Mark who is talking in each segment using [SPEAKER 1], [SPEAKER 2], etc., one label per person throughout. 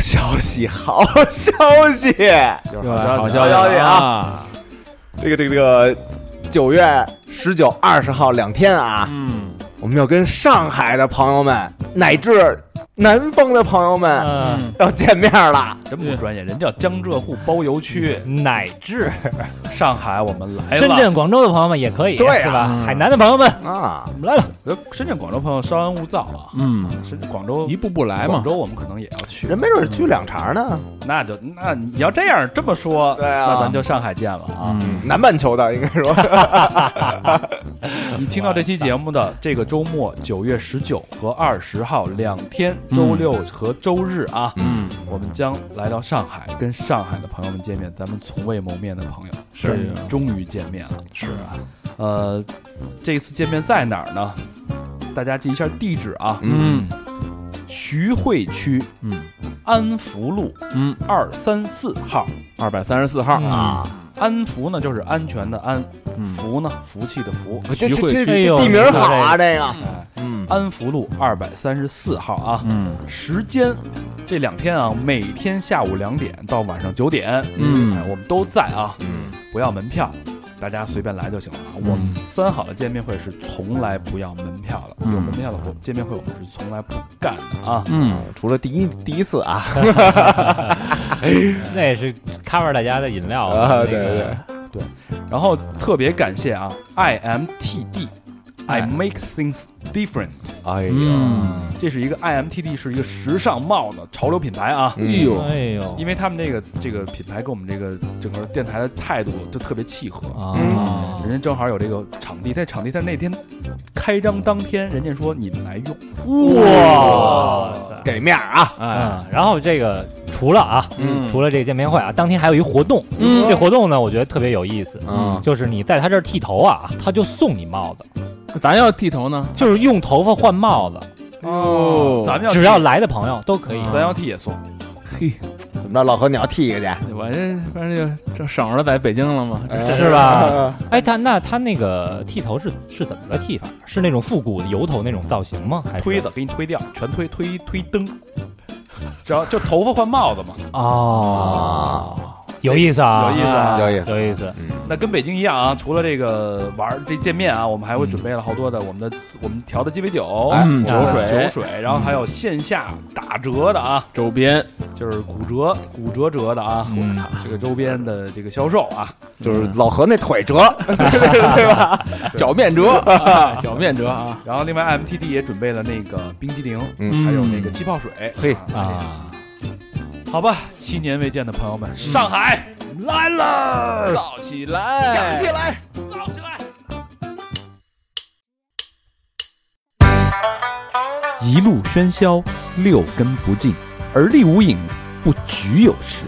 [SPEAKER 1] 消息，好消息！
[SPEAKER 2] 就是
[SPEAKER 3] 又来
[SPEAKER 2] 好
[SPEAKER 3] 啊
[SPEAKER 2] 消
[SPEAKER 1] 好
[SPEAKER 3] 好消
[SPEAKER 2] 息
[SPEAKER 1] 消息
[SPEAKER 3] 息
[SPEAKER 1] 啊
[SPEAKER 3] 啊！
[SPEAKER 1] 这个这个这个，九月十九、二十号两天啊，
[SPEAKER 3] 嗯
[SPEAKER 1] 我们要跟上海的朋友们，乃至南方的朋友们
[SPEAKER 2] 嗯，
[SPEAKER 1] 要见面了。
[SPEAKER 3] 真不专业，人叫江浙沪包邮区，
[SPEAKER 2] 乃至
[SPEAKER 3] 上海我们来了，
[SPEAKER 2] 嗯深圳、广州的朋友们也可以，
[SPEAKER 1] 对啊
[SPEAKER 2] 是吧
[SPEAKER 3] 嗯？
[SPEAKER 2] 海南的朋友们，
[SPEAKER 1] 啊，
[SPEAKER 2] 我们来了，
[SPEAKER 3] 呃深圳、广州朋友稍安勿躁啊，
[SPEAKER 4] 嗯，
[SPEAKER 3] 深圳、广州
[SPEAKER 4] 一步步来嘛
[SPEAKER 3] 广。州我们可能也要去
[SPEAKER 1] 人，没准聚两茬呢。
[SPEAKER 3] 那就那你要这样这么说，
[SPEAKER 1] 对啊
[SPEAKER 3] 那咱就上海见了啊！
[SPEAKER 4] 嗯，
[SPEAKER 1] 南半球的应该说，
[SPEAKER 3] 你听到这期节目的这个周末，九月十九和二十号两天，周六和周日啊，
[SPEAKER 4] 嗯，
[SPEAKER 3] 我们将来到上海，跟上海的朋友们见面，咱们从未谋面的朋友
[SPEAKER 4] 是
[SPEAKER 3] 终于见面了。
[SPEAKER 4] 是啊，
[SPEAKER 3] 呃，这次见面在哪儿呢？大家记一下地址啊，
[SPEAKER 4] 嗯
[SPEAKER 3] 徐汇区
[SPEAKER 4] 嗯
[SPEAKER 3] 安福路
[SPEAKER 4] 嗯，
[SPEAKER 3] 二三四号。
[SPEAKER 4] 二百三十四
[SPEAKER 1] 嗯
[SPEAKER 4] 号啊，
[SPEAKER 3] 安福呢，就是安全的安；
[SPEAKER 4] 嗯
[SPEAKER 3] 福呢，福气的福。
[SPEAKER 1] 这这这
[SPEAKER 2] 哎呦
[SPEAKER 1] 这地名好啊，这个，
[SPEAKER 3] 哎
[SPEAKER 1] 嗯
[SPEAKER 3] 安福路二百三十四号啊。
[SPEAKER 4] 嗯
[SPEAKER 3] 时间这两天啊，每天下午两点到晚上九点，
[SPEAKER 4] 嗯
[SPEAKER 3] 哎我们都在啊，
[SPEAKER 1] 嗯，
[SPEAKER 3] 不要门票。大家随便来就行了啊！
[SPEAKER 4] 嗯
[SPEAKER 3] 我们三好的见面会是从来不要门票的，
[SPEAKER 4] 嗯
[SPEAKER 3] 有门票的活见面会我们是从来不干的啊！
[SPEAKER 4] 嗯，
[SPEAKER 1] 除了第一第一次啊，
[SPEAKER 2] 那也是 cover 大家的饮料
[SPEAKER 1] 啊
[SPEAKER 2] 那个
[SPEAKER 1] 对对
[SPEAKER 3] 然后特别感谢啊，I M T D，I
[SPEAKER 4] 哎
[SPEAKER 3] make things different，
[SPEAKER 1] 哎
[SPEAKER 4] 嗯，
[SPEAKER 3] 这是一个 I M T D 是一个时尚帽的潮流品牌
[SPEAKER 1] 嗯
[SPEAKER 3] 啊，
[SPEAKER 4] 哎呦，
[SPEAKER 2] 哎呦
[SPEAKER 3] 因为他们这个这个品牌跟我们这个整个电台的态度就特别契合，
[SPEAKER 2] 啊，
[SPEAKER 3] 人家正好有这个场地，在场地在那天开张当天，人家说你们来用，
[SPEAKER 2] 哇塞！
[SPEAKER 1] 给面儿啊，
[SPEAKER 4] 哎，
[SPEAKER 2] 嗯，然后这个除了啊，
[SPEAKER 4] 嗯
[SPEAKER 2] 除了这个见面会啊，当天还有一活动，
[SPEAKER 4] 嗯
[SPEAKER 2] 这活动呢，我觉得特别有意思，
[SPEAKER 4] 嗯
[SPEAKER 2] 就是你在他这儿剃头啊，他就送你帽子，
[SPEAKER 4] 咱要剃头呢，
[SPEAKER 2] 就是用头发换帽子，
[SPEAKER 4] 哦
[SPEAKER 3] 咱们要
[SPEAKER 2] 只要嗯来的朋友都可以。
[SPEAKER 3] 咱要剃也送，
[SPEAKER 4] 嘿，
[SPEAKER 1] 怎么着，老何你要剃一个去，
[SPEAKER 4] 我这反正就这省着在北京了嘛，
[SPEAKER 1] 哎
[SPEAKER 2] 是 吧？哎，他那他那个剃头是是怎么个剃法？是那种复古的油头那种造型吗？还是
[SPEAKER 3] 推的给你推掉，全推推推灯，只要就头发换帽子嘛，
[SPEAKER 2] 哦，有意思啊，
[SPEAKER 3] 有意思啊
[SPEAKER 1] 有意思
[SPEAKER 2] 有意思。
[SPEAKER 1] 嗯
[SPEAKER 3] 那跟北京一样啊，除了这个玩儿这见面啊，我们还会准备了好多的我们的我们调的鸡尾酒、
[SPEAKER 4] 哎
[SPEAKER 3] 我们
[SPEAKER 4] 酒水
[SPEAKER 3] 酒水，然后还有线下打折的啊，
[SPEAKER 4] 周边
[SPEAKER 3] 就是骨折、骨折折的啊，
[SPEAKER 2] 嗯
[SPEAKER 3] 这个周边的这个销售啊，
[SPEAKER 1] 就是老何那腿折，
[SPEAKER 4] 脚面折，啊脚面折啊，
[SPEAKER 3] 然后另外 MTD 也准备了那个冰激凌，
[SPEAKER 1] 嗯
[SPEAKER 3] 还有那个气泡水。
[SPEAKER 1] 嘿
[SPEAKER 3] 啊，
[SPEAKER 2] 啊，
[SPEAKER 3] 好吧，七年未见的朋友们，上海来了，
[SPEAKER 4] 造起来，
[SPEAKER 1] 起来。
[SPEAKER 3] 造起来！一路喧嚣，六根不净，而立无影，不局有时。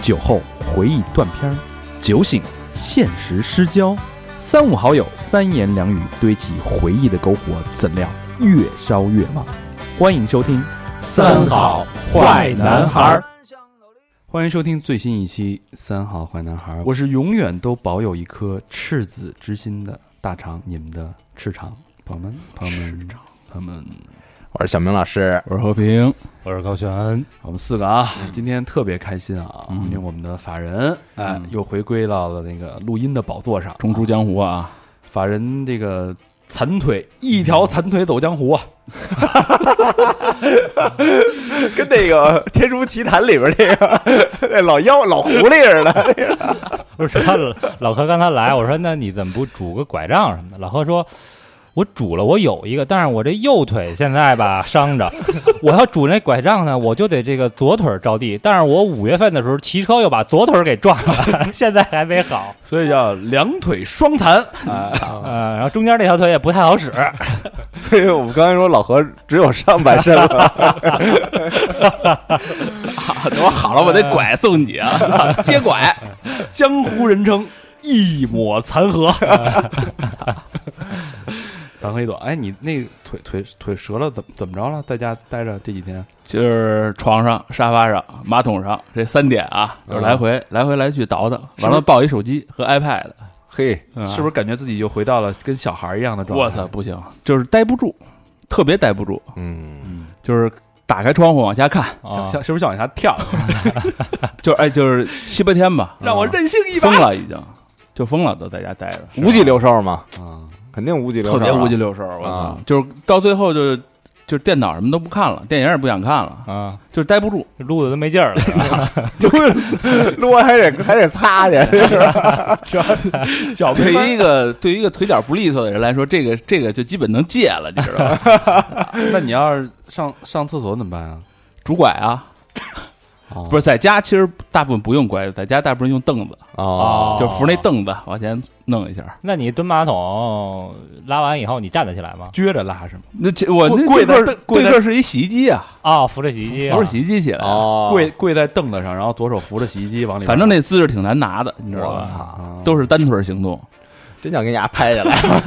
[SPEAKER 3] 酒后回忆断片儿，酒醒现实失焦。三五好友三言两语堆起回忆的篝火，怎料越烧越旺。欢迎收听《
[SPEAKER 2] 三好坏男孩儿》。
[SPEAKER 3] 欢迎收听最新一期《三好坏男孩儿》，我是永远都保有一颗赤子之心的大肠，你们的赤肠，朋友们，朋友们，朋友们，
[SPEAKER 1] 我是小明老师，
[SPEAKER 4] 我是和平，
[SPEAKER 2] 我是高璇，
[SPEAKER 3] 我们四个啊，今天特别开心啊，因为我们的法人哎又回归到了那个录音的宝座上，
[SPEAKER 4] 重出江湖 啊，
[SPEAKER 3] 法人这个残腿一条残腿走江湖啊，
[SPEAKER 1] 跟那个《天书奇谭》里边那个 那老妖老狐狸似的。
[SPEAKER 2] 不是他老 何刚才来，我说那你怎么不拄个拐杖什么的？老何说。我拄了，我有一个，但是我这右腿现在吧伤着， 我要拄那拐杖呢，我就得这个左腿着地。但是我五月份的时候骑车又把左腿给撞了， 现在还没好。
[SPEAKER 3] 所以叫两腿双残啊，
[SPEAKER 2] 呃，然后中间那条腿也不太好使，
[SPEAKER 1] 所以我们刚才说老何只有上半身了，
[SPEAKER 4] 等我好了，我得拐送你啊， 接拐，
[SPEAKER 3] 江湖人称一抹残荷，残荷一朵。哎，你那个腿腿腿折了，怎么怎么着了？在家待着这几天，
[SPEAKER 4] 就是床上、沙发上、马桶上这三点啊，就是来回、来回来去倒腾，完了抱一手机和 iPad，
[SPEAKER 1] 嘿，
[SPEAKER 4] 嗯
[SPEAKER 3] 是不是感觉自己又回到了跟小孩一样的状态？
[SPEAKER 4] 我操，不行，就是待不住，特别待不住，
[SPEAKER 1] 嗯，
[SPEAKER 4] 就是打开窗户往下看，
[SPEAKER 2] 啊
[SPEAKER 4] 想想是不是想往下 跳？就是哎，就是七八天吧，
[SPEAKER 2] 让我任
[SPEAKER 4] 性一把，疯了已经，就疯了，都在家待着，
[SPEAKER 1] 五脊六兽嘛，
[SPEAKER 4] 啊，
[SPEAKER 1] 肯定五脊六兽
[SPEAKER 4] 特
[SPEAKER 1] 啊，
[SPEAKER 4] 别五脊六兽，我操
[SPEAKER 1] 啊，
[SPEAKER 4] 就是到最后就就是电脑什么都不看了，电影也不想看了，
[SPEAKER 2] 啊，
[SPEAKER 4] 就是待不住，
[SPEAKER 2] 录的都没劲儿了，
[SPEAKER 1] 就是录完还得还得 擦去，是吧？
[SPEAKER 4] 脚对于一个对于一个腿脚不利索的人来说，这个这个就基本能戒了，你知道吗？
[SPEAKER 3] 那你要是上上厕所怎么办啊？
[SPEAKER 4] 拄拐啊，
[SPEAKER 3] 哦
[SPEAKER 4] 不是在家，其实大部分不用拐，在家大部分用凳子，
[SPEAKER 3] 哦，
[SPEAKER 2] 啊
[SPEAKER 4] 就扶那凳子往前弄一下。
[SPEAKER 2] 那你蹲马桶拉完以后，你站得起来吗？
[SPEAKER 3] 撅着拉是吗？
[SPEAKER 4] 那这我那
[SPEAKER 3] 跪
[SPEAKER 4] 对
[SPEAKER 3] 在
[SPEAKER 4] 个
[SPEAKER 3] 凳
[SPEAKER 4] 儿
[SPEAKER 3] 跪
[SPEAKER 4] 对
[SPEAKER 3] 在
[SPEAKER 4] 个儿是一洗衣机啊，
[SPEAKER 2] 哦，扶着洗衣机啊，
[SPEAKER 4] 不是洗衣机起来的，
[SPEAKER 1] 哦
[SPEAKER 3] 跪跪在凳子上，然后左手扶着洗衣机往里边，
[SPEAKER 4] 反正那姿势挺难拿的，你知道
[SPEAKER 1] 我
[SPEAKER 4] 吧？
[SPEAKER 1] 操，
[SPEAKER 3] 啊
[SPEAKER 4] 都是单腿行动，
[SPEAKER 1] 真想给你家拍下来，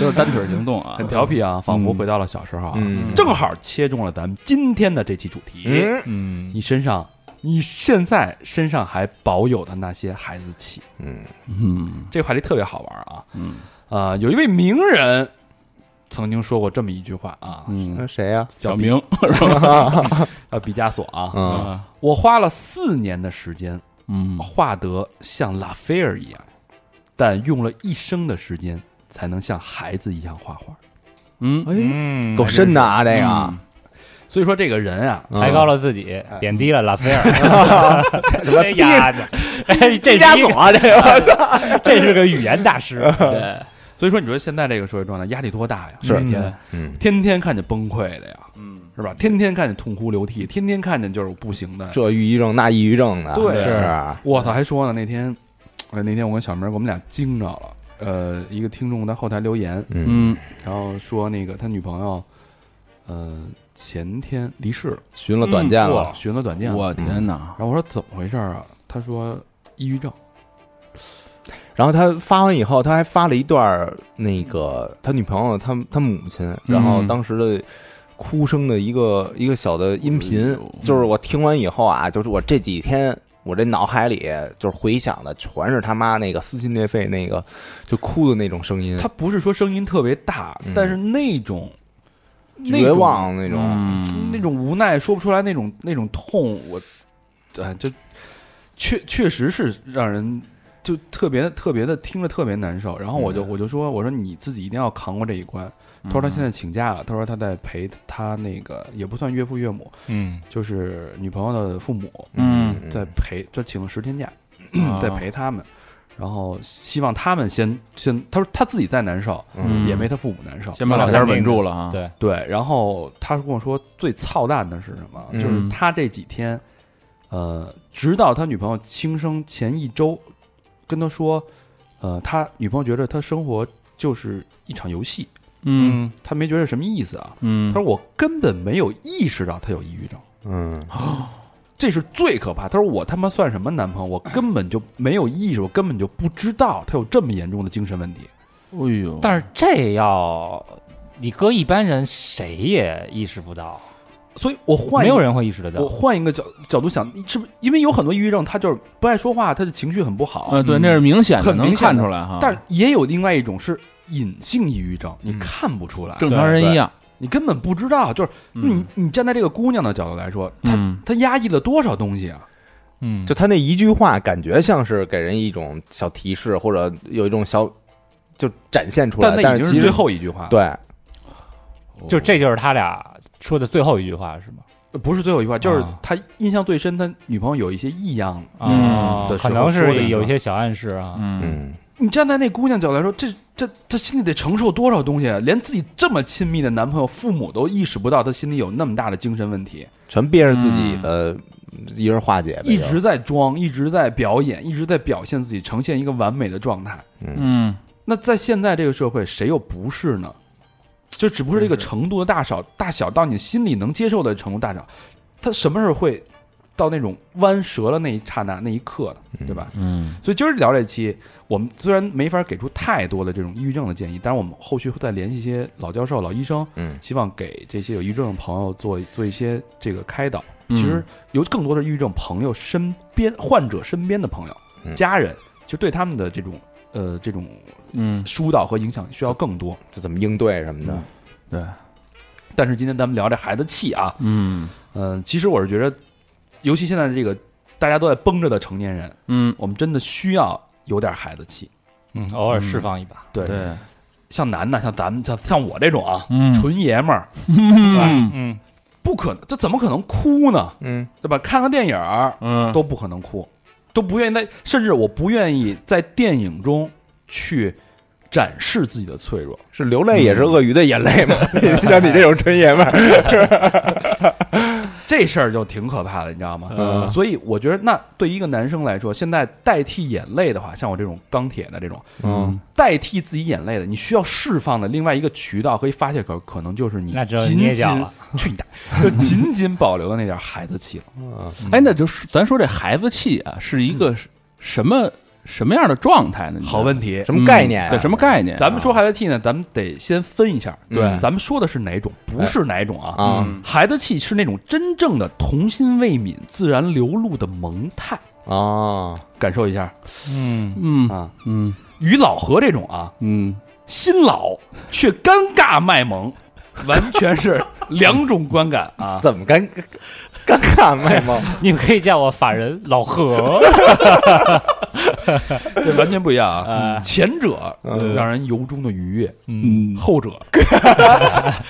[SPEAKER 4] 都是单腿行动啊
[SPEAKER 3] 很。调皮啊，仿佛
[SPEAKER 1] 嗯
[SPEAKER 3] 回到了小时候啊。
[SPEAKER 1] 嗯
[SPEAKER 3] 正好切中了咱们今天的这期主题。
[SPEAKER 1] 嗯
[SPEAKER 2] 嗯，
[SPEAKER 3] 你身上，你现在身上还保有的那些孩子气，
[SPEAKER 1] 嗯
[SPEAKER 4] 嗯
[SPEAKER 3] 这个话题特别好玩啊。
[SPEAKER 4] 嗯
[SPEAKER 3] 啊、有一位名人曾经说过这么一句话啊，
[SPEAKER 1] 那
[SPEAKER 4] 嗯，
[SPEAKER 1] 谁呀？
[SPEAKER 4] 小明
[SPEAKER 3] 叫毕加索啊，
[SPEAKER 1] 嗯，
[SPEAKER 4] 啊，
[SPEAKER 3] 我花了四年的时间
[SPEAKER 4] 嗯
[SPEAKER 3] 画得像拉斐尔一样，但用了一生的时间才能像孩子一样画画。
[SPEAKER 4] 嗯，
[SPEAKER 1] 哎，
[SPEAKER 2] 嗯，
[SPEAKER 1] 够深的啊，这个
[SPEAKER 4] 嗯
[SPEAKER 3] 所以说这个人啊，
[SPEAKER 1] 嗯
[SPEAKER 2] 抬高了自己，贬低了拉 斐尔。
[SPEAKER 1] 什么
[SPEAKER 2] 哎呀，哎这
[SPEAKER 1] 毕加
[SPEAKER 2] 是一
[SPEAKER 1] 索
[SPEAKER 2] 个
[SPEAKER 1] 啊，这个
[SPEAKER 2] 这是个语言大师，
[SPEAKER 4] 对，
[SPEAKER 3] 所以说你说现在这个社会状态压力多大呀？
[SPEAKER 1] 是
[SPEAKER 3] 天天
[SPEAKER 2] 嗯
[SPEAKER 1] 嗯，
[SPEAKER 3] 天天看见崩溃的呀，
[SPEAKER 4] 嗯，
[SPEAKER 3] 是吧？天天看见痛哭流涕，天天看见就是不行的。
[SPEAKER 1] 这抑郁症那抑郁症的，
[SPEAKER 3] 对
[SPEAKER 1] 是啊
[SPEAKER 3] 我操，还说呢，那天，呃，那天我跟小明儿我们俩惊着了。呃，一个听众在后台留言，
[SPEAKER 1] 嗯
[SPEAKER 4] 嗯
[SPEAKER 3] 然后说那个他女朋友，呃，前天离世了，
[SPEAKER 1] 寻了短见了，
[SPEAKER 3] 嗯寻了短见了。
[SPEAKER 4] 我天哪，
[SPEAKER 3] 然后我说怎么回事儿啊？他说抑郁症。
[SPEAKER 1] 然后他发完以后，他还发了一段儿那个他女朋友他他母亲，然后当时的哭声的一个一个小的音
[SPEAKER 4] 哎
[SPEAKER 1] 频
[SPEAKER 4] 呦，
[SPEAKER 1] 就是我听完以后啊，就是我这几天我这脑海里就是回想的全是他妈那个撕心裂肺那个就哭的那种声音，
[SPEAKER 3] 他不是说声音特别大，
[SPEAKER 1] 嗯
[SPEAKER 3] 但是那种那
[SPEAKER 1] 绝
[SPEAKER 3] 种
[SPEAKER 1] 望那种，
[SPEAKER 3] 嗯
[SPEAKER 4] 嗯
[SPEAKER 3] 那种无奈说不出来那种那种痛，我，哎，就确确实是让人就特别特别的听着特别难受。然后我就、
[SPEAKER 1] 嗯
[SPEAKER 3] 我就说我说你自己一定要扛过这一关。他说他
[SPEAKER 1] 嗯
[SPEAKER 3] 现在请假了，他说他在陪他那个也不算岳父岳母，
[SPEAKER 2] 嗯，
[SPEAKER 3] 就是女朋友的父母
[SPEAKER 4] 嗯
[SPEAKER 3] 在陪，就请了十天假，
[SPEAKER 4] 啊
[SPEAKER 3] 在陪他们。然后希望他们先先，他说他自己再难受，
[SPEAKER 4] 嗯
[SPEAKER 3] 也没他父母难受。
[SPEAKER 4] 先把老家稳住了啊，
[SPEAKER 2] 对，
[SPEAKER 3] 对，然后他跟我说最操蛋的是什么？
[SPEAKER 1] 嗯
[SPEAKER 3] 就是他这几天，呃，直到他女朋友轻生前一周，跟他说，呃，他女朋友觉得他生活就是一场游戏，
[SPEAKER 4] 嗯
[SPEAKER 3] 他没觉得什么意思啊。
[SPEAKER 4] 嗯
[SPEAKER 3] 他说我根本没有意识到他有抑郁症，
[SPEAKER 1] 嗯
[SPEAKER 3] 这是最可怕。他说我他妈算什么男朋友？我根本就没有意识，我根本就不知道他有这么严重的精神问题。
[SPEAKER 4] 哎呦，
[SPEAKER 2] 但是这要你搁一般人谁也意识不到，
[SPEAKER 3] 所以我换一
[SPEAKER 2] 没有
[SPEAKER 3] 个
[SPEAKER 2] 人会意识得到
[SPEAKER 3] 我。换一个角角度想，你是不是因为有很多抑郁症，他就是不爱说话，他的情绪很不好。
[SPEAKER 4] 呃，对，那是明显的，
[SPEAKER 3] 很
[SPEAKER 4] 能
[SPEAKER 3] 明显的
[SPEAKER 4] 看出来哈。
[SPEAKER 3] 但是也有另外一种是隐性抑郁症，
[SPEAKER 2] 嗯
[SPEAKER 3] 你看不出来，
[SPEAKER 4] 正常人一样，
[SPEAKER 3] 你根本不知道。就是
[SPEAKER 4] 嗯
[SPEAKER 3] 你、你站在这个姑娘的角度来说，她、
[SPEAKER 4] 嗯
[SPEAKER 3] 她压抑了多少东西啊？
[SPEAKER 2] 嗯
[SPEAKER 1] 就他那一句话，感觉像是给人一种小提示，或者有一种小就展现出来，但
[SPEAKER 3] 那已
[SPEAKER 1] 是
[SPEAKER 3] 经
[SPEAKER 1] 其
[SPEAKER 3] 是
[SPEAKER 1] 实
[SPEAKER 3] 最后一句话，，
[SPEAKER 1] 对。
[SPEAKER 2] 就这就是他俩说的最后一句话是吗？
[SPEAKER 3] 不是最后一句话，就是
[SPEAKER 2] 啊
[SPEAKER 3] 他印象最深，他女朋友有一些异样。
[SPEAKER 2] 啊
[SPEAKER 4] 嗯
[SPEAKER 3] 的时候
[SPEAKER 2] 可能
[SPEAKER 3] 说的
[SPEAKER 2] 是
[SPEAKER 3] 一
[SPEAKER 2] 有
[SPEAKER 3] 个
[SPEAKER 2] 一些小暗示啊。
[SPEAKER 4] 嗯
[SPEAKER 1] 嗯，
[SPEAKER 3] 你站在那姑娘角度来说，这这她心里得承受多少东西啊？连自己这么亲密的男朋友、父母都意识不到她心里有那么大的精神问题，
[SPEAKER 1] 全憋着自己的，一人化解呗，
[SPEAKER 3] 一直在装，一直在表演，一直在表现自己，呈现一个完美的状态。
[SPEAKER 4] 嗯，
[SPEAKER 3] 那在现在这个社会，谁又不是呢？就只不过是这个程度的大小，大小到你心里能接受的程度大小，他什么时候会到那种弯折了那一刹那那一刻呢？对吧？
[SPEAKER 4] 嗯，
[SPEAKER 3] 所以今儿聊这期，我们虽然没法给出太多的这种抑郁症的建议，但是我们后续会再联系一些老教授、老医生，
[SPEAKER 1] 嗯
[SPEAKER 3] 希望给这些有抑郁症的朋友做做一些这个开导。
[SPEAKER 4] 嗯
[SPEAKER 3] 其实有更多的抑郁症朋友身边患者身边的朋友、
[SPEAKER 1] 嗯
[SPEAKER 3] 家人，就对他们的这种呃这种
[SPEAKER 4] 嗯，
[SPEAKER 3] 疏导和影响需要更多。
[SPEAKER 1] 就怎么应对什么的。
[SPEAKER 4] 对，
[SPEAKER 3] 但是今天咱们聊这孩子气啊，
[SPEAKER 4] 嗯
[SPEAKER 3] 嗯、其实我是觉得，尤其现在这个大家都在绷着的成年人，
[SPEAKER 4] 嗯，
[SPEAKER 3] 我们真的需要有点孩子气。
[SPEAKER 2] 嗯，偶尔释放一把，
[SPEAKER 3] 对，
[SPEAKER 4] 对，
[SPEAKER 3] 像男的，像咱们，像像我这种啊，
[SPEAKER 4] 嗯
[SPEAKER 3] 纯爷们儿，
[SPEAKER 4] 嗯
[SPEAKER 2] 嗯，
[SPEAKER 3] 不可能，这怎么可能哭呢？
[SPEAKER 1] 嗯，
[SPEAKER 3] 对吧？看个电影儿
[SPEAKER 4] 嗯，
[SPEAKER 3] 都不可能哭，都不愿意在，甚至我不愿意在电影中去展示自己的脆弱。
[SPEAKER 1] 是流泪也是鳄鱼的眼泪嘛？像 你这种纯爷们儿，
[SPEAKER 3] 这事儿就挺可怕的，你知道吗？
[SPEAKER 1] 嗯
[SPEAKER 3] 所以我觉得，那对一个男生来说，现在代替眼泪的话，像我这种钢铁的这种，
[SPEAKER 1] 嗯，
[SPEAKER 3] 代替自己眼泪的，你需要释放的另外一个渠道和发泄口，可能就是你
[SPEAKER 2] 那只有
[SPEAKER 3] 仅
[SPEAKER 2] 捏
[SPEAKER 3] 仅
[SPEAKER 2] 脚了，
[SPEAKER 3] 去你大，就仅仅保留的那点孩子气了。
[SPEAKER 1] 嗯
[SPEAKER 4] 哎，那就是咱说这孩子气啊，是一个什么什么样的状态呢？你觉得
[SPEAKER 3] 好问题，
[SPEAKER 1] 什么概念啊？
[SPEAKER 4] 嗯对，什么概念？
[SPEAKER 3] 咱们说孩子气呢，咱们得先分一下，
[SPEAKER 1] 对哎
[SPEAKER 3] 咱们说的是哪种，不是哪种啊？
[SPEAKER 1] 啊
[SPEAKER 4] 嗯
[SPEAKER 3] 孩子气是那种真正的童心未泯、自然流露的萌态，
[SPEAKER 1] 啊
[SPEAKER 3] 感受一下
[SPEAKER 2] 嗯，
[SPEAKER 4] 嗯
[SPEAKER 3] 啊。
[SPEAKER 4] 嗯
[SPEAKER 3] 与老何这种啊，
[SPEAKER 4] 嗯，
[SPEAKER 3] 新老却尴尬卖萌，完全是两种观感 啊。
[SPEAKER 1] 怎么尴尴尬卖萌？
[SPEAKER 2] 你们可以叫我法人老何，
[SPEAKER 3] 这完全不一样
[SPEAKER 4] 哎
[SPEAKER 3] 啊！前者
[SPEAKER 1] 嗯
[SPEAKER 3] 让人由衷的愉悦，
[SPEAKER 2] 嗯，
[SPEAKER 3] 后者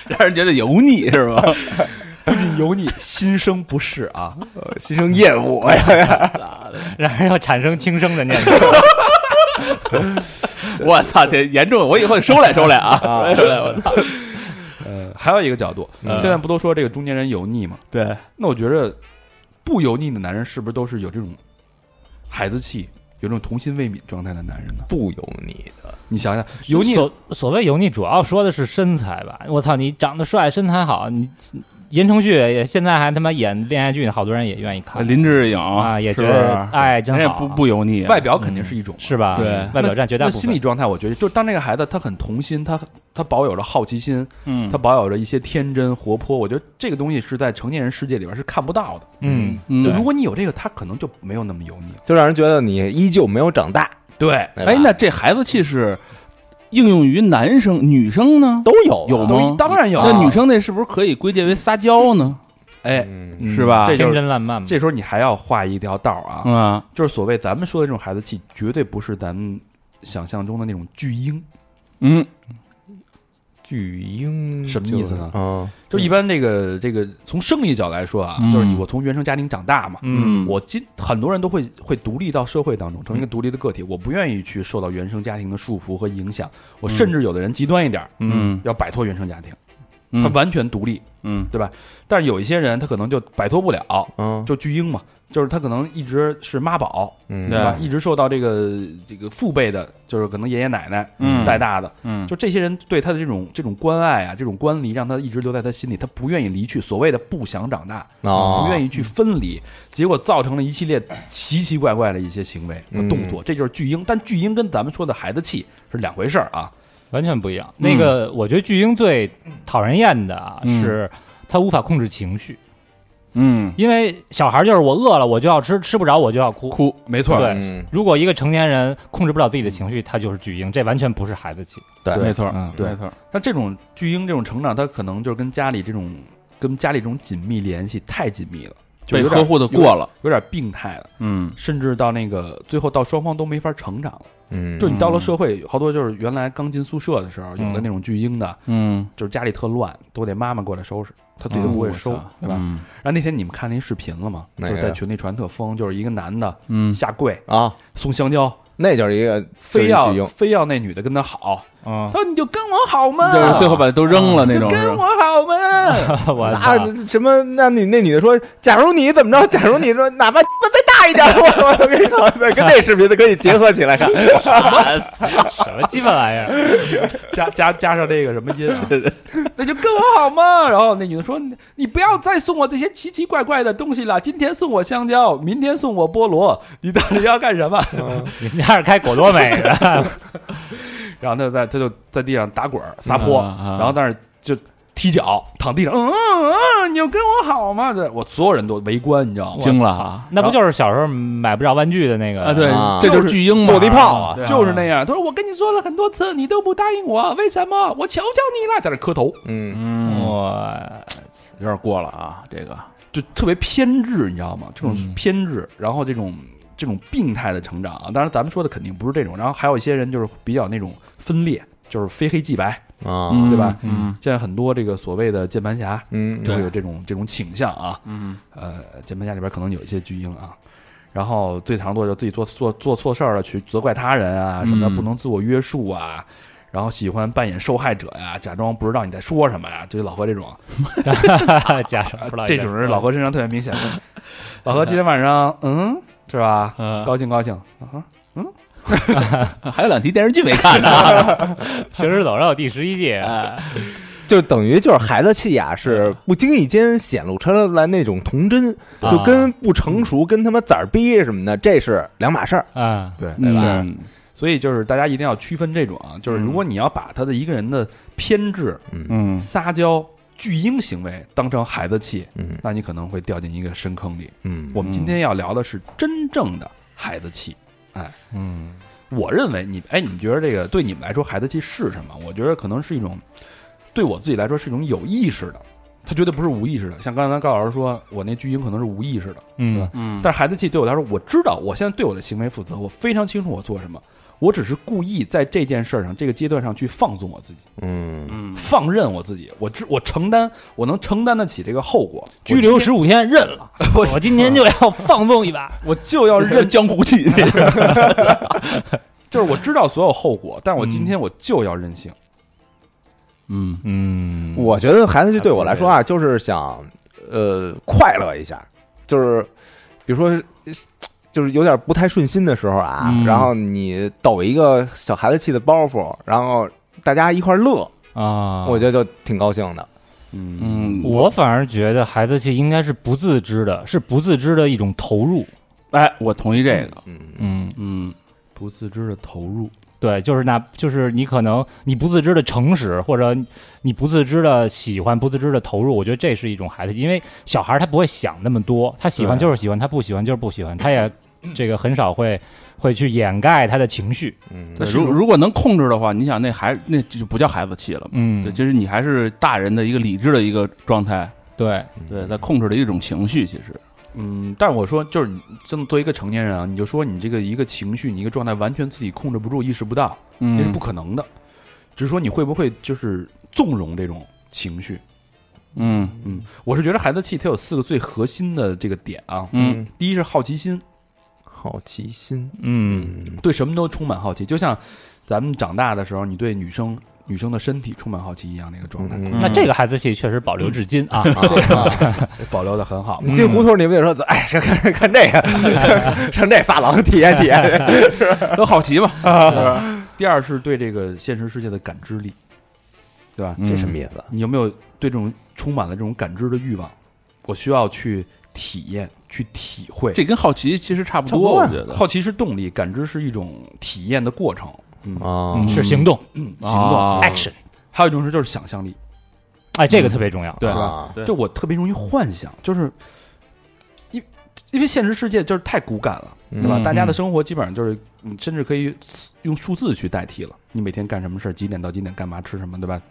[SPEAKER 4] 让人觉得油腻是吧？
[SPEAKER 3] 不仅油腻，心生不适啊！
[SPEAKER 1] 牺牲业务呀？
[SPEAKER 2] 让人要产生轻生的念头，
[SPEAKER 4] 我操，这严重！我以后收敛收敛啊！收敛收敛，我操！嗯
[SPEAKER 3] 呃，还有一个角度，现在不都说这个中年人油腻吗？
[SPEAKER 4] 对，
[SPEAKER 3] 那我觉着不油腻的男人是不是都是有这种孩子气、有这种童心未泯状态的男人呢？
[SPEAKER 1] 不由你的，
[SPEAKER 3] 你想想，油腻
[SPEAKER 2] 所所谓油腻，主要说的是身材吧。我操，你长得帅，身材好，你言承旭也现在还他妈演恋爱剧呢，好多人也愿意看
[SPEAKER 4] 林志颖
[SPEAKER 2] 啊，也
[SPEAKER 4] 是
[SPEAKER 2] 觉
[SPEAKER 4] 不是
[SPEAKER 2] 得哎真
[SPEAKER 4] 人家
[SPEAKER 2] 好，
[SPEAKER 4] 不不油腻，啊
[SPEAKER 3] 外表肯定是一种，
[SPEAKER 2] 嗯是吧？
[SPEAKER 4] 对
[SPEAKER 2] 外表占绝大
[SPEAKER 3] 那
[SPEAKER 2] 部分。
[SPEAKER 3] 心理状态，我觉得就当这个孩子他很童心，他他保有着好奇心，
[SPEAKER 4] 嗯
[SPEAKER 3] 他保有着一些天真活泼，我觉得这个东西是在成年人世界里边是看不到的。
[SPEAKER 2] 嗯，
[SPEAKER 4] 嗯
[SPEAKER 3] 就如果你有这个，他可能就没有那么油腻了。
[SPEAKER 1] 就让人觉得你依旧没有长大。
[SPEAKER 3] 对，
[SPEAKER 1] 对吧
[SPEAKER 4] 哎，那这孩子气是应用于男生、女生呢？
[SPEAKER 1] 都有
[SPEAKER 4] 有
[SPEAKER 1] 啊
[SPEAKER 4] 吗
[SPEAKER 2] 嗯
[SPEAKER 3] 都当然有
[SPEAKER 4] 那女生那是不是可以归结为撒娇呢？
[SPEAKER 3] 哎，
[SPEAKER 1] 嗯
[SPEAKER 2] 嗯
[SPEAKER 4] 是吧
[SPEAKER 3] 这就
[SPEAKER 2] 天
[SPEAKER 3] 是
[SPEAKER 2] 真烂漫嘛。
[SPEAKER 3] 这时候你还要画一条道儿啊，
[SPEAKER 2] 嗯
[SPEAKER 4] 啊，
[SPEAKER 3] 就是所谓咱们说的这种孩子气，绝对不是咱们想象中的那种巨婴。
[SPEAKER 4] 嗯
[SPEAKER 1] 巨婴
[SPEAKER 3] 什么意思呢
[SPEAKER 1] 嗯，
[SPEAKER 3] 就一般这个这个从生理角来说啊，
[SPEAKER 4] 嗯
[SPEAKER 3] 就是你我从原生家庭长大嘛，
[SPEAKER 2] 嗯，
[SPEAKER 3] 我今很多人都会会独立到社会当中，
[SPEAKER 4] 嗯
[SPEAKER 3] 成为一个独立的个体。我不愿意去受到原生家庭的束缚和影响，我甚至有的人极端一点儿，
[SPEAKER 4] 嗯
[SPEAKER 3] 要摆脱原生家庭，
[SPEAKER 4] 嗯
[SPEAKER 3] 他完全独立。
[SPEAKER 4] 嗯
[SPEAKER 3] 但是有一些人他可能就摆脱不了，
[SPEAKER 1] 嗯，
[SPEAKER 3] 就巨婴嘛，就是他可能一直是妈宝，
[SPEAKER 1] 嗯
[SPEAKER 3] 对吧？一直受到这个这个父辈的，就是可能爷爷奶奶
[SPEAKER 4] 嗯
[SPEAKER 3] 带大的，
[SPEAKER 4] 嗯，
[SPEAKER 3] 就这些人对他的这种这种关爱啊，这种关离，让他一直留在他心里，他不愿意离去，所谓的不想长大，
[SPEAKER 1] 哦
[SPEAKER 3] 不愿意去分离，结果造成了一系列奇奇怪怪的一些行为和动作，这就是巨婴。但巨婴跟咱们说的孩子气是两回事儿啊，
[SPEAKER 2] 完全不一样。那个，我觉得巨婴最讨人厌的啊，
[SPEAKER 4] 嗯
[SPEAKER 2] 是他无法控制情绪，
[SPEAKER 4] 嗯
[SPEAKER 2] 因为小孩就是我饿了我就要吃，吃不着我就要哭。
[SPEAKER 3] 哭，没错，
[SPEAKER 2] 对
[SPEAKER 1] 嗯
[SPEAKER 2] 如果一个成年人控制不了自己的情绪，他就是巨婴，这完全不是孩子气。
[SPEAKER 1] 对
[SPEAKER 4] 没错，
[SPEAKER 2] 嗯，
[SPEAKER 3] 对
[SPEAKER 4] 没错，
[SPEAKER 3] 那这种巨婴这种成长，他可能就是跟家里这种跟家里这种紧密联系太紧密了，就
[SPEAKER 4] 被
[SPEAKER 3] 有点
[SPEAKER 4] 呵护的过，了，
[SPEAKER 3] 有点有点病态了，
[SPEAKER 4] 嗯
[SPEAKER 3] 甚至到那个最后到双方都没法成长了。
[SPEAKER 1] 嗯，
[SPEAKER 3] 就你到了社会，好多就是原来刚进宿舍的时候，有的那种巨婴的，
[SPEAKER 4] 嗯，
[SPEAKER 3] 就是家里特乱，都得妈妈过来收拾，他自己都不会收，对吧？
[SPEAKER 4] 嗯啊
[SPEAKER 3] 然后那天你们看那视频了吗？就
[SPEAKER 1] 哪个
[SPEAKER 3] 是在群里传特疯，就是一个男的
[SPEAKER 4] 嗯
[SPEAKER 3] 下跪
[SPEAKER 1] 啊，
[SPEAKER 3] 送香蕉，
[SPEAKER 1] 那就是一个
[SPEAKER 3] 非
[SPEAKER 1] 巨
[SPEAKER 3] 要
[SPEAKER 1] 婴
[SPEAKER 3] 非要那女的跟他好，
[SPEAKER 2] 嗯
[SPEAKER 3] 他，说你就跟我好嘛，
[SPEAKER 4] 就是最后把都扔了那种，
[SPEAKER 3] 啊跟我好嘛。
[SPEAKER 2] 我
[SPEAKER 1] 啊
[SPEAKER 2] 操，
[SPEAKER 1] 什么？那女那女的说，假如你怎么着？假如你说哪怕再大一点，我我跟你说，跟那视频的可以结合起来看。
[SPEAKER 2] 什么鸡巴玩意儿？
[SPEAKER 3] 加加加上这个什么音、啊， 那就跟我好嘛。然后那女的说：“你你不要再送我这些奇奇怪怪的东西了，今天送我香蕉，明天送我菠萝，你到底要干什么
[SPEAKER 2] 你们家是开果多美啊的？？”
[SPEAKER 3] 然后他就在他就在地上打滚儿撒泼，
[SPEAKER 4] 嗯啊啊
[SPEAKER 3] 然后但是就踢脚躺地上，嗯嗯嗯，你就跟我好嘛。这我所有人都围观，你知道吗？
[SPEAKER 4] 惊了啊！
[SPEAKER 2] 那不就是小时候买不着玩具的那个
[SPEAKER 4] 啊，对
[SPEAKER 1] 啊，
[SPEAKER 4] 这就是巨婴嘛，
[SPEAKER 1] 坐地炮啊
[SPEAKER 4] 对啊，
[SPEAKER 3] 就是那样，他说我跟你说了很多次，你都不答应我，为什么？我求求你了，在那磕头，
[SPEAKER 1] 嗯，
[SPEAKER 4] 嗯，
[SPEAKER 2] 我
[SPEAKER 4] 有点过了啊，这个
[SPEAKER 3] 就特别偏执，你知道吗？这种
[SPEAKER 2] 嗯
[SPEAKER 3] 偏执，然后这种这种病态的成长啊，当然咱们说的肯定不是这种。然后还有一些人就是比较那种分裂，就是非黑即白。
[SPEAKER 1] 啊，
[SPEAKER 3] 对吧？
[SPEAKER 4] 嗯
[SPEAKER 3] 现在很多这个所谓的键盘侠
[SPEAKER 1] 嗯，
[SPEAKER 3] 就会有这种这种倾向啊。
[SPEAKER 4] 嗯
[SPEAKER 3] 呃，键盘侠里边可能有一些巨婴啊。然后最常做就自己做做做错事儿了，去责怪他人啊，什么的
[SPEAKER 4] 嗯
[SPEAKER 3] 不能自我约束啊，然后喜欢扮演受害者呀、假装不知道你在说什么呀、就是老何这种，
[SPEAKER 2] 加上不知道
[SPEAKER 3] 啊这种人老何身上特别明显。老何今天晚上，嗯，是吧？
[SPEAKER 4] 嗯，
[SPEAKER 3] 高兴高兴啊！
[SPEAKER 4] 还有两集电视剧没看呢，
[SPEAKER 2] 《行尸走肉》第十一季，
[SPEAKER 4] 哎
[SPEAKER 1] 就等于就是孩子气呀，是不经意间显露出来那种童真，
[SPEAKER 2] 啊
[SPEAKER 1] 就跟不成熟、跟他妈崽儿逼什么的，这是两码事儿。
[SPEAKER 2] 啊，
[SPEAKER 3] 对
[SPEAKER 4] 对吧？
[SPEAKER 3] 嗯所以就是大家一定要区分这种啊，就是如果你要把他的一个人的偏执、
[SPEAKER 4] 嗯
[SPEAKER 3] 撒娇、巨婴行为当成孩子气，
[SPEAKER 1] 嗯
[SPEAKER 3] 那你可能会掉进一个深坑里。
[SPEAKER 1] 嗯
[SPEAKER 3] 我们今天要聊的是真正的孩子气。
[SPEAKER 2] 嗯
[SPEAKER 3] 我认为你，哎，你们觉得这个对你们来说孩子气是什么？我觉得可能是一种，对我自己来说是一种有意识的，他绝对不是无意识的。像刚才高老师说，我那巨婴可能是无意识的，
[SPEAKER 2] 嗯
[SPEAKER 4] 嗯，
[SPEAKER 3] 但是孩子气对我来说，我知道我现在对我的行为负责，我非常清楚我做什么，我只是故意在这件事儿上、这个阶段上去放纵我自己，
[SPEAKER 1] 嗯
[SPEAKER 4] 嗯
[SPEAKER 3] 放任我自己，我知我承担，我能承担得起这个后果。
[SPEAKER 2] 拘留十五天认了，
[SPEAKER 3] 我
[SPEAKER 2] 我今天就要放纵一把，
[SPEAKER 3] 我就要认，
[SPEAKER 4] 江湖 气，
[SPEAKER 3] 就是我知道所有后果，但我今天我就要任性。
[SPEAKER 4] 嗯
[SPEAKER 2] 嗯
[SPEAKER 1] 我觉得孩子气对我来说啊，就是想呃快乐一下，就是比如说。就是有点不太顺心的时候啊，
[SPEAKER 2] 嗯
[SPEAKER 1] 然后你抖一个小孩子气的包袱，然后大家一块儿乐，
[SPEAKER 2] 啊，
[SPEAKER 1] 我觉得就挺高兴的。
[SPEAKER 3] 嗯
[SPEAKER 4] 嗯，
[SPEAKER 2] 我反而觉得孩子气应该是不自知的，是不自知的一种投入。
[SPEAKER 4] 哎，我同意这个，
[SPEAKER 1] 嗯
[SPEAKER 2] 嗯，
[SPEAKER 4] 嗯
[SPEAKER 3] 不自知的投入，
[SPEAKER 2] 对，就是那，就是你可能你不自知的诚实，或者你不自知的喜欢，不自知的投入，我觉得这是一种孩子气，因为小孩他不会想那么多，他喜欢
[SPEAKER 4] 对
[SPEAKER 2] 就是喜欢，他不喜欢就是不喜欢，他也这个很少会会去掩盖他的情绪。
[SPEAKER 1] 嗯
[SPEAKER 4] 那如如果能控制的话，你想那孩那就不叫孩子气了嘛。
[SPEAKER 2] 嗯
[SPEAKER 4] 对，就是你还是大人的一个理智的一个状态，
[SPEAKER 2] 对，
[SPEAKER 4] 对，在控制的一种情绪，其实，
[SPEAKER 3] 嗯，但我说就是你真的作为一个成年人啊，你就说你这个一个情绪，你一个状态完全自己控制不住、意识不到，那
[SPEAKER 4] 嗯
[SPEAKER 3] 是不，可能的。只是说你会不会就是纵容这种情绪？
[SPEAKER 4] 嗯
[SPEAKER 3] 嗯，我是觉得孩子气它有四个最核心的这个点啊，
[SPEAKER 4] 嗯，
[SPEAKER 3] 第一是好奇心，
[SPEAKER 1] 好奇心，
[SPEAKER 2] 嗯
[SPEAKER 1] 嗯
[SPEAKER 3] 对什么都充满好奇，就像咱们长大的时候，你对女生女生的身体充满好奇一样那个状
[SPEAKER 1] 嗯
[SPEAKER 3] 态，
[SPEAKER 2] 那这个孩子气确实保留至今啊。
[SPEAKER 3] 保留的很好。
[SPEAKER 1] 你进胡同，你不得说，哎，上看看这个，上这发廊体验体验。
[SPEAKER 4] 都好奇嘛，
[SPEAKER 3] 第二是对这个现实世界的感知力，对吧？
[SPEAKER 1] 这什么意思？
[SPEAKER 3] 你有没有对这种充满了这种感知的欲望？我需要去体验、去体会。
[SPEAKER 4] 这跟好奇其实差不
[SPEAKER 1] 差不多
[SPEAKER 4] 多，我
[SPEAKER 1] 啊
[SPEAKER 4] 觉得。
[SPEAKER 3] 好奇是动力，感知是一种体验的过程。嗯，
[SPEAKER 1] 哦
[SPEAKER 2] 嗯是行动
[SPEAKER 3] 嗯，行动
[SPEAKER 4] 啊
[SPEAKER 2] action，
[SPEAKER 3] 还有一种是就是想象力，
[SPEAKER 2] 哎，这个特别重要。
[SPEAKER 4] 对
[SPEAKER 1] 啊
[SPEAKER 4] 对
[SPEAKER 3] 就我特别容易幻想，就是因因为现实世界就是太骨感了，对吧？
[SPEAKER 2] 嗯
[SPEAKER 3] 大家的生活基本上就是，你甚至可以用数字去代替了。你每天干什么事儿，几点到几点干嘛，吃什么，对吧？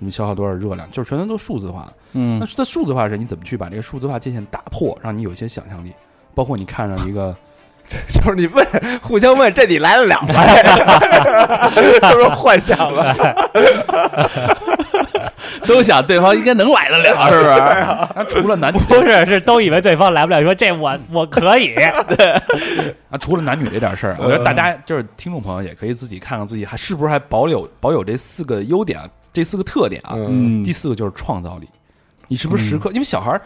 [SPEAKER 3] 你消耗多少热量，就是全都都数字化了。
[SPEAKER 4] 嗯
[SPEAKER 3] 那在数字化时，你怎么去把这个数字化界限打破，让你有一些想象力？包括你看上一个，
[SPEAKER 1] 就是你问，互相问，这你来得了吗？ 是不是幻想了？
[SPEAKER 4] 都想对方应该能来得了，是不是？
[SPEAKER 3] 啊，除了男女
[SPEAKER 2] 不是，是都以为对方来不了，说这我我可以。
[SPEAKER 3] 啊，除了男女这点事儿，啊我觉得大家
[SPEAKER 2] 嗯
[SPEAKER 3] 就是听众朋友也可以自己看看自己还是不是还保有保有这四个优点啊，这四个特点啊。
[SPEAKER 1] 嗯
[SPEAKER 3] 第四个就是创造力，你是不是时刻？因为小孩儿，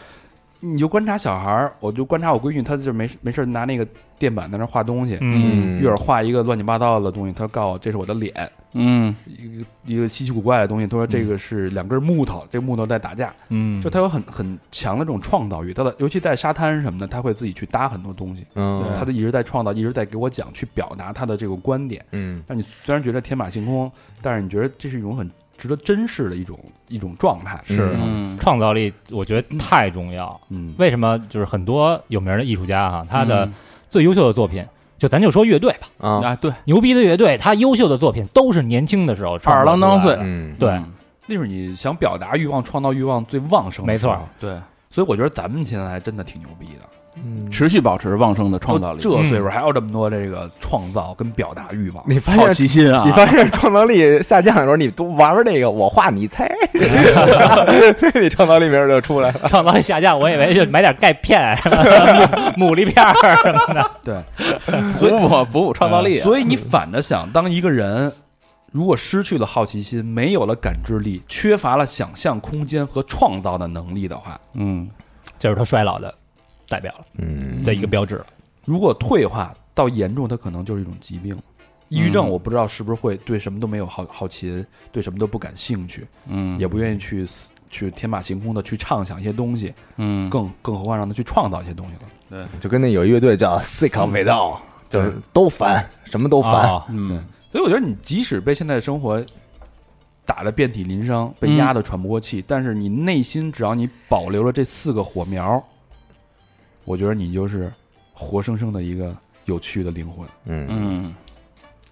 [SPEAKER 3] 你就观察小孩儿，我就观察我闺女，她就没事没事拿那个电板在那儿画东西，
[SPEAKER 2] 嗯
[SPEAKER 3] 一会儿画一个乱七八糟的东西，她告诉我这是我的脸，
[SPEAKER 4] 嗯
[SPEAKER 3] 一个一个稀奇古怪的东西，她说这个是两根木头，这木头在打架，
[SPEAKER 2] 嗯，
[SPEAKER 3] 就她有很很强的这种创造欲，她的尤其在沙滩什么的，她会自己去搭很多东西，
[SPEAKER 1] 嗯
[SPEAKER 3] 她都一直在创造，一直在给我讲，去表达她的这个观点。
[SPEAKER 1] 嗯
[SPEAKER 3] 让你虽然觉得天马行空，但是你觉得这是一种很值得珍视的一种一种状态。
[SPEAKER 1] 是
[SPEAKER 4] 嗯
[SPEAKER 2] 创造力，我觉得太重要。
[SPEAKER 3] 嗯，
[SPEAKER 2] 为什么？就是很多有名的艺术家哈，他
[SPEAKER 1] 嗯
[SPEAKER 2] 的最优秀的作品，就咱就说乐队吧，
[SPEAKER 1] 啊
[SPEAKER 4] 嗯啊，对，
[SPEAKER 2] 牛逼的乐队，他优秀的作品都是年轻的时候创
[SPEAKER 4] 二
[SPEAKER 2] 作
[SPEAKER 4] 郎
[SPEAKER 2] 出来
[SPEAKER 4] 当
[SPEAKER 2] 的
[SPEAKER 4] 岁，
[SPEAKER 1] 嗯
[SPEAKER 2] 对，
[SPEAKER 4] 嗯
[SPEAKER 3] 那是你想表达欲望、创造欲望最旺盛的
[SPEAKER 2] 没
[SPEAKER 3] 时候。
[SPEAKER 2] 错
[SPEAKER 4] 对，
[SPEAKER 3] 所以我觉得咱们现在还真的挺牛逼的，
[SPEAKER 1] 嗯
[SPEAKER 4] 持续保持旺盛的创造力，
[SPEAKER 3] 这岁数还有这么多这个创造跟表达欲望。
[SPEAKER 1] 你发
[SPEAKER 4] 好
[SPEAKER 1] 现
[SPEAKER 4] 奇心啊
[SPEAKER 1] 你！发现创造力下降的时候，你多玩玩那个我画你猜，你创造力没准就出来了。
[SPEAKER 2] 创造力下降，我以为就买点钙片、什么 牡蛎片儿 什么的。
[SPEAKER 3] 对，
[SPEAKER 4] 补补补补创造力啊，
[SPEAKER 3] 呃所以你反着想，当一个人如果失去了好奇心，没有了感知力，缺乏了想象空间和创造的能力的话，
[SPEAKER 4] 嗯，
[SPEAKER 2] 这是他衰老的代表了，
[SPEAKER 1] 嗯，
[SPEAKER 2] 这一个标志了。
[SPEAKER 3] 如果退化到严重，它可能就是一种疾病。抑郁
[SPEAKER 4] 嗯
[SPEAKER 3] 症我不知道是不是会对什么都没有好好奇，对什么都不感兴趣，
[SPEAKER 4] 嗯，
[SPEAKER 3] 也不愿意去思去天马行空的去畅想一些东西，
[SPEAKER 4] 嗯，
[SPEAKER 3] 更更何况让他去创造一些东西了。
[SPEAKER 1] 嗯就跟那有一乐队叫 Sick of It All，就是都烦，什么都烦。
[SPEAKER 2] 啊，
[SPEAKER 4] 嗯
[SPEAKER 3] 所以我觉得你即使被现在的生活打得遍体鳞伤，被压得喘不过气，
[SPEAKER 4] 嗯
[SPEAKER 3] 但是你内心只要你保留了这四个火苗，我觉得你就是活生生的一个有趣的灵魂。
[SPEAKER 1] 嗯
[SPEAKER 4] 嗯，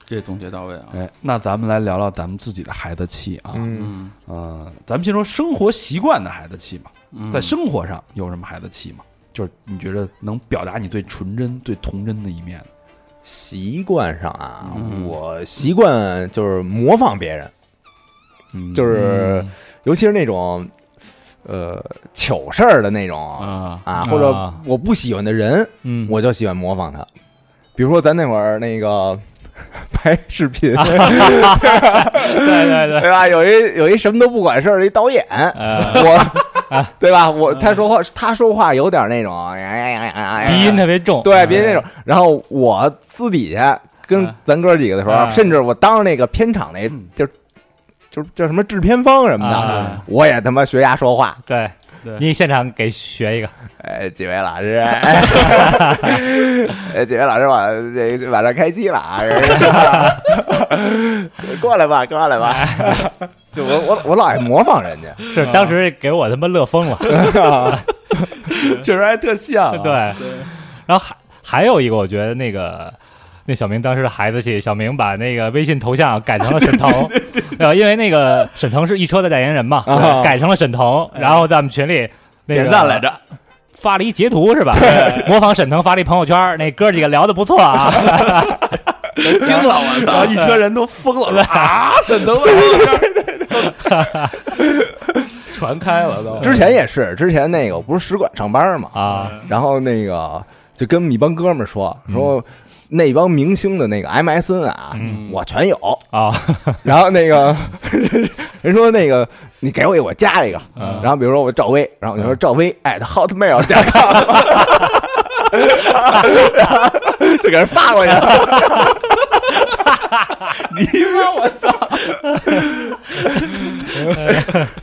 [SPEAKER 4] 这总结到位啊，
[SPEAKER 3] 哎，那咱们来聊聊咱们自己的孩子气啊，
[SPEAKER 1] 嗯，
[SPEAKER 4] 嗯，
[SPEAKER 3] 呃，咱们先说生活习惯的孩子气嘛，
[SPEAKER 4] 嗯
[SPEAKER 3] 在生活上有什么孩子气吗？就是你觉得能表达你最纯真、最童真的一面，
[SPEAKER 1] 习惯上啊，
[SPEAKER 4] 嗯
[SPEAKER 1] 我习惯就是模仿别人，
[SPEAKER 3] 嗯
[SPEAKER 1] 就是尤其是那种呃糗事儿的那种
[SPEAKER 4] 啊，
[SPEAKER 1] 啊，或者
[SPEAKER 2] 啊
[SPEAKER 1] 我不喜欢的人，
[SPEAKER 2] 嗯，
[SPEAKER 1] 我就喜欢模仿他。比如说咱那会儿那个拍视频，
[SPEAKER 2] 对对对，
[SPEAKER 1] 对吧？有一有一什么都不管事儿的一导演，
[SPEAKER 2] 呃，
[SPEAKER 1] 我对吧？我他说话，他说话有点那种哎
[SPEAKER 2] 鼻
[SPEAKER 1] 鼻
[SPEAKER 2] 音特别重，
[SPEAKER 1] 对
[SPEAKER 3] 哎
[SPEAKER 1] 鼻音那种。然后我私底下跟
[SPEAKER 4] 嗯
[SPEAKER 1] 咱哥几个的时候，
[SPEAKER 2] 嗯
[SPEAKER 1] 甚至我当着那个片场那
[SPEAKER 3] 嗯
[SPEAKER 1] 就就叫什么制片方什么的
[SPEAKER 2] 啊，
[SPEAKER 1] 我也他妈学牙说话。
[SPEAKER 2] 对
[SPEAKER 4] 对
[SPEAKER 2] 你现场给学一个，
[SPEAKER 1] 哎，几位老 师，哎，哎几位老师晚这晚上开机了啊！ 过来吧，过来吧。
[SPEAKER 3] 哎
[SPEAKER 1] 就我我我老爱模仿人家，
[SPEAKER 2] 是当时给我他妈乐疯了，
[SPEAKER 3] 确实还特
[SPEAKER 1] 啊
[SPEAKER 3] 像、啊
[SPEAKER 2] 对，然后还还有一个，我觉得那个那小明当时的孩子气，小明把那个微信头像改成了沈腾，呃，因为那个沈腾是一车的代言人嘛，
[SPEAKER 1] 啊
[SPEAKER 2] 改成了沈腾，然后在我们群里那个
[SPEAKER 4] 点赞来着，
[SPEAKER 2] 发了一截图是吧？模仿沈腾发了一朋友圈，那哥几个聊的不错啊，
[SPEAKER 4] 惊了我
[SPEAKER 3] 然后啊
[SPEAKER 4] 操！
[SPEAKER 3] 一车人都疯了，说啊，沈腾来了，啊传开了都。
[SPEAKER 1] 之前也是，之前那个我不是使馆上班嘛，
[SPEAKER 2] 啊，
[SPEAKER 1] 然后那个就跟我们一帮哥们儿说说。那帮明星的那个 MSN 啊，
[SPEAKER 2] 嗯
[SPEAKER 1] 我全有。
[SPEAKER 2] 啊，
[SPEAKER 1] 然后那个人说那个你给我一个，我加一个。
[SPEAKER 2] 嗯
[SPEAKER 1] 然后比如说我赵薇，然后
[SPEAKER 2] 啊
[SPEAKER 1] 你说赵薇哎 at hotmail 点 com，然后就给人发过去了。 你妈我操！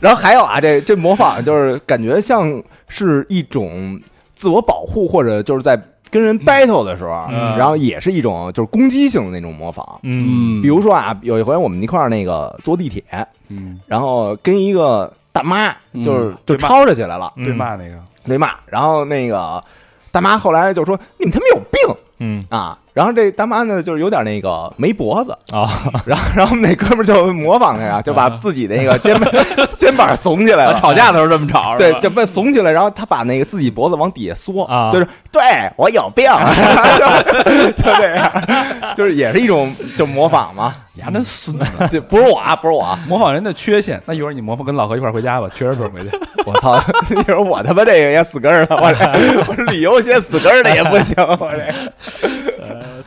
[SPEAKER 1] 然后还有啊，这这模仿就是感觉像是一种自我保护，或者就是在跟人 battle 的时候，啊
[SPEAKER 2] 嗯
[SPEAKER 1] 然后也是一种就是攻击性的那种模仿。
[SPEAKER 2] 嗯
[SPEAKER 1] 比如说啊，有一回我们一块儿那个坐地铁，
[SPEAKER 3] 嗯，
[SPEAKER 1] 然后跟一个大妈
[SPEAKER 4] 嗯
[SPEAKER 1] 就是就
[SPEAKER 3] 对嗯骂
[SPEAKER 1] 吵吵起来了，
[SPEAKER 3] 对骂那个，
[SPEAKER 1] 对骂，然后那个大妈后来就说你们他妈有病
[SPEAKER 2] 嗯
[SPEAKER 1] 啊，然后这大妈呢就是有点那个没脖子，
[SPEAKER 2] 啊，
[SPEAKER 1] 然后然后我们那哥们儿就模仿他呀，就把自己那个肩膀肩膀耸起来了，
[SPEAKER 4] 吵架的时候这么吵，
[SPEAKER 1] 啊
[SPEAKER 4] 是
[SPEAKER 1] 对
[SPEAKER 4] 吧，
[SPEAKER 1] 就被耸起来，然后他把那个自己脖子往底下缩，
[SPEAKER 2] 啊
[SPEAKER 1] 就是对我有病， 就就这样， 就是也是一种就模仿嘛，
[SPEAKER 3] 你还真孙 子，
[SPEAKER 1] 这不是我啊，不是我啊，
[SPEAKER 3] 模仿人的缺陷。那一会儿你模仿跟老何一块儿回家吧，缺着腿儿回去。
[SPEAKER 1] 我操！你说我他妈这个也死根儿了，我这我这旅游写死根儿的也不行，我 这嗯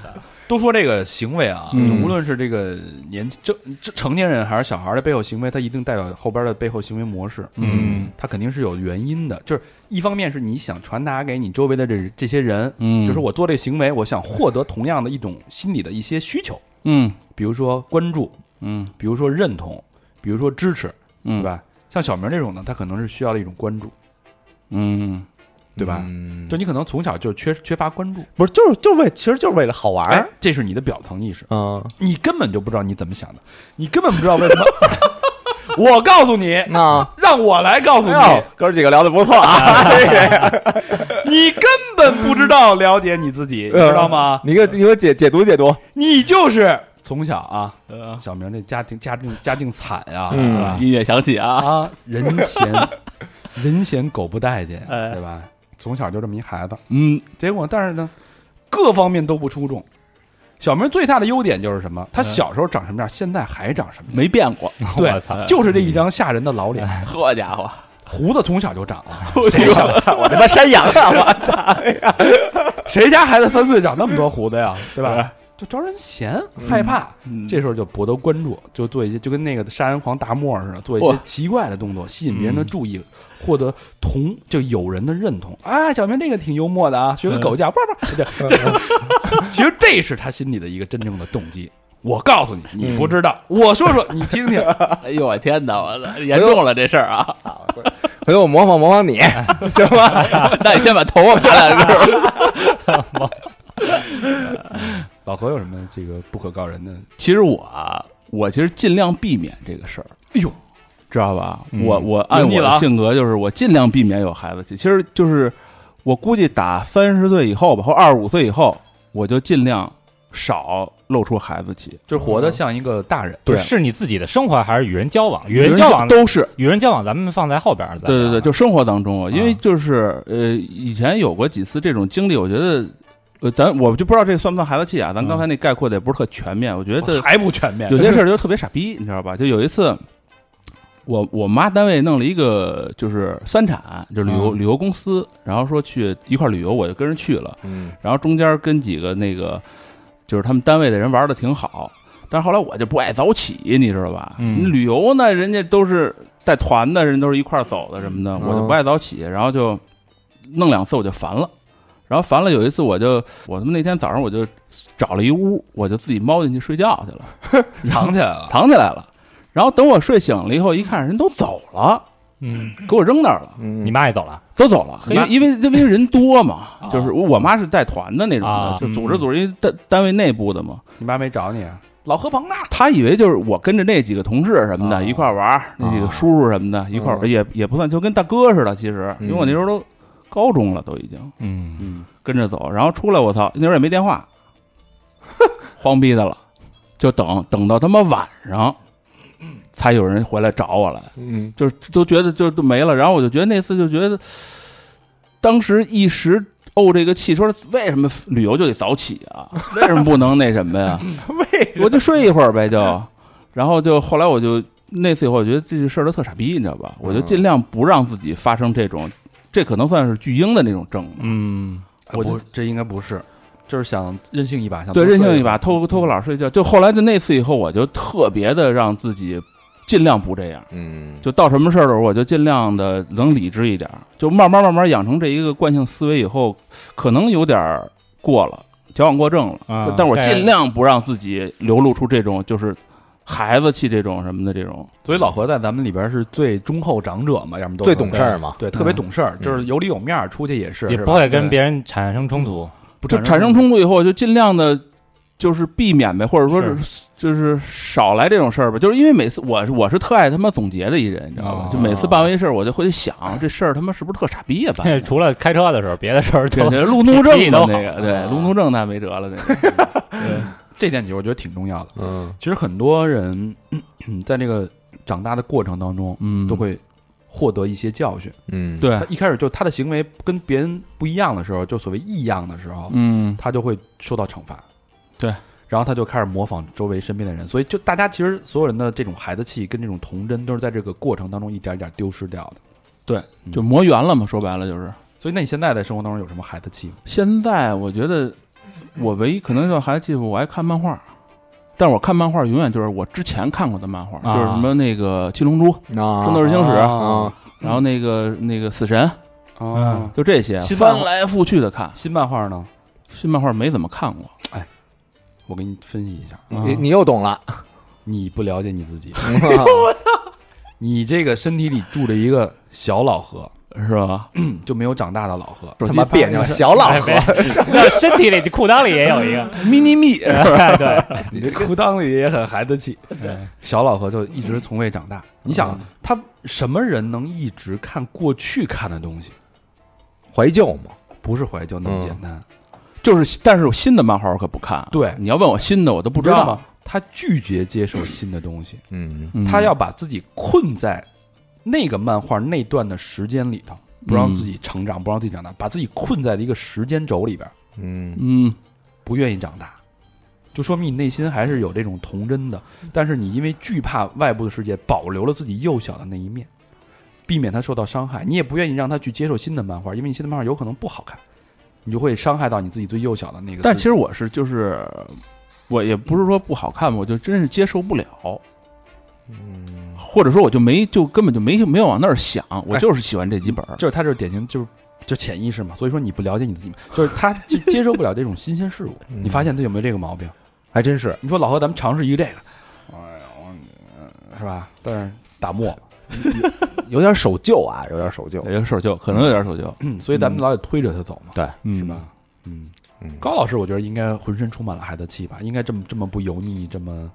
[SPEAKER 3] 都说这个行为啊，
[SPEAKER 1] 嗯
[SPEAKER 3] 就无论是这个年这这成年人还是小孩儿的背后行为，它一定代表后边的背后行为模式。
[SPEAKER 2] 嗯，
[SPEAKER 3] 它肯定是有原因的。就是一方面是你想传达给你周围的这这些人，
[SPEAKER 4] 嗯
[SPEAKER 3] 就是我做这个行为，我想获得同样的一种心理的一些需求，
[SPEAKER 4] 嗯
[SPEAKER 3] 比如说关注，
[SPEAKER 4] 嗯
[SPEAKER 3] 比如说认同，比如说支持，
[SPEAKER 4] 嗯
[SPEAKER 3] 对？吧？像小明这种呢，他可能是需要的一种关注，
[SPEAKER 4] 嗯，
[SPEAKER 3] 对吧？
[SPEAKER 1] 嗯
[SPEAKER 3] 就你可能从小就缺缺乏关注，
[SPEAKER 1] 不是就是就是为其实就是为了好玩
[SPEAKER 3] 哎，这是你的表层意识，
[SPEAKER 1] 嗯，
[SPEAKER 3] 你根本就不知道你怎么想的，你根本不知道为什么。 我告诉你，
[SPEAKER 1] 那
[SPEAKER 3] 让我来告诉你，
[SPEAKER 1] 哎呦哥儿几个聊的不错啊，
[SPEAKER 3] 你根本不知道了解你自己，你知道吗？
[SPEAKER 1] 你给你给我解解读解读，
[SPEAKER 3] 你就是从小啊，小明这家庭家境家境惨啊，
[SPEAKER 1] 嗯
[SPEAKER 3] 是吧？
[SPEAKER 4] 音乐响起啊，
[SPEAKER 3] 啊，人嫌人嫌狗不待见，
[SPEAKER 4] 哎
[SPEAKER 3] 对吧？从小就这么一孩子，
[SPEAKER 4] 嗯，
[SPEAKER 3] 结果但是呢，各方面都不出众。小明最大的优点就是什么？他小时候长什么样，现在还长什么
[SPEAKER 4] 没变过，
[SPEAKER 3] 样？
[SPEAKER 2] 我
[SPEAKER 3] 对，
[SPEAKER 2] 操，
[SPEAKER 3] 就是这一张吓人的老脸，
[SPEAKER 4] 好家伙，
[SPEAKER 3] 胡子从小就长了。
[SPEAKER 4] 谁想我他妈山羊啊，
[SPEAKER 3] 谁家孩子三岁长那么多胡子呀？对
[SPEAKER 4] 是
[SPEAKER 3] 吧？就招人嫌，害怕。
[SPEAKER 4] 我
[SPEAKER 3] 这时候就博得关注，就做一些就跟那个杀人狂达摩尔似的，做一
[SPEAKER 4] 哇
[SPEAKER 3] 些奇怪的动作，吸引别人的注意，获得同就有人的认同。啊，小明这个挺幽默的啊，学个狗叫，不是不是，这这， 其实这是他心里的一个真正的动机。我告诉你，你不知道，我说说你听 听。
[SPEAKER 4] 哎呦我天哪，我操，严重了这事儿啊！
[SPEAKER 1] 回头我模仿模仿你，行 吗？
[SPEAKER 4] 那你先把头发拔两根儿。
[SPEAKER 3] 老何有什么这个不可告人的？
[SPEAKER 4] 其实我啊，我其实尽量避免这个事儿，
[SPEAKER 3] 哎呦，
[SPEAKER 4] 知道吧？
[SPEAKER 1] 嗯
[SPEAKER 4] 我我按
[SPEAKER 3] 油腻
[SPEAKER 4] 我
[SPEAKER 3] 了啊
[SPEAKER 4] 的性格就是我尽量避免有孩子气，其实就是我估计打三十岁以后吧，或二十五岁以后，我就尽量少露出孩子气。
[SPEAKER 3] 就是活得像一个大人，
[SPEAKER 4] 对
[SPEAKER 2] 是你自己的生活还是与人交往？与人交往，
[SPEAKER 4] 都是
[SPEAKER 2] 与人交往，咱们放在后边儿再
[SPEAKER 4] 对对
[SPEAKER 2] 聊
[SPEAKER 4] 对，
[SPEAKER 2] 啊
[SPEAKER 4] 就生活当中啊，因为就是呃，以前有过几次这种经历，我觉得。呃，咱我就不知道这算不算孩子气啊？咱刚才那概括的也不是特全面，我觉得
[SPEAKER 3] 还不全面
[SPEAKER 4] 有。些事儿就特别傻逼，你知道吧？就有一次，我我妈单位弄了一个就是三产，就旅游、
[SPEAKER 2] 嗯
[SPEAKER 4] 旅游公司，然后说去一块儿旅游，我就跟着去了。
[SPEAKER 1] 嗯
[SPEAKER 4] 然后中间跟几个那个就是他们单位的人玩的挺好，但是后来我就不爱早起，你知道吧？
[SPEAKER 2] 嗯
[SPEAKER 4] 你旅游呢，人家都是带团的人，都是一块儿走的什么的，我
[SPEAKER 2] 嗯
[SPEAKER 4] 就不爱早起，然后就弄两次我就烦了，然后烦了有一次我就我他妈那天早上我就找了一屋，我就自己猫进去睡觉去了。
[SPEAKER 3] 藏起来了。
[SPEAKER 4] 藏起来了。然后等我睡醒了以后，一看人都走了，
[SPEAKER 2] 嗯，
[SPEAKER 4] 给我扔那儿了，
[SPEAKER 1] 嗯，
[SPEAKER 2] 你妈也走了，
[SPEAKER 4] 都走了。
[SPEAKER 2] 嘿
[SPEAKER 4] 因为因为因为人多嘛
[SPEAKER 3] 啊，
[SPEAKER 4] 就是我妈是带团的那种
[SPEAKER 2] 啊
[SPEAKER 4] 的，就组织组织因为单单位内部的嘛。
[SPEAKER 3] 你妈没找你啊，老何鹏呢？
[SPEAKER 4] 她以为就是我跟着那几个同事什么
[SPEAKER 3] 啊
[SPEAKER 4] 的一块儿玩儿，那几个叔叔什么的一块儿
[SPEAKER 1] 嗯
[SPEAKER 4] 也也不算，就跟大哥似的。其实因为我那时候都高中了，都已经
[SPEAKER 2] 嗯，
[SPEAKER 4] 嗯跟着走，然后出来我操，那时候也没电话，慌逼的了，就等等到他妈晚上才有人回来找我来。
[SPEAKER 1] 嗯
[SPEAKER 4] 就是都觉得就都没了。然后我就觉得那次就觉得，当时一时怄这个气，说为什么旅游就得早起啊？为什么不能那什么呀？ 为我就睡一会儿呗，就。然后就后来我就那次以后，我觉得这个事儿都特傻逼，你知道吧？我就尽量不让自己发生这种，这可能算是巨婴的那种症吧。
[SPEAKER 2] 嗯，
[SPEAKER 4] 我
[SPEAKER 3] 啊不，这应该不是，就是想任性一把，想
[SPEAKER 4] 对，
[SPEAKER 3] 多
[SPEAKER 4] 任性
[SPEAKER 3] 睡
[SPEAKER 4] 一把，偷
[SPEAKER 3] 嗯
[SPEAKER 4] 偷个懒儿睡觉。就后来就那次以后，我就特别的让自己尽量不这样。
[SPEAKER 1] 嗯，
[SPEAKER 4] 就到什么事儿的时候，我就尽量的能理智一点儿，就慢慢慢慢养成这一个惯性思维以后，可能有点儿过了，矫枉过正了。
[SPEAKER 2] 啊
[SPEAKER 4] 就但我
[SPEAKER 2] 对
[SPEAKER 4] 尽量不让自己流露出这种就是孩子气这种什么的这种。
[SPEAKER 3] 所以老何在咱们里边是最忠厚长者嘛，要么都
[SPEAKER 1] 最懂事儿嘛，
[SPEAKER 3] 对，对，特
[SPEAKER 4] 嗯
[SPEAKER 3] 别懂事儿，就是有里有面儿，出去也是
[SPEAKER 2] 嗯也
[SPEAKER 3] 是
[SPEAKER 2] 不
[SPEAKER 3] 吧
[SPEAKER 2] 会跟别人产生冲突，
[SPEAKER 3] 不
[SPEAKER 4] 就产生冲突以后，就尽量的，就是避免呗，或者说是就是少来这种事儿吧。就是因为每次我是我是特爱他妈总结的一人，你知道
[SPEAKER 2] 哦？
[SPEAKER 4] 吧就每次办完一事儿，我就会去想这事儿他妈是不是特傻逼呀、办 的
[SPEAKER 2] 除了开车的时候，别的时候
[SPEAKER 4] 对
[SPEAKER 2] 都，
[SPEAKER 4] 对，路怒症
[SPEAKER 2] 脾气
[SPEAKER 4] 嘛
[SPEAKER 2] 都
[SPEAKER 4] 那
[SPEAKER 2] 好
[SPEAKER 4] 个，对，路怒症那没辙了，那个。
[SPEAKER 3] 这点，其实我觉得挺重要的。
[SPEAKER 1] 嗯
[SPEAKER 3] 其实很多人 在这个长大的过程当中，
[SPEAKER 4] 嗯
[SPEAKER 3] 都会获得一些教训。
[SPEAKER 1] 嗯，
[SPEAKER 4] 对
[SPEAKER 3] 他一开始就他的行为跟别人不一样的时候，就所谓异样的时候，
[SPEAKER 4] 嗯，
[SPEAKER 3] 他就会受到惩罚。
[SPEAKER 4] 对。
[SPEAKER 3] 然后他就开始模仿周围身边的人，所以就大家其实所有人的这种孩子气跟这种童真，都是在这个过程当中一点一点丢失掉的。
[SPEAKER 4] 就磨圆了嘛，说白了就是。
[SPEAKER 3] 所以，那你现在在生活当中有什么孩子气吗？
[SPEAKER 4] 现在我觉得，我唯一可能就还记得我爱看漫画，但是我看漫画永远就是我之前看过的漫画，
[SPEAKER 2] 啊
[SPEAKER 4] 就是什么那个《七龙珠》《
[SPEAKER 1] 那
[SPEAKER 4] 圣斗士星矢》
[SPEAKER 1] 啊，
[SPEAKER 4] 然后那个那个《死神》，
[SPEAKER 3] 哦
[SPEAKER 4] 就这些，
[SPEAKER 3] 嗯新漫
[SPEAKER 4] 翻
[SPEAKER 3] 画
[SPEAKER 4] 来覆去的看。
[SPEAKER 3] 新漫画呢？
[SPEAKER 4] 新漫画没怎么看过，
[SPEAKER 3] 我给你分析一下，
[SPEAKER 4] 啊
[SPEAKER 1] 你你又懂 了，
[SPEAKER 3] 你不了解你自己，你这个身体里住着一个小老何，
[SPEAKER 4] 是吧？
[SPEAKER 3] 嗯就没有长大的老何。
[SPEAKER 4] 手
[SPEAKER 1] 他
[SPEAKER 4] 机
[SPEAKER 1] 妈别扭，小老何，
[SPEAKER 2] 那身体里裤裆里也有一个
[SPEAKER 4] mini me，
[SPEAKER 2] 对，
[SPEAKER 3] 你这裤裆里也很孩子气。小老何就一直从未长大。你想，他什么人能一直看过去看的东西？
[SPEAKER 1] 怀旧嘛，
[SPEAKER 3] 不是
[SPEAKER 4] 嗯
[SPEAKER 3] 怀旧那么简单。
[SPEAKER 4] 就是但是有新的漫画我可不看。
[SPEAKER 3] 对
[SPEAKER 4] 你要问我新的，我都
[SPEAKER 3] 不
[SPEAKER 4] 不知道。
[SPEAKER 3] 吗？他拒绝接受新的东西，
[SPEAKER 1] 嗯
[SPEAKER 4] 嗯
[SPEAKER 3] 他要把自己困在那个漫画那段的时间里头，不让自己成长，不让自己长大，把自己困在一个时间轴里边，
[SPEAKER 1] 嗯
[SPEAKER 4] 嗯
[SPEAKER 3] 不愿意长大，就说明你内心还是有这种童真的，但是你因为惧怕外部的世界，保留了自己幼小的那一面，避免他受到伤害。你也不愿意让他去接受新的漫画，因为你新的漫画有可能不好看，你就会伤害到你自己最幼小的那个自己。
[SPEAKER 4] 但
[SPEAKER 2] 嗯
[SPEAKER 4] 其实我是就是，我也不是说不好看吧，我就真是接受不了，
[SPEAKER 1] 嗯，
[SPEAKER 4] 或者说我就没就根本就没没有往那儿想，我
[SPEAKER 3] 哎
[SPEAKER 4] 就是喜欢这几本儿。
[SPEAKER 3] 就是他就是典型就是就潜意识嘛，所以说你不了解你自己嘛，就是他就接受不了这种新鲜事物。
[SPEAKER 1] 嗯
[SPEAKER 3] 你发现他有没有这个毛病？
[SPEAKER 1] 还真是，
[SPEAKER 3] 你说老何，咱们尝试一个这个，哎呀，我嗯是吧？但是打磨，
[SPEAKER 1] 有点守旧啊，有点守旧
[SPEAKER 4] 有。点
[SPEAKER 2] 嗯
[SPEAKER 4] 守旧，可能有点守旧，
[SPEAKER 3] 嗯所以咱们老得推着他走嘛，
[SPEAKER 1] 对
[SPEAKER 3] 是
[SPEAKER 4] 嗯
[SPEAKER 3] 吧？？嗯，
[SPEAKER 1] 嗯
[SPEAKER 3] 高老师，我觉得应该浑身充满了孩子气吧，应该这么这么不油腻，这么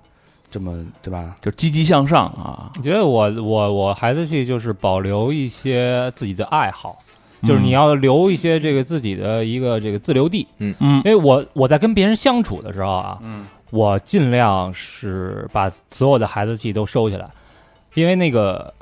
[SPEAKER 3] 这么对吧？
[SPEAKER 4] 就积极向上啊。
[SPEAKER 2] 我觉得我我我孩子气就是保留一些自己的爱好，
[SPEAKER 4] 嗯
[SPEAKER 2] 就是你要留一些这个自己的一个这个自留地，
[SPEAKER 4] 嗯
[SPEAKER 2] 因为我我在跟别人相处的时候啊，
[SPEAKER 4] 嗯
[SPEAKER 2] 我尽量是把所有的孩子气都收起来，因为那个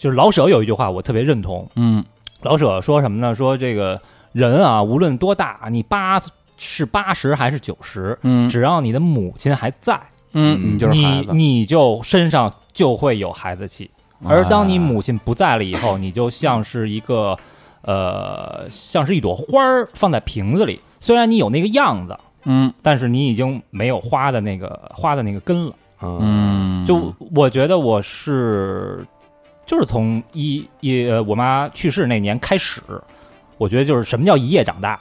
[SPEAKER 2] 就是老舍有一句话我特别认同，
[SPEAKER 4] 嗯
[SPEAKER 2] 老舍说什么呢？说这个人啊，无论多大，你八是八十还是九十，
[SPEAKER 4] 嗯
[SPEAKER 2] 只要你的母亲还在，
[SPEAKER 4] 嗯，
[SPEAKER 1] 你就是孩
[SPEAKER 2] 你
[SPEAKER 1] 子，啊
[SPEAKER 2] 你就身上就会有孩子气。
[SPEAKER 4] 嗯
[SPEAKER 2] 而当
[SPEAKER 4] 哎
[SPEAKER 2] 你母亲不在了以后，你就像是一个，呃，像是一朵花儿放在瓶子里。虽然你有那个样子，
[SPEAKER 4] 嗯
[SPEAKER 2] 但是你已经没有花的那个花的那个根了。
[SPEAKER 1] 嗯
[SPEAKER 4] 嗯，
[SPEAKER 2] 就我觉得我是，就是从一一呃我妈去世那年开始，我觉得就是什么叫一夜长大，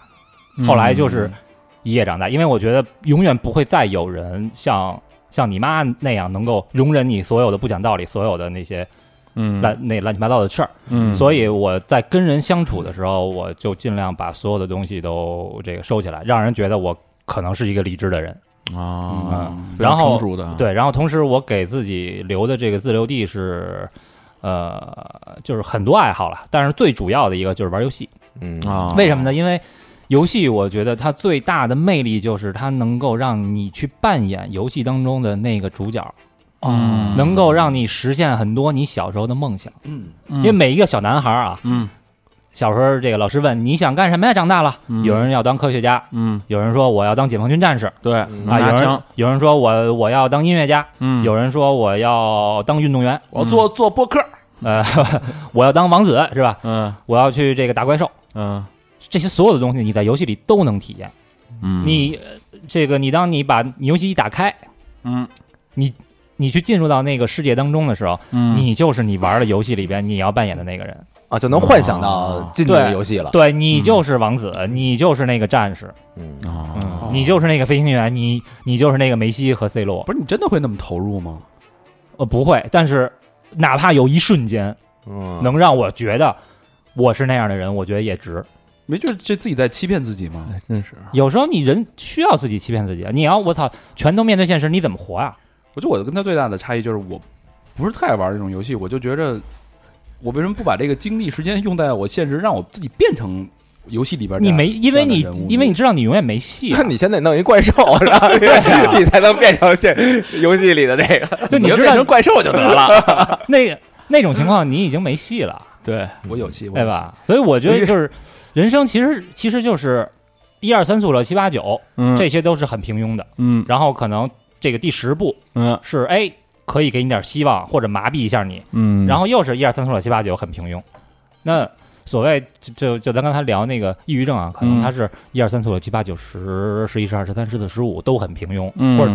[SPEAKER 2] 后来就是
[SPEAKER 4] 嗯
[SPEAKER 2] 一夜长大，因为我觉得永远不会再有人像像你妈那样能够容忍你所有的不讲道理，所有的那些
[SPEAKER 4] 嗯
[SPEAKER 2] 乱那乱七八糟的事儿。
[SPEAKER 4] 嗯，
[SPEAKER 2] 所以我在跟人相处的时候，我就尽量把所有的东西都这个收起来，让人觉得我可能是一个理智的人。
[SPEAKER 4] 啊
[SPEAKER 2] 嗯，
[SPEAKER 4] 非常
[SPEAKER 2] 然后
[SPEAKER 4] 成熟的，
[SPEAKER 2] 对，然后同时我给自己留的这个自留地是，呃，就是很多爱好了，但是最主要的一个就是玩游戏。
[SPEAKER 1] 嗯
[SPEAKER 4] 啊，
[SPEAKER 2] 为什么呢？？因为游戏，我觉得它最大的魅力就是它能够让你去扮演游戏当中的那个主角，
[SPEAKER 4] 嗯
[SPEAKER 2] 能够让你实现很多你小时候的梦想。
[SPEAKER 3] 嗯，
[SPEAKER 4] 因
[SPEAKER 2] 因为每一个小男孩啊，
[SPEAKER 4] 嗯
[SPEAKER 2] 小时候这个老师问你想干什么呀？长大了，
[SPEAKER 4] 嗯
[SPEAKER 2] 有人要当科学家，
[SPEAKER 4] 嗯，
[SPEAKER 2] 有人说我要当解放军战士
[SPEAKER 4] 对
[SPEAKER 1] 啊
[SPEAKER 4] 能
[SPEAKER 2] 啊，
[SPEAKER 4] 拿
[SPEAKER 2] 有人
[SPEAKER 4] 枪，
[SPEAKER 2] 有人说我我要当音乐家，
[SPEAKER 4] 嗯
[SPEAKER 2] 有人说我要当运动员，嗯
[SPEAKER 3] 我要做做播客，
[SPEAKER 2] 呃， 我要当王子是吧？
[SPEAKER 4] 嗯
[SPEAKER 2] 我要去这个打怪兽，
[SPEAKER 4] 嗯
[SPEAKER 2] 这些所有的东西你在游戏里都能体验。
[SPEAKER 4] 嗯，
[SPEAKER 2] 你呃这个，你当你把你游戏一打开，
[SPEAKER 4] 嗯
[SPEAKER 2] 你去进入到那个世界当中的时候，
[SPEAKER 4] 嗯
[SPEAKER 2] 你就是你玩的游戏里边你要扮演的那个人，
[SPEAKER 1] 啊，就能幻想到进这个
[SPEAKER 2] 对
[SPEAKER 1] 游戏
[SPEAKER 3] 啊
[SPEAKER 1] 了。
[SPEAKER 2] 对你就是
[SPEAKER 3] 嗯
[SPEAKER 2] 王子，你就是那个战士，
[SPEAKER 1] 嗯，
[SPEAKER 4] 啊
[SPEAKER 3] 哦
[SPEAKER 2] 嗯，你就是那个飞行员，你你就是那个梅西和 C 罗
[SPEAKER 3] 不。是你真的会那么投入吗？
[SPEAKER 2] 呃，不会，但是哪怕有一瞬间
[SPEAKER 1] 嗯
[SPEAKER 2] 能让我觉得我是那样的人，我觉得也值。
[SPEAKER 3] 没就是这自己在欺骗自己吗？
[SPEAKER 4] 哎，真是
[SPEAKER 2] 有时候你人需要自己欺骗自己，啊你要我操，全都面对现实，你怎么活啊？
[SPEAKER 3] 我觉得我跟他最大的差异就是我不是太爱玩这种游戏，我就觉着我为什么不把这个精力时间用在我现实，让我自己变成游戏里边这
[SPEAKER 2] 你
[SPEAKER 3] 样
[SPEAKER 2] 没，因为你
[SPEAKER 3] 这样的人物
[SPEAKER 2] 因为你知道你永远没戏啊、
[SPEAKER 1] 那你先得弄一怪兽，然后 你你才能变成现游戏里的那个，
[SPEAKER 2] 就你
[SPEAKER 1] 就
[SPEAKER 2] 知
[SPEAKER 1] 变
[SPEAKER 2] 道
[SPEAKER 1] 成怪兽就得了。
[SPEAKER 2] 那个那种情况，你已经没戏了，
[SPEAKER 4] 对，
[SPEAKER 3] 我有戏，我
[SPEAKER 2] 对
[SPEAKER 3] 有
[SPEAKER 2] 吧？所以我觉得就是人生其实其实就是一二三四五六七八九，
[SPEAKER 4] 嗯
[SPEAKER 2] 这些都是很平庸的。
[SPEAKER 4] 嗯
[SPEAKER 2] 然后可能这个第十步
[SPEAKER 4] 嗯
[SPEAKER 2] 是哎可以给你点希望或者麻痹一下你，
[SPEAKER 4] 嗯，
[SPEAKER 2] 然后又是一二三四五六七八九很平庸。那所谓就就就咱刚才聊那个抑郁症啊，可能
[SPEAKER 4] 嗯
[SPEAKER 2] 他是一二三四五六七八九十十一十二十三十四十五都很平庸，
[SPEAKER 4] 嗯，
[SPEAKER 2] 或者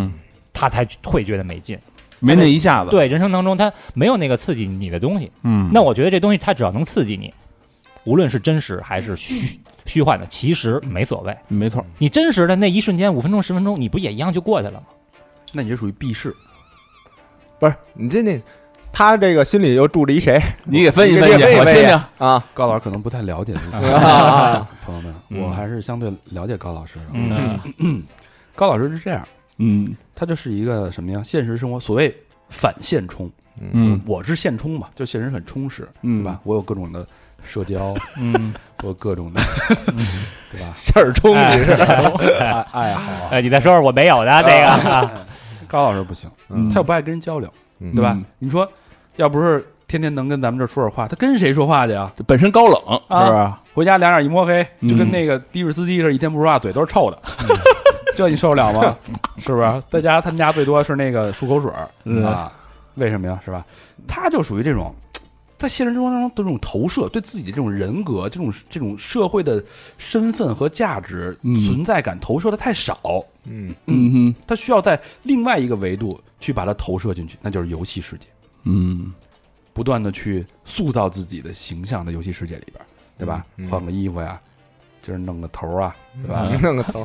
[SPEAKER 2] 他才会觉得没劲。
[SPEAKER 4] 没那一下子，，
[SPEAKER 2] 对人生当中他没有那个刺激你的东西。
[SPEAKER 4] 嗯，
[SPEAKER 2] 那我觉得这东西它只要能刺激你，无论是真实还是
[SPEAKER 4] 嗯
[SPEAKER 2] 虚虚幻的，其实没所谓。
[SPEAKER 4] 没错，
[SPEAKER 2] 你真实的那一瞬间，五分钟、十分钟，你不也一样就过去了吗？
[SPEAKER 3] 戏那你这属于避世，
[SPEAKER 1] 不是你这那他这个心里又住着一谁
[SPEAKER 4] 你给分析
[SPEAKER 1] 你
[SPEAKER 4] 析，
[SPEAKER 1] 给分析
[SPEAKER 4] 我听
[SPEAKER 1] 分析
[SPEAKER 4] 听，
[SPEAKER 1] 啊？
[SPEAKER 3] 高老师可能不太了解 自己，
[SPEAKER 1] 啊
[SPEAKER 3] 朋友们，
[SPEAKER 2] 嗯
[SPEAKER 3] 我还是相对了解高老师的。
[SPEAKER 2] 嗯
[SPEAKER 3] 高老师是这样，
[SPEAKER 4] 嗯
[SPEAKER 3] 他就是一个什么呀？现实生活所谓反现充，
[SPEAKER 4] 嗯
[SPEAKER 3] 我是现充嘛，就现实很充实，
[SPEAKER 4] 嗯
[SPEAKER 3] 对吧？我有各种的社交，
[SPEAKER 2] 嗯，
[SPEAKER 3] 我有各种的， 对吧？
[SPEAKER 1] 馅儿冲你是
[SPEAKER 2] 哎
[SPEAKER 3] 爱爱好啊，
[SPEAKER 2] 呃，你再说说我没有的那个，
[SPEAKER 3] 高老师不行，
[SPEAKER 1] 嗯
[SPEAKER 3] 他又不爱跟人交流，
[SPEAKER 1] 嗯
[SPEAKER 3] 对吧？
[SPEAKER 4] 嗯
[SPEAKER 3] 你说要不是天天能跟咱们这儿说会儿话，他跟谁说话去啊？
[SPEAKER 4] 这本身高冷
[SPEAKER 2] 啊
[SPEAKER 4] 是吧？
[SPEAKER 3] 回家俩眼一摸黑，
[SPEAKER 4] 嗯
[SPEAKER 3] 就跟那个的士司机似的，一天不说话，嘴都是臭的， 这你受得了 吗？是不是？在家他们家最多是那个漱口水儿
[SPEAKER 1] 嗯
[SPEAKER 3] 啊，为什么呀？是吧？他就属于这种。在现实生活当中的这种投射，对自己的这种人格、这种这种社会的身份和价值、
[SPEAKER 4] 嗯
[SPEAKER 3] 存在感投射的太少，
[SPEAKER 1] 嗯
[SPEAKER 4] 嗯
[SPEAKER 3] 他需要在另外一个维度去把它投射进去，那就是游戏世界，
[SPEAKER 4] 哼，嗯
[SPEAKER 3] 不断的去塑造自己的形象在游戏世界里边，对吧？
[SPEAKER 1] 嗯
[SPEAKER 3] 换个衣服呀，今儿弄个头啊，对吧？
[SPEAKER 1] 弄个头，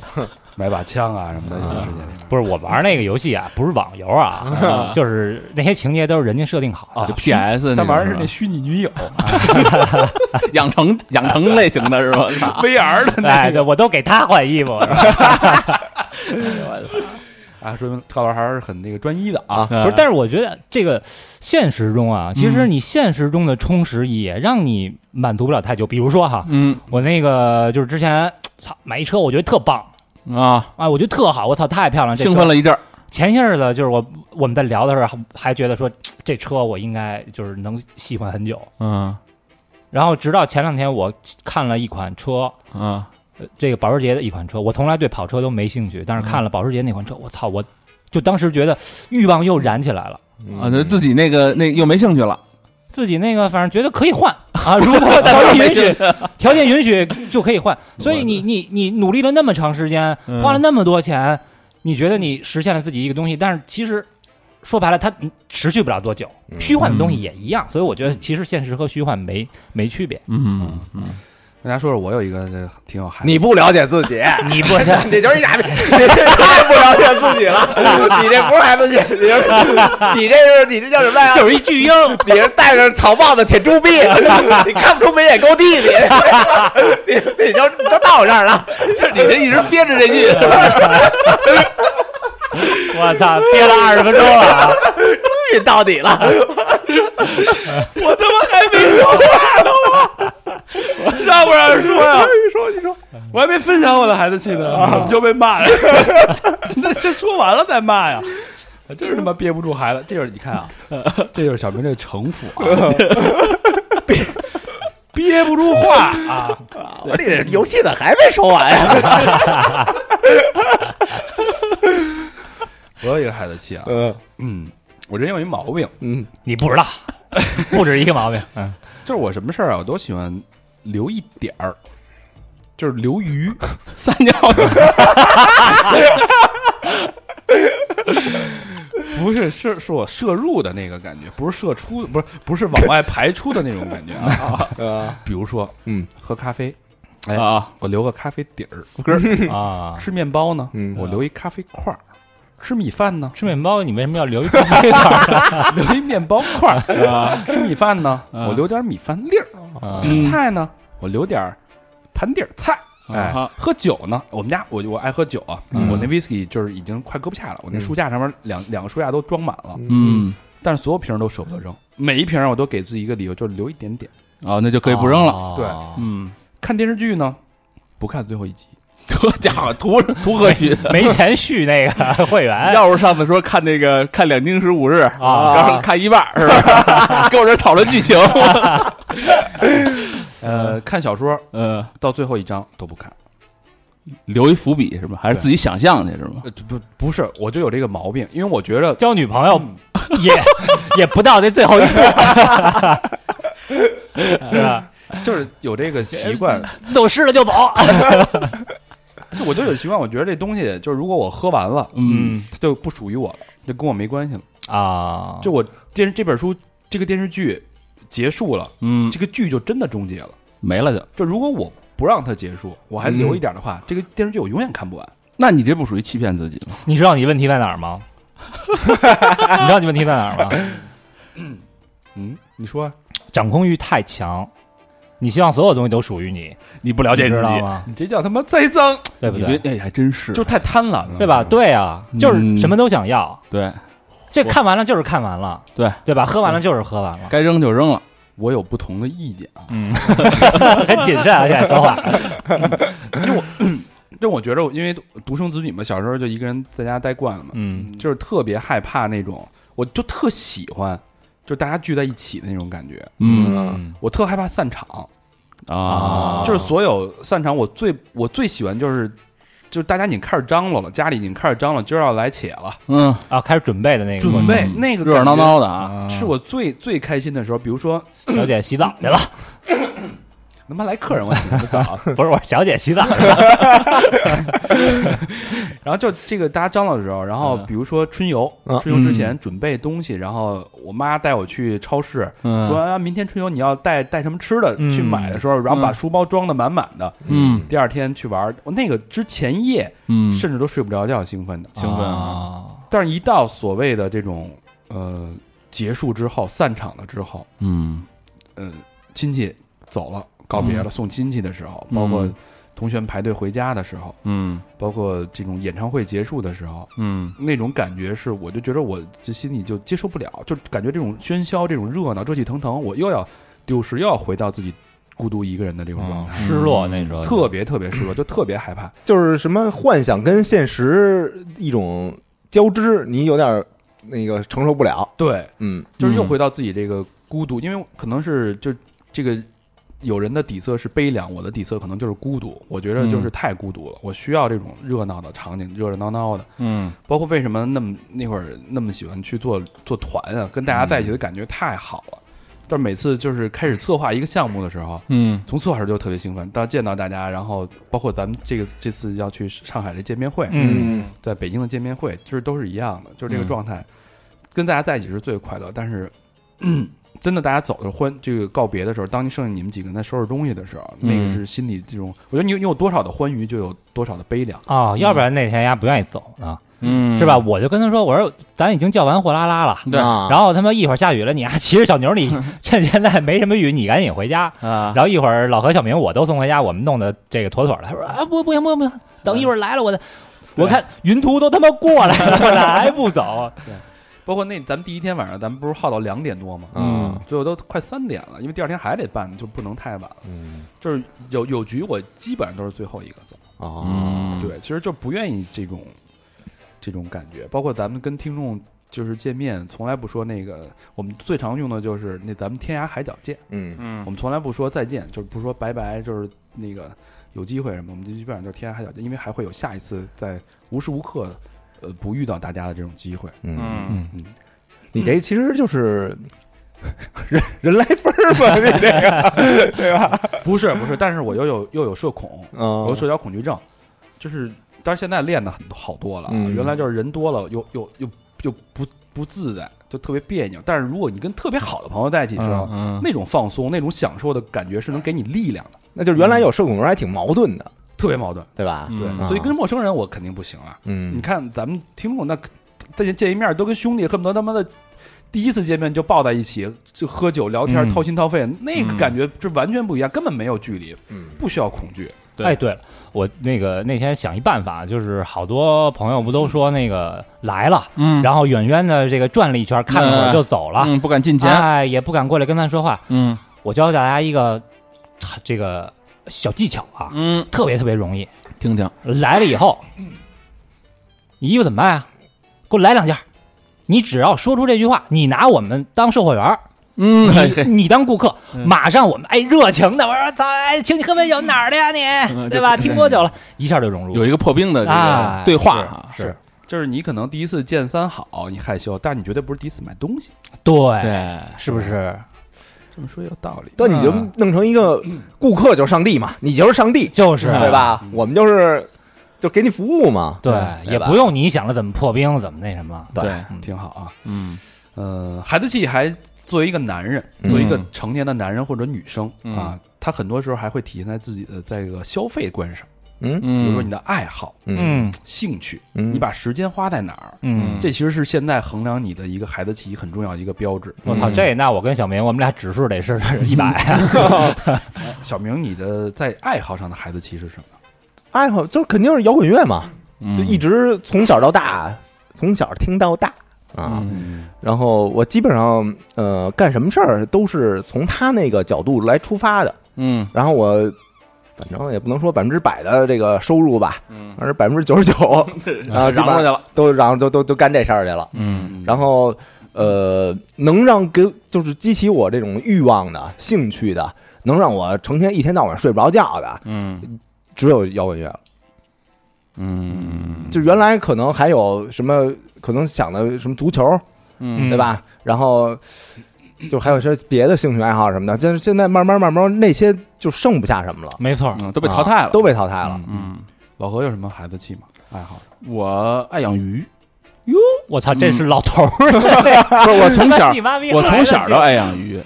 [SPEAKER 3] 买把枪啊什么的，游戏世界里边
[SPEAKER 2] 不是我玩那个游戏啊，不是网游 啊，就是那些情节都是人家设定好的。
[SPEAKER 3] 啊
[SPEAKER 4] 就 PS
[SPEAKER 3] 咱玩的是
[SPEAKER 4] 是
[SPEAKER 3] 那虚拟女友
[SPEAKER 4] 养 成养成类型的是
[SPEAKER 3] 啊
[SPEAKER 4] 吧？
[SPEAKER 3] VR 的
[SPEAKER 2] 哎，对我都给他换衣 服，
[SPEAKER 4] 嗯
[SPEAKER 3] 啊，说明高老师还是很那个专一的啊。
[SPEAKER 1] 啊
[SPEAKER 4] 嗯
[SPEAKER 2] 不是？但是我觉得这个现实中啊，其实你现实中的充实也让你满足不了太久。比如说哈，
[SPEAKER 4] 嗯
[SPEAKER 2] 我那个就是之前操买一车，我觉得特棒
[SPEAKER 4] 啊，
[SPEAKER 2] 啊，我觉得特好，我操太漂亮，这车
[SPEAKER 4] 兴奋了一阵儿，
[SPEAKER 2] 前些日子就是我我们在聊的时候还，还觉得说这车我应该就是能喜欢很久。
[SPEAKER 4] 嗯
[SPEAKER 2] 然后直到前两天我看了一款车，
[SPEAKER 4] 啊
[SPEAKER 2] 呃这个保时捷的一款车，我从来对跑车都没兴趣，但是看了保时捷那款车，我操，我就当时觉得欲望又燃起来了。
[SPEAKER 1] 嗯
[SPEAKER 4] 啊，那自己那个那又没兴趣了，
[SPEAKER 2] 自己那个反正觉得可以换 啊，如果条件允许， 条件允许就可以换。所以你 你你努力了那么长时间，
[SPEAKER 4] 嗯
[SPEAKER 2] 花了那么多钱，你觉得你实现了自己一个东西，但是其实说白了，它持续不了多久。
[SPEAKER 1] 嗯
[SPEAKER 2] 虚幻的东西也一样，所以我觉得其实现实和虚幻没没区别。
[SPEAKER 4] 嗯
[SPEAKER 3] 跟大家说说，我有一个这挺有孩子，
[SPEAKER 1] 你不了解自己，
[SPEAKER 2] 你不是
[SPEAKER 1] 你就是一傻逼，你这太不了解自己了。 你这不是孩子气，你这你这是你这叫什么来着？
[SPEAKER 2] 就是一巨婴，
[SPEAKER 1] 你是戴着草帽子铁猪 臂，你看不出眉眼高低，你你你就你都到我这儿了，
[SPEAKER 4] 就是你这一直憋着这句，
[SPEAKER 2] 我操，憋了二十分钟了啊，
[SPEAKER 1] 终于到你了。
[SPEAKER 3] 让不让说呀？你说你说，我还没分享我的孩子气呢，怎么就被骂了？那先说完了再骂呀。 真是他妈憋不住孩子，这就是你看啊， 这就是小明这城府啊， 憋憋不住话啊，
[SPEAKER 1] 我说你这游戏怎么还没说完呀？
[SPEAKER 3] 我有一个孩子气啊，
[SPEAKER 1] 嗯
[SPEAKER 3] 嗯，我这人有一毛病，
[SPEAKER 1] 嗯
[SPEAKER 2] 你不知道，不止一个毛 病，嗯，
[SPEAKER 3] 就是我什么事儿啊，我都喜欢留一点儿，就是留余，
[SPEAKER 4] 撒尿
[SPEAKER 3] 不是是是我摄入的那个感觉，不是射出，不是不是往外排出的那种感觉啊。
[SPEAKER 1] 啊
[SPEAKER 3] 比如说
[SPEAKER 1] 嗯
[SPEAKER 3] 喝咖啡，哎，
[SPEAKER 4] 啊，
[SPEAKER 3] 我留个咖啡底儿；
[SPEAKER 2] 啊。
[SPEAKER 3] 吃面包呢，
[SPEAKER 1] 嗯
[SPEAKER 3] 我留一咖啡块儿；吃米饭呢，
[SPEAKER 2] 吃面包，你为什么要留一咖啡块？
[SPEAKER 3] 留一面包块儿 啊；嗯吃米饭呢，我留点米饭粒儿；
[SPEAKER 2] 啊
[SPEAKER 3] 吃菜呢，我留点盘底儿菜。哎
[SPEAKER 4] 啊，
[SPEAKER 3] 喝酒呢？我们家我我爱喝酒啊，
[SPEAKER 2] 嗯
[SPEAKER 3] 我那 whisky 就是已经快搁不下了，我那
[SPEAKER 1] 嗯
[SPEAKER 3] 书架上面两两个书架都装满了，
[SPEAKER 4] 嗯
[SPEAKER 3] 但是所有瓶儿都舍不得扔，每一瓶啊儿我都给自己一个理由，就是留一点点。
[SPEAKER 4] 啊，那就可以不扔了，
[SPEAKER 2] 了
[SPEAKER 3] 对
[SPEAKER 4] 嗯，
[SPEAKER 3] 看电视剧呢，不看最后一集，
[SPEAKER 4] 好家伙，图图何 许？
[SPEAKER 2] 没钱续那个会员
[SPEAKER 4] 要不上次说看那个看《两京十五日》，
[SPEAKER 2] 啊，
[SPEAKER 4] 然后看一半儿是 吧？跟我这讨论剧情，
[SPEAKER 3] 呃，看小说
[SPEAKER 4] 嗯，
[SPEAKER 3] 到最后一章都不看，
[SPEAKER 4] 留一伏笔是吧？还是自己想象去是吗？
[SPEAKER 3] 呃，不不是，我就有这个毛病，因为我觉得
[SPEAKER 2] 交女朋友 也也不到那最后一步，是吧？
[SPEAKER 3] 就是有这个习 惯，
[SPEAKER 2] 走湿了就走，
[SPEAKER 3] 就我就有习惯，我觉得这东西就是如果我喝完了，
[SPEAKER 4] 嗯
[SPEAKER 3] 它就不属于我了，就跟我没关系了。
[SPEAKER 2] 啊，
[SPEAKER 4] 哦
[SPEAKER 3] 就我电视这本书这个电视剧结束了，
[SPEAKER 4] 嗯，
[SPEAKER 3] 这个剧就真的终结了。
[SPEAKER 4] 没了就。
[SPEAKER 3] 就如果我不让它结束，我还
[SPEAKER 1] 嗯
[SPEAKER 3] 留一点的话，这个电视剧我永远看不完。
[SPEAKER 4] 那你这不属于欺骗自己了？
[SPEAKER 2] 你知道你问题在哪儿吗？你知道你问题在哪儿吗？
[SPEAKER 3] 嗯，你说啊
[SPEAKER 2] 掌控欲太强，你希望所有东西都属于你，
[SPEAKER 4] 你不了
[SPEAKER 2] 你知道吗？
[SPEAKER 3] 你这叫他妈栽赃，
[SPEAKER 2] 对不
[SPEAKER 4] 你别
[SPEAKER 2] 对？
[SPEAKER 4] 哎，还真是
[SPEAKER 3] 就太贪婪了，
[SPEAKER 2] 对吧？对啊，就是什么都想要，
[SPEAKER 4] 对，
[SPEAKER 2] 这看完了就是看完了，
[SPEAKER 4] 对
[SPEAKER 2] 对吧？喝完了就是喝完了，
[SPEAKER 4] 该扔就扔了。
[SPEAKER 3] 我有不同的 意见啊，
[SPEAKER 4] 嗯
[SPEAKER 2] 很谨慎啊，现在说话。
[SPEAKER 3] 就我觉着，因为独生子女嘛，小时候就一个人在家待惯了嘛，
[SPEAKER 2] 嗯，
[SPEAKER 3] 就是特别害怕那种，我就特喜欢，就大家聚在一起的那种感觉。
[SPEAKER 2] 嗯
[SPEAKER 3] 我特害怕散场，
[SPEAKER 4] 啊，
[SPEAKER 3] 就是所有散场，我最我最喜欢就是，就是大家已经开始张罗了，家里已经开始张罗，今儿要来且了，
[SPEAKER 4] 嗯，
[SPEAKER 2] 啊，开始准备的那个过
[SPEAKER 3] 准
[SPEAKER 2] 程
[SPEAKER 3] 备那个
[SPEAKER 4] 热热闹闹的啊，
[SPEAKER 3] 闹是我最最开心的时候。比如说，
[SPEAKER 2] 小姐洗澡去了，
[SPEAKER 3] 他妈来客人，我洗个 澡，
[SPEAKER 2] 不是我是小姐洗澡，
[SPEAKER 3] 然后就这个大家张罗的时候，然后比如说春游
[SPEAKER 1] 嗯，
[SPEAKER 3] 春游之前准备东西，然后我妈带我去超市，说
[SPEAKER 4] 嗯
[SPEAKER 3] 啊明天春游你要带带什么吃的去买的时候，然后把书包装的满满的，
[SPEAKER 4] 嗯
[SPEAKER 3] 第二天去玩。我那个之前夜
[SPEAKER 4] 嗯，
[SPEAKER 3] 甚至都睡不着觉，兴奋的。
[SPEAKER 2] 兴奋
[SPEAKER 4] 啊，
[SPEAKER 3] 但是，一到所谓的这种呃结束之后、散场了之后，
[SPEAKER 4] 嗯
[SPEAKER 3] 嗯，亲戚走了、告别了、送亲戚的时候，包括
[SPEAKER 4] 嗯
[SPEAKER 3] 同学们排队回家的时候，
[SPEAKER 4] 嗯
[SPEAKER 3] 包括这种演唱会结束的时候，
[SPEAKER 4] 嗯
[SPEAKER 3] 那种感觉是，我就觉得我这心里就接受不了，就感觉这种喧嚣、这种热闹、热气腾腾，我又要丢失，又要回到自己孤独一个人的这种状态，
[SPEAKER 2] 失落那时候
[SPEAKER 3] 特别特别失落，就特别害怕。
[SPEAKER 1] 嗯就是什么幻想跟现实一种交织，你有点儿那个承受不了。
[SPEAKER 3] 对，
[SPEAKER 1] 嗯
[SPEAKER 3] 就是又
[SPEAKER 4] 嗯
[SPEAKER 3] 回到自己这个孤独，因为可能是就这个有人的底色是悲凉，我的底色可能就是孤独。我觉得就是太孤独了，我需要这种热闹的场景，热热闹闹的。
[SPEAKER 4] 嗯
[SPEAKER 3] 包括为什么那么那会儿那么喜欢去做做团啊，跟大家在一起的感觉太好了。但每次就是开始策划一个项目的时候，
[SPEAKER 4] 嗯
[SPEAKER 3] 从策划时候就特别兴奋，到见到大家，然后包括咱们这个这次要去上海的见面会，
[SPEAKER 2] 嗯，
[SPEAKER 3] 在北京的见面会，就是都是一样的，就是这个
[SPEAKER 4] 嗯
[SPEAKER 3] 状态，跟大家在一起是最快乐。但是， 真的大家走的欢，这个告别的时候，当你剩下你们几个人在收拾东西的时候，那个
[SPEAKER 4] 嗯
[SPEAKER 3] 是心里这种，我觉得你有你有多少的欢愉，就有多少的悲凉。
[SPEAKER 2] 哦，要不然那天丫不愿意走呢，
[SPEAKER 4] 嗯，
[SPEAKER 2] 是吧？？我就跟他说，我说咱已经叫完货拉拉了。
[SPEAKER 4] 对
[SPEAKER 1] 啊，
[SPEAKER 2] 然后他妈一会儿下雨了，你还骑着小牛，你趁现在没什么雨，你赶紧回家。
[SPEAKER 4] 啊，
[SPEAKER 2] 然后一会儿老何、小明我都送回家，我们弄得这个妥妥的。他说啊，不不行不行不行，等一会儿来了我的，我看云图都他妈过来了，我哪还不走？
[SPEAKER 3] 包括那咱们第一天晚上，咱们不是耗到两点多吗？
[SPEAKER 1] 嗯
[SPEAKER 3] 最后都快三点了，因为第二天还得办，就不能太晚了。
[SPEAKER 1] 嗯
[SPEAKER 3] 就是有有局，我基本上都是最后一个走。
[SPEAKER 1] 哦，
[SPEAKER 4] 嗯，
[SPEAKER 3] 对，其实就不愿意这种这种感觉。包括咱们跟听众就是见面，从来不说那个，我们最常用的就是那咱们天涯海角见，
[SPEAKER 1] 嗯
[SPEAKER 4] 嗯
[SPEAKER 3] 我们从来不说再见，就是不说拜拜，就是那个有机会什么，我们就基本上就是天涯海角见，因为还会有下一次，在无时无刻呃不遇到大家的这种机 会。
[SPEAKER 1] 嗯，
[SPEAKER 4] 嗯
[SPEAKER 1] 你这其实就是 人人来分儿吧，你这个对吧？
[SPEAKER 3] 不是不是，但是我又有又有社恐，我有
[SPEAKER 1] 嗯
[SPEAKER 3] 社交恐惧症，就是，但是现在练的很好多了啊。
[SPEAKER 1] 嗯
[SPEAKER 3] 原来就是人多了，又又又又不不自在，就特别别扭。但是如果你跟特别好的朋友在一起的时候，
[SPEAKER 4] 嗯，
[SPEAKER 3] 那种放松、那种享受的感觉是能给你力量的，
[SPEAKER 1] 那就是原来有社恐的人还挺矛盾的，
[SPEAKER 3] 特别矛盾。
[SPEAKER 1] 对吧？
[SPEAKER 3] 对，
[SPEAKER 4] 嗯
[SPEAKER 3] 所以跟陌生人我肯定不行啊。
[SPEAKER 1] 嗯，
[SPEAKER 3] 你看咱们听众那再见见一面都跟兄弟恨不得他妈的。第一次见面就抱在一起，就喝酒聊天，
[SPEAKER 2] 嗯
[SPEAKER 3] 掏心掏肺，那个
[SPEAKER 4] 嗯
[SPEAKER 3] 感觉是完全不一样，根本没有距离，
[SPEAKER 1] 嗯
[SPEAKER 3] 不需要恐惧。
[SPEAKER 4] 对
[SPEAKER 2] 哎，对了，我那个那天想一办法，就是好多朋友不都说那个来了，
[SPEAKER 4] 嗯，
[SPEAKER 2] 然后远远的这个转了一圈，看了会儿就走了，
[SPEAKER 4] 嗯，不敢进前，
[SPEAKER 2] 哎，也不敢过来跟咱说话。
[SPEAKER 4] 嗯
[SPEAKER 2] 我教大家一个这个小技巧啊，
[SPEAKER 4] 嗯，
[SPEAKER 2] 特别特别容易。
[SPEAKER 4] 听听，
[SPEAKER 2] 来了以后，你衣服怎么办啊？给我来两件儿。你只要说出这句话，你拿我们当售货员儿，
[SPEAKER 4] 嗯，
[SPEAKER 2] 你你当顾客，
[SPEAKER 4] 嗯
[SPEAKER 2] 马上我们哎热情的我说早哎，请你喝杯酒，哪儿的呀你？
[SPEAKER 4] 嗯
[SPEAKER 2] 对吧？
[SPEAKER 4] 对
[SPEAKER 2] 听多久了？一下就融入
[SPEAKER 4] 有一个破冰的这
[SPEAKER 2] 啊
[SPEAKER 4] 个对话啊，
[SPEAKER 3] 是就是你可能第一次见三好，你害羞，但是你绝对不是第一次买东西。
[SPEAKER 2] 对，
[SPEAKER 4] 对，
[SPEAKER 2] 是不是？
[SPEAKER 3] 这么说也有道理。
[SPEAKER 1] 但你就
[SPEAKER 4] 嗯
[SPEAKER 1] 弄成一个顾客就是上帝嘛，你就是上帝，
[SPEAKER 2] 就是
[SPEAKER 1] 对？吧？我们就是就给你服务嘛，
[SPEAKER 2] 对，也
[SPEAKER 1] 吧
[SPEAKER 2] 不用你想着怎么破冰，怎么那什么。
[SPEAKER 1] 对
[SPEAKER 4] 对，
[SPEAKER 2] 嗯
[SPEAKER 3] 挺好啊。
[SPEAKER 4] 嗯
[SPEAKER 3] 呃，孩子气还作为一个男人，
[SPEAKER 1] 嗯
[SPEAKER 3] 作为一个成年的男人或者女生、
[SPEAKER 4] 嗯
[SPEAKER 3] 啊，他很多时候还会体现在自己的这个消费观上，
[SPEAKER 1] 嗯
[SPEAKER 3] 比如说
[SPEAKER 4] 嗯
[SPEAKER 3] 你的爱好、
[SPEAKER 1] 嗯
[SPEAKER 3] 兴趣，
[SPEAKER 1] 嗯，
[SPEAKER 3] 你把时间花在哪儿，
[SPEAKER 2] 嗯，
[SPEAKER 3] 这其实是现在衡量你的一个孩子气很重要的一个标志。
[SPEAKER 2] 我操，这那我跟小明，我们俩指数得是一百。啊
[SPEAKER 3] 小明，你的在爱好上的孩子气是什么？
[SPEAKER 1] 爱好就是哎肯定是摇滚乐嘛，
[SPEAKER 4] 嗯
[SPEAKER 1] 就一直从小到大，从小听到大啊。
[SPEAKER 4] 嗯
[SPEAKER 1] 然后我基本上呃干什么事儿都是从他那个角度来出发的，
[SPEAKER 4] 嗯
[SPEAKER 1] 然后我反正也不能说百分之百的这个收入吧，嗯，而是百分之九 十九，啊，基本
[SPEAKER 4] 嚷嚷去
[SPEAKER 1] 上
[SPEAKER 4] 了，
[SPEAKER 1] 都然后都都都干这事儿去了。
[SPEAKER 2] 嗯，
[SPEAKER 1] 然后呃，能让给就是激起我这种欲望的、兴趣的，能让我成天一天到晚睡不着觉的，
[SPEAKER 4] 嗯
[SPEAKER 1] 只有摇滚乐了。
[SPEAKER 4] 嗯，
[SPEAKER 1] 就原来可能还有什么，可能想的什么足球，
[SPEAKER 4] 嗯
[SPEAKER 1] 对吧？然后就还有一些别的兴趣爱好什么的，但是现在慢慢慢慢那些就剩不下什么了，
[SPEAKER 2] 没错儿，
[SPEAKER 4] 嗯，都被淘汰了，
[SPEAKER 1] 啊都被淘汰了。
[SPEAKER 4] 嗯，
[SPEAKER 3] 老何有什么孩子气吗？爱好？
[SPEAKER 4] 我爱养 鱼，
[SPEAKER 2] 我操，这是老头儿，
[SPEAKER 4] 不是我从小
[SPEAKER 2] 你妈逼
[SPEAKER 4] 我从小 哎就
[SPEAKER 2] 来了
[SPEAKER 4] 爱养鱼，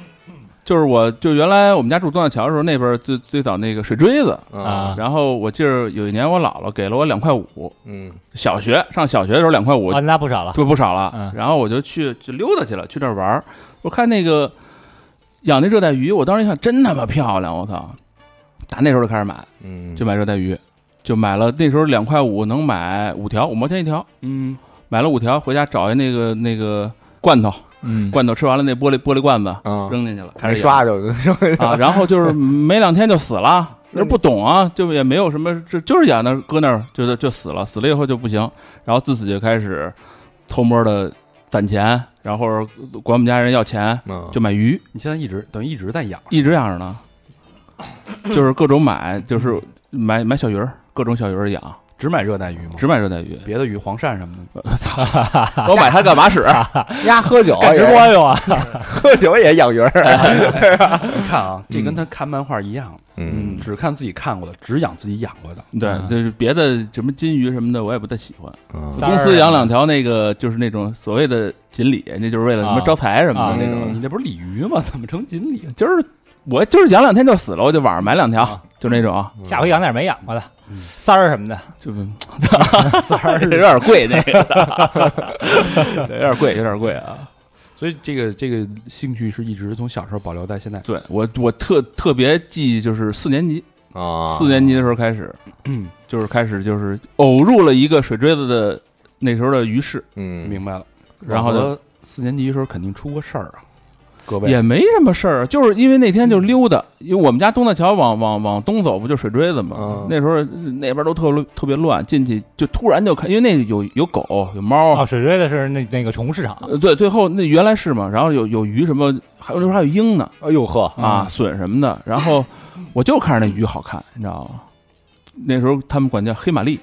[SPEAKER 4] 就是我就原来我们家住东大桥的时候，那边儿最最早那个水锥子，
[SPEAKER 2] 就
[SPEAKER 1] 嗯
[SPEAKER 2] 啊
[SPEAKER 4] 然后我记得有一年我姥姥给了我两块五，
[SPEAKER 1] 嗯
[SPEAKER 4] 小学上小学的时候两块五
[SPEAKER 2] 啊，那不少了，
[SPEAKER 4] 就不少了，
[SPEAKER 2] 嗯
[SPEAKER 4] 然后我就去就溜达去了，去那儿玩儿，我看那个养那热带鱼，我当时一看真他妈漂亮，我操！打那时候就开始买，
[SPEAKER 1] 嗯，
[SPEAKER 4] 就买热带鱼，就买了那时候两块五能买五条，五毛钱一条，
[SPEAKER 3] 嗯，
[SPEAKER 4] 买了五条回家找一那个那个罐头，
[SPEAKER 2] 嗯，
[SPEAKER 4] 罐头吃完了那玻璃玻璃罐子
[SPEAKER 2] 啊
[SPEAKER 1] 嗯
[SPEAKER 4] 扔进去了，开
[SPEAKER 1] 没
[SPEAKER 4] 始
[SPEAKER 1] 刷就
[SPEAKER 4] 啊，然后就是没两天就死 了，那不懂啊，就也没有什么，这就是养那儿搁那儿就就死了，死了以后就不行，然后自此就开始偷摸的攒钱，然后管我们家人要钱，
[SPEAKER 1] 嗯
[SPEAKER 4] 就买鱼，
[SPEAKER 3] 你现在一直等于一直在养，
[SPEAKER 4] 一直养着呢，就是各种买，就是买买小鱼儿，各种小鱼儿养，
[SPEAKER 3] 只买热带鱼吗？
[SPEAKER 4] 只买热 带鱼。
[SPEAKER 3] 别的鱼，黄鳝什么的。
[SPEAKER 4] 我买它干嘛使？啊
[SPEAKER 1] 压喝酒
[SPEAKER 2] 干直
[SPEAKER 1] 也
[SPEAKER 2] 播用啊，
[SPEAKER 1] 喝酒也养鱼儿。
[SPEAKER 3] 你看啊，这跟他看漫画一样，
[SPEAKER 4] 嗯
[SPEAKER 3] 只看自己看过的，只养自己养过的。
[SPEAKER 4] 对，就是别的什么金鱼什么的，我也不太喜欢。
[SPEAKER 1] 嗯
[SPEAKER 2] 仨人啊
[SPEAKER 4] 公司养两条那个，就是那种所谓的锦鲤，那就是为了什么
[SPEAKER 2] 啊
[SPEAKER 4] 招财什么
[SPEAKER 2] 啊
[SPEAKER 4] 的那种。
[SPEAKER 3] 你那不是鲤鱼吗？怎么成锦鲤？
[SPEAKER 4] 就是我就是养两天就死了，我就晚上买两条，
[SPEAKER 2] 啊
[SPEAKER 4] 就那种，
[SPEAKER 2] 下回养点没养过的
[SPEAKER 3] 嗯
[SPEAKER 2] 三儿什么的，
[SPEAKER 4] 就三儿 有点贵那个， 有点贵，有点贵啊。
[SPEAKER 3] 所以这个这个兴趣是一直从小时候保留在现在。
[SPEAKER 4] 对我我特特别记，就是四年级，
[SPEAKER 1] 啊，
[SPEAKER 4] 四年级的时候开始，就是开始就是偶入了一个水锥子的那时候的鱼市，
[SPEAKER 1] 嗯，
[SPEAKER 3] 明白了。
[SPEAKER 4] 然后呢
[SPEAKER 3] 呢，四年级的时候肯定出过事儿啊，各位
[SPEAKER 4] 也没什么事儿，就是因为那天就溜达，因为我们家东大桥往往往东走不就水锥子嘛
[SPEAKER 1] 嗯，
[SPEAKER 4] 那时候那边都特别特别乱，进去就突然就看，因为那有有狗有猫
[SPEAKER 2] 哦，水锥的是那那个宠物市场，
[SPEAKER 4] 呃，对，最后那原来是嘛，然后有有鱼什么，还有那时候还有鹰呢
[SPEAKER 1] 哎呦呵，
[SPEAKER 4] 啊，笋什么的，然后我就看着那鱼好看，你知道吗？那时候他们管叫黑玛丽，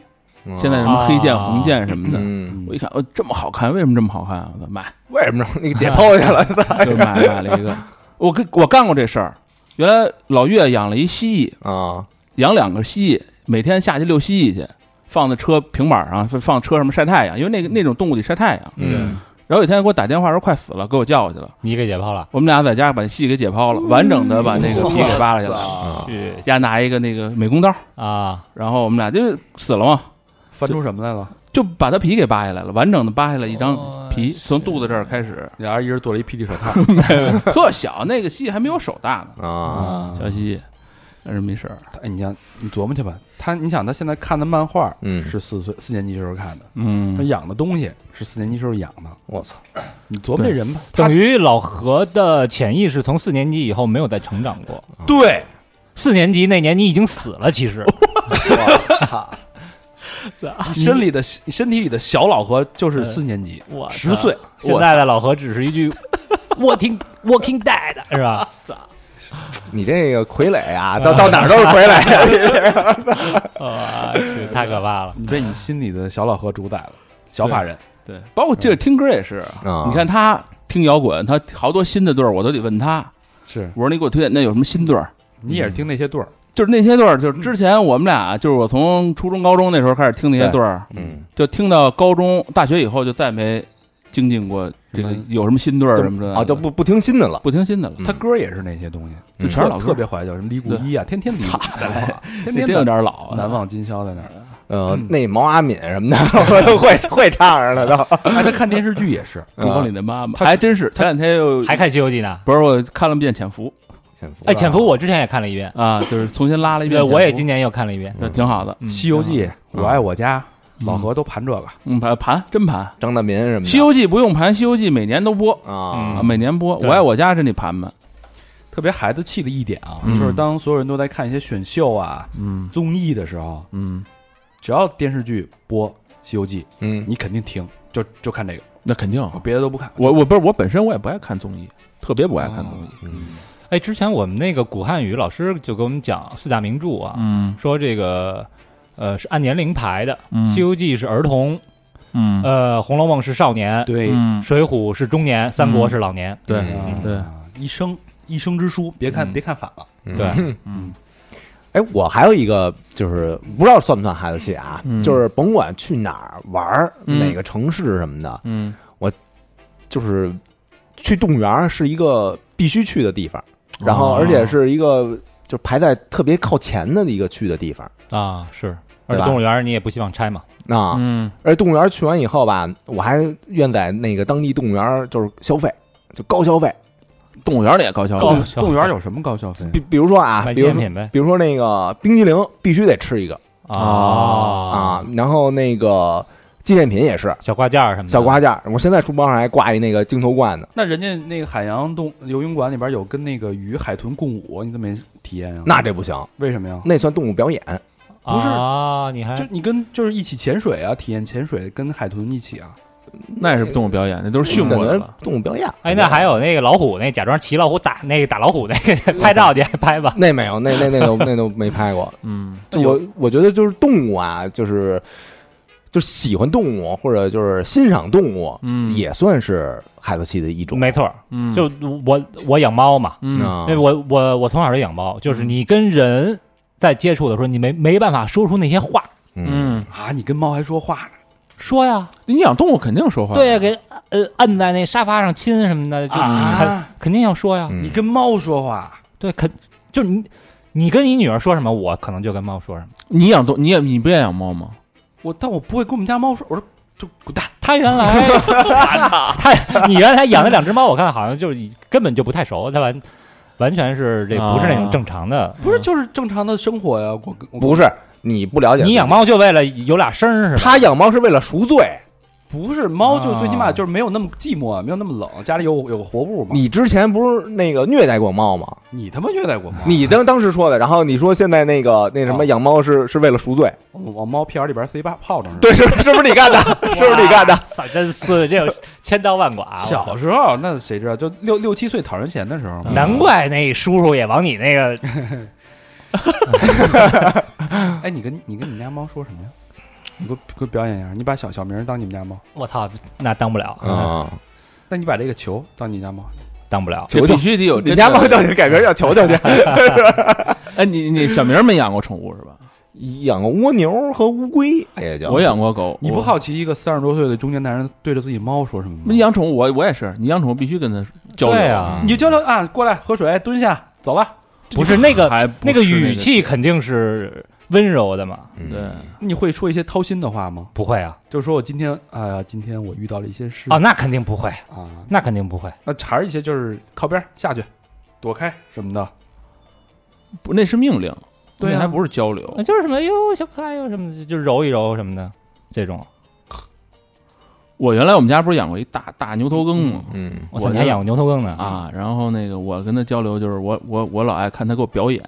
[SPEAKER 1] 嗯
[SPEAKER 4] 现在什么黑剑、
[SPEAKER 2] 啊
[SPEAKER 4] 红剑什么的，
[SPEAKER 1] 嗯，
[SPEAKER 4] 我一看，哦，这么好看，为什么这么好看啊？我说买，
[SPEAKER 1] 为什么那个解剖去了？
[SPEAKER 4] 就买买了一个。我跟我干过这事儿，原来老岳养了一蜥蜴，
[SPEAKER 1] 啊，
[SPEAKER 4] 养两个蜥蜴，每天下去遛蜥蜴去，放在车平板上，放放车上面晒太阳，因为那个那种动物得晒太阳。
[SPEAKER 1] 嗯，
[SPEAKER 4] 然后有一天给我打电话说快死了，给我叫过去了。
[SPEAKER 2] 你给解剖了，
[SPEAKER 4] 我们俩在家把那蜥蜴给解剖了，完整的把那个皮给扒拉下来了，
[SPEAKER 1] 啊，
[SPEAKER 2] 去
[SPEAKER 4] 丫拿一个那个美工刀，
[SPEAKER 2] 啊，
[SPEAKER 4] 然后我们俩就死了嘛，
[SPEAKER 3] 翻出什么来了？
[SPEAKER 4] 就把他皮给扒下来了，完整的扒下来一张皮，从肚子这儿开始，
[SPEAKER 3] 俩人一人做了一霹雳手 套，
[SPEAKER 4] 特小，那个蜥蜴还没有手大呢，
[SPEAKER 1] 啊，
[SPEAKER 4] 小蜥蜴，但是没事儿，
[SPEAKER 3] 哎，你想，你琢磨去吧。他，你想他现在看的漫画
[SPEAKER 1] 嗯
[SPEAKER 3] 是四岁四年级时候看的，他
[SPEAKER 4] 嗯，
[SPEAKER 3] 养的东西是四年级时候养的。
[SPEAKER 1] 我 操，
[SPEAKER 3] 你琢磨这人吧，他
[SPEAKER 2] 等于老何的潜意识从四年级以后没有再成长过，
[SPEAKER 3] 对
[SPEAKER 2] 四年级那年你已经死了，其 实
[SPEAKER 3] 身里的身体里的小老何就是四年级，
[SPEAKER 2] 我
[SPEAKER 3] 十岁。
[SPEAKER 2] 现在的老何只是一 句 “walking walking dead” 是吧？
[SPEAKER 1] 你这个傀儡啊，
[SPEAKER 4] 嗯
[SPEAKER 1] 到到哪儿都是傀 儡。啊
[SPEAKER 2] 哇，去太可怕了！
[SPEAKER 3] 你被你心里的小老何主宰了，小法人。
[SPEAKER 4] 哎对，包括这个听歌也是，
[SPEAKER 1] 啊
[SPEAKER 4] 你看他听摇滚，他好多新的队儿我都得问他，
[SPEAKER 3] 是
[SPEAKER 4] 我说你给我推荐那有什么新队儿。
[SPEAKER 3] 你也是听那些对儿，
[SPEAKER 4] 就是那些队儿，就是之前我们俩，就是我从初中、高中那时候开始听那些队儿，
[SPEAKER 1] 嗯，
[SPEAKER 4] 就听到高中、大学以后，就再没精进过这个
[SPEAKER 3] 什么
[SPEAKER 4] 有什么新队儿什么之类的
[SPEAKER 1] 啊，就不不听新的了。
[SPEAKER 4] 不听新的了，
[SPEAKER 3] 他歌也是那些东西，
[SPEAKER 1] 嗯
[SPEAKER 3] 就
[SPEAKER 4] 全是嗯老歌
[SPEAKER 3] 特别怀旧，什么李谷一啊，天 天李谷 一，天
[SPEAKER 4] 那
[SPEAKER 3] 天
[SPEAKER 4] 真有
[SPEAKER 3] 的
[SPEAKER 4] 点老啊。
[SPEAKER 3] 难忘今宵在那儿。
[SPEAKER 1] 呃，
[SPEAKER 4] 嗯
[SPEAKER 1] 那毛阿敏什么的， 我都会会唱着呢 都。啊
[SPEAKER 3] 哎，他看电视剧也是，
[SPEAKER 4] 烛光里的妈妈，还真是前两天又
[SPEAKER 2] 还看《西游记》呢？
[SPEAKER 4] 不是我看了遍《潜伏
[SPEAKER 2] 哎，《潜伏》我之前也看了一遍》，
[SPEAKER 4] 啊，就是重新拉了一遍
[SPEAKER 2] 对，
[SPEAKER 4] 潜伏，
[SPEAKER 2] 我也今年又看了一遍。
[SPEAKER 4] 那挺好的。
[SPEAKER 3] 《
[SPEAKER 2] 嗯
[SPEAKER 3] 西游记》《我爱我家》
[SPEAKER 4] 嗯
[SPEAKER 3] 老何都盘这个。
[SPEAKER 4] 嗯，盘盘真盘，
[SPEAKER 1] 张大民什么的。
[SPEAKER 4] 《西游记》不用盘，《西游记》每年都播
[SPEAKER 1] 啊
[SPEAKER 4] 啊，
[SPEAKER 2] 嗯
[SPEAKER 4] 每年播。
[SPEAKER 2] 对
[SPEAKER 4] 我爱我家这你盘盘，
[SPEAKER 3] 特别孩子气的一点啊，
[SPEAKER 4] 嗯
[SPEAKER 3] 就是当所有人都在看一些选秀啊、
[SPEAKER 4] 嗯
[SPEAKER 3] 综艺的时候，
[SPEAKER 4] 嗯，
[SPEAKER 3] 只要电视剧播《西游记》，
[SPEAKER 1] 嗯，
[SPEAKER 3] 你肯定听，就就看这个，
[SPEAKER 4] 那肯定。
[SPEAKER 3] 我别的都不看。
[SPEAKER 4] 哦我我不是我本身我也不爱看综艺，特别不爱看
[SPEAKER 3] 哦
[SPEAKER 4] 综艺。
[SPEAKER 2] 哎，之前我们那个古汉语老师就给我们讲四大名著啊，
[SPEAKER 4] 嗯
[SPEAKER 2] 说这个呃是按年龄排的，
[SPEAKER 4] 嗯
[SPEAKER 2] 西游记》是儿童，
[SPEAKER 4] 嗯
[SPEAKER 2] 呃，《红楼梦》是少年，
[SPEAKER 3] 对
[SPEAKER 4] 嗯
[SPEAKER 2] 水浒》是中年，三国是老年。
[SPEAKER 4] 对
[SPEAKER 1] 嗯
[SPEAKER 4] 对
[SPEAKER 3] 啊一生一生之书，别看别看反了。
[SPEAKER 2] 对，
[SPEAKER 4] 嗯
[SPEAKER 1] 哎，我还有一个就是不知道算不算孩子气啊，
[SPEAKER 4] 嗯
[SPEAKER 1] 就是甭管去哪儿玩儿，
[SPEAKER 4] 嗯
[SPEAKER 1] 哪个城市什么的，
[SPEAKER 4] 嗯
[SPEAKER 1] 就是去动物园儿是一个必须去的地方，然后
[SPEAKER 4] 哦
[SPEAKER 1] 而且是一个就排在特别靠前的一个去的地方
[SPEAKER 2] 啊，是，而
[SPEAKER 1] 对吧
[SPEAKER 2] 且动物园你也不希望拆嘛，
[SPEAKER 1] 啊。
[SPEAKER 4] 嗯
[SPEAKER 1] 而动物园去完以后吧，我还愿在那个当地动物园就是消费，就高消费。
[SPEAKER 4] 动哦物园里也高消
[SPEAKER 2] 高
[SPEAKER 4] 费，
[SPEAKER 2] 消
[SPEAKER 3] 动物园有什么高消费？
[SPEAKER 1] 比比如说啊，
[SPEAKER 2] 买
[SPEAKER 1] 比
[SPEAKER 2] 纪
[SPEAKER 1] 如说
[SPEAKER 2] 念品呗
[SPEAKER 1] 比如说那个冰激凌必须得吃一个
[SPEAKER 2] 啊
[SPEAKER 1] 啊，然后那个纪念品也是
[SPEAKER 2] 小挂件儿什么的，
[SPEAKER 1] 小挂件儿，我现在书包上还挂一那个镜头罐呢，
[SPEAKER 3] 那人家那个海洋动游泳馆里边有跟那个鱼海豚共舞，你怎么没体验啊？
[SPEAKER 1] 那这不行，
[SPEAKER 3] 为什么呀？
[SPEAKER 1] 那算动物表演。
[SPEAKER 3] 不是
[SPEAKER 2] 啊，你还
[SPEAKER 3] 就你跟就是一起潜水啊，体验潜水，跟海豚一起啊。
[SPEAKER 4] 那是动物表演，那都是
[SPEAKER 1] 我
[SPEAKER 4] 训过
[SPEAKER 1] 感
[SPEAKER 4] 的
[SPEAKER 1] 觉
[SPEAKER 4] 了。
[SPEAKER 1] 动物表演。
[SPEAKER 2] 哎，那还有那个老虎，那假装骑老虎打那个打老 虎那个拍照去拍吧，
[SPEAKER 1] 那没有，那那那都那都没拍过。
[SPEAKER 4] 嗯
[SPEAKER 1] 我我觉得就是动物啊，就是就喜欢动物或者就是欣赏动物，
[SPEAKER 4] 嗯
[SPEAKER 1] 也算是孩子气的一种。
[SPEAKER 2] 没错儿，
[SPEAKER 4] 嗯
[SPEAKER 2] 就我我养猫嘛，
[SPEAKER 4] 嗯
[SPEAKER 1] 啊
[SPEAKER 2] 那我我我从小就养猫，就是你跟人在接触的时候，你没没办法说出那些话，
[SPEAKER 1] 嗯，
[SPEAKER 4] 嗯，
[SPEAKER 3] 啊，你跟猫还说话呢，
[SPEAKER 2] 说呀，
[SPEAKER 4] 你养动物肯定说话。
[SPEAKER 2] 对呀，给呃摁在那沙发上亲什么的，就
[SPEAKER 3] 啊
[SPEAKER 2] 肯肯定要说呀，
[SPEAKER 1] 嗯
[SPEAKER 3] 你跟猫说话，
[SPEAKER 2] 对，肯就你你跟你女儿说什么，我可能就跟猫说什么。
[SPEAKER 4] 你养动，你也你不也养猫吗？
[SPEAKER 3] 我但我不会跟我们家猫说，我说就滚蛋。
[SPEAKER 2] 他原来，他你原来养的两只猫，我看好像就是根本就不太熟，它完完全是这不是那种正常的。
[SPEAKER 3] 不是，就是正常的生活呀。我跟
[SPEAKER 1] 嗯
[SPEAKER 3] 我
[SPEAKER 1] 不是你不了解
[SPEAKER 2] 嗯你养，猫就为了有俩声儿是吧？
[SPEAKER 1] 他养猫是为了赎罪。
[SPEAKER 3] 不是猫，就
[SPEAKER 2] 啊
[SPEAKER 3] 最起码就是没有那么寂寞，没有那么冷，家里有有个活物嘛。
[SPEAKER 1] 你之前不是那个虐待过猫吗？
[SPEAKER 3] 你他妈虐待过猫？
[SPEAKER 1] 你当当时说的，然后你说现在那个那什么
[SPEAKER 3] 哦
[SPEAKER 1] 养猫是是为了赎罪，
[SPEAKER 3] 我往猫屁眼里边塞一把炮仗是吧？
[SPEAKER 1] 对，是是不是你干的？是不是你 干的？
[SPEAKER 2] 操，真是这有千刀万剐。啊我
[SPEAKER 3] 啊小嗯时候那谁知道？就六六七岁讨人嫌的时候
[SPEAKER 1] 嗯
[SPEAKER 3] 嘛。
[SPEAKER 2] 难怪那叔叔也往你那个，
[SPEAKER 3] 哎，你跟你跟你们家猫说什么呀？你给我给我表演一下，你把小小明儿当你们家猫，
[SPEAKER 2] 我操，那当不了，嗯
[SPEAKER 1] 啊，
[SPEAKER 3] 那你把这个球当你家猫，
[SPEAKER 2] 当不了。
[SPEAKER 1] 求
[SPEAKER 4] 这
[SPEAKER 1] 求
[SPEAKER 4] 必须得有。
[SPEAKER 1] 你家猫？叫去改名叫球球去。
[SPEAKER 4] 哎，你你小明没养过宠物是吧？
[SPEAKER 1] 养过蜗牛和乌龟，也叫
[SPEAKER 4] 我养过狗。
[SPEAKER 3] 你不
[SPEAKER 4] 我
[SPEAKER 3] 好奇一个三十多岁的中年男人对着自己猫说什么
[SPEAKER 4] 你
[SPEAKER 3] 吗？
[SPEAKER 4] 养宠物，我我也是，你养宠物必须跟它交流。
[SPEAKER 2] 对啊，
[SPEAKER 3] 你就叫他啊，过来喝水，蹲下，走了。
[SPEAKER 2] 不是那个
[SPEAKER 4] 还不是
[SPEAKER 2] 那
[SPEAKER 4] 那个
[SPEAKER 2] 个语气肯定是温柔的嘛？
[SPEAKER 1] 嗯
[SPEAKER 4] 对，
[SPEAKER 3] 你会说一些掏心的话吗？
[SPEAKER 2] 不会啊，
[SPEAKER 3] 就是说我今天啊、今天我遇到了一些事
[SPEAKER 2] 哦，那肯定不会，
[SPEAKER 3] 啊，
[SPEAKER 2] 那肯定不会。
[SPEAKER 3] 那还是一些就是靠边儿下去，躲开什么的。
[SPEAKER 4] 不那是命令，
[SPEAKER 3] 对啊
[SPEAKER 4] 那还不是交流
[SPEAKER 2] 那。就是什么哟，小可爱哟什么的，就揉一揉什么的这种。
[SPEAKER 4] 我原来我们家不是养过一大大牛头梗吗？
[SPEAKER 1] 嗯
[SPEAKER 2] 我操，
[SPEAKER 4] 我
[SPEAKER 2] 你还养过牛头梗呢？
[SPEAKER 4] 啊，然后那个我跟他交流，就是我我我老爱看他给我表演，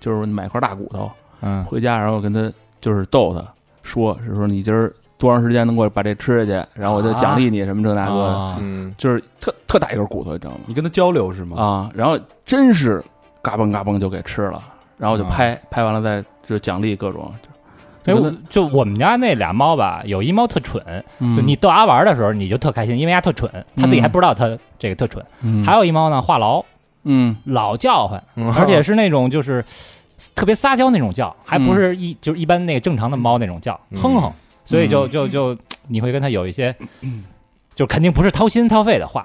[SPEAKER 4] 就是买块大骨头
[SPEAKER 2] 嗯，
[SPEAKER 4] 回家，然后跟他就是逗他说，是说你今儿多长时间能给我把这吃下去，然后我就奖励你什么这那个的，
[SPEAKER 2] 啊
[SPEAKER 1] 嗯，
[SPEAKER 4] 就是特特大一根骨头，你知道吗？
[SPEAKER 3] 你跟他交流是吗？
[SPEAKER 4] 啊，然后真是嘎嘣嘎嘣就给吃了，然后就
[SPEAKER 2] 啊
[SPEAKER 4] 拍、拍完了再就奖励各种，
[SPEAKER 2] 哎，
[SPEAKER 4] 就
[SPEAKER 2] 我
[SPEAKER 4] 跟他
[SPEAKER 2] 就我们家那俩猫吧，有一猫特蠢，
[SPEAKER 4] 嗯
[SPEAKER 2] 就你逗它玩的时候，你就特开心，因为它特蠢，它自己还不知道它这个特蠢。
[SPEAKER 4] 嗯
[SPEAKER 2] 还有一猫呢，话痨，
[SPEAKER 4] 嗯
[SPEAKER 2] 老叫唤，
[SPEAKER 1] 嗯
[SPEAKER 2] 而且是那种就是特别撒娇那种叫，还不是一就是一般那个正常的猫那种叫，
[SPEAKER 1] 嗯
[SPEAKER 2] 哼哼。所以就就就你会跟它有一些，就肯定不是掏心掏肺的话。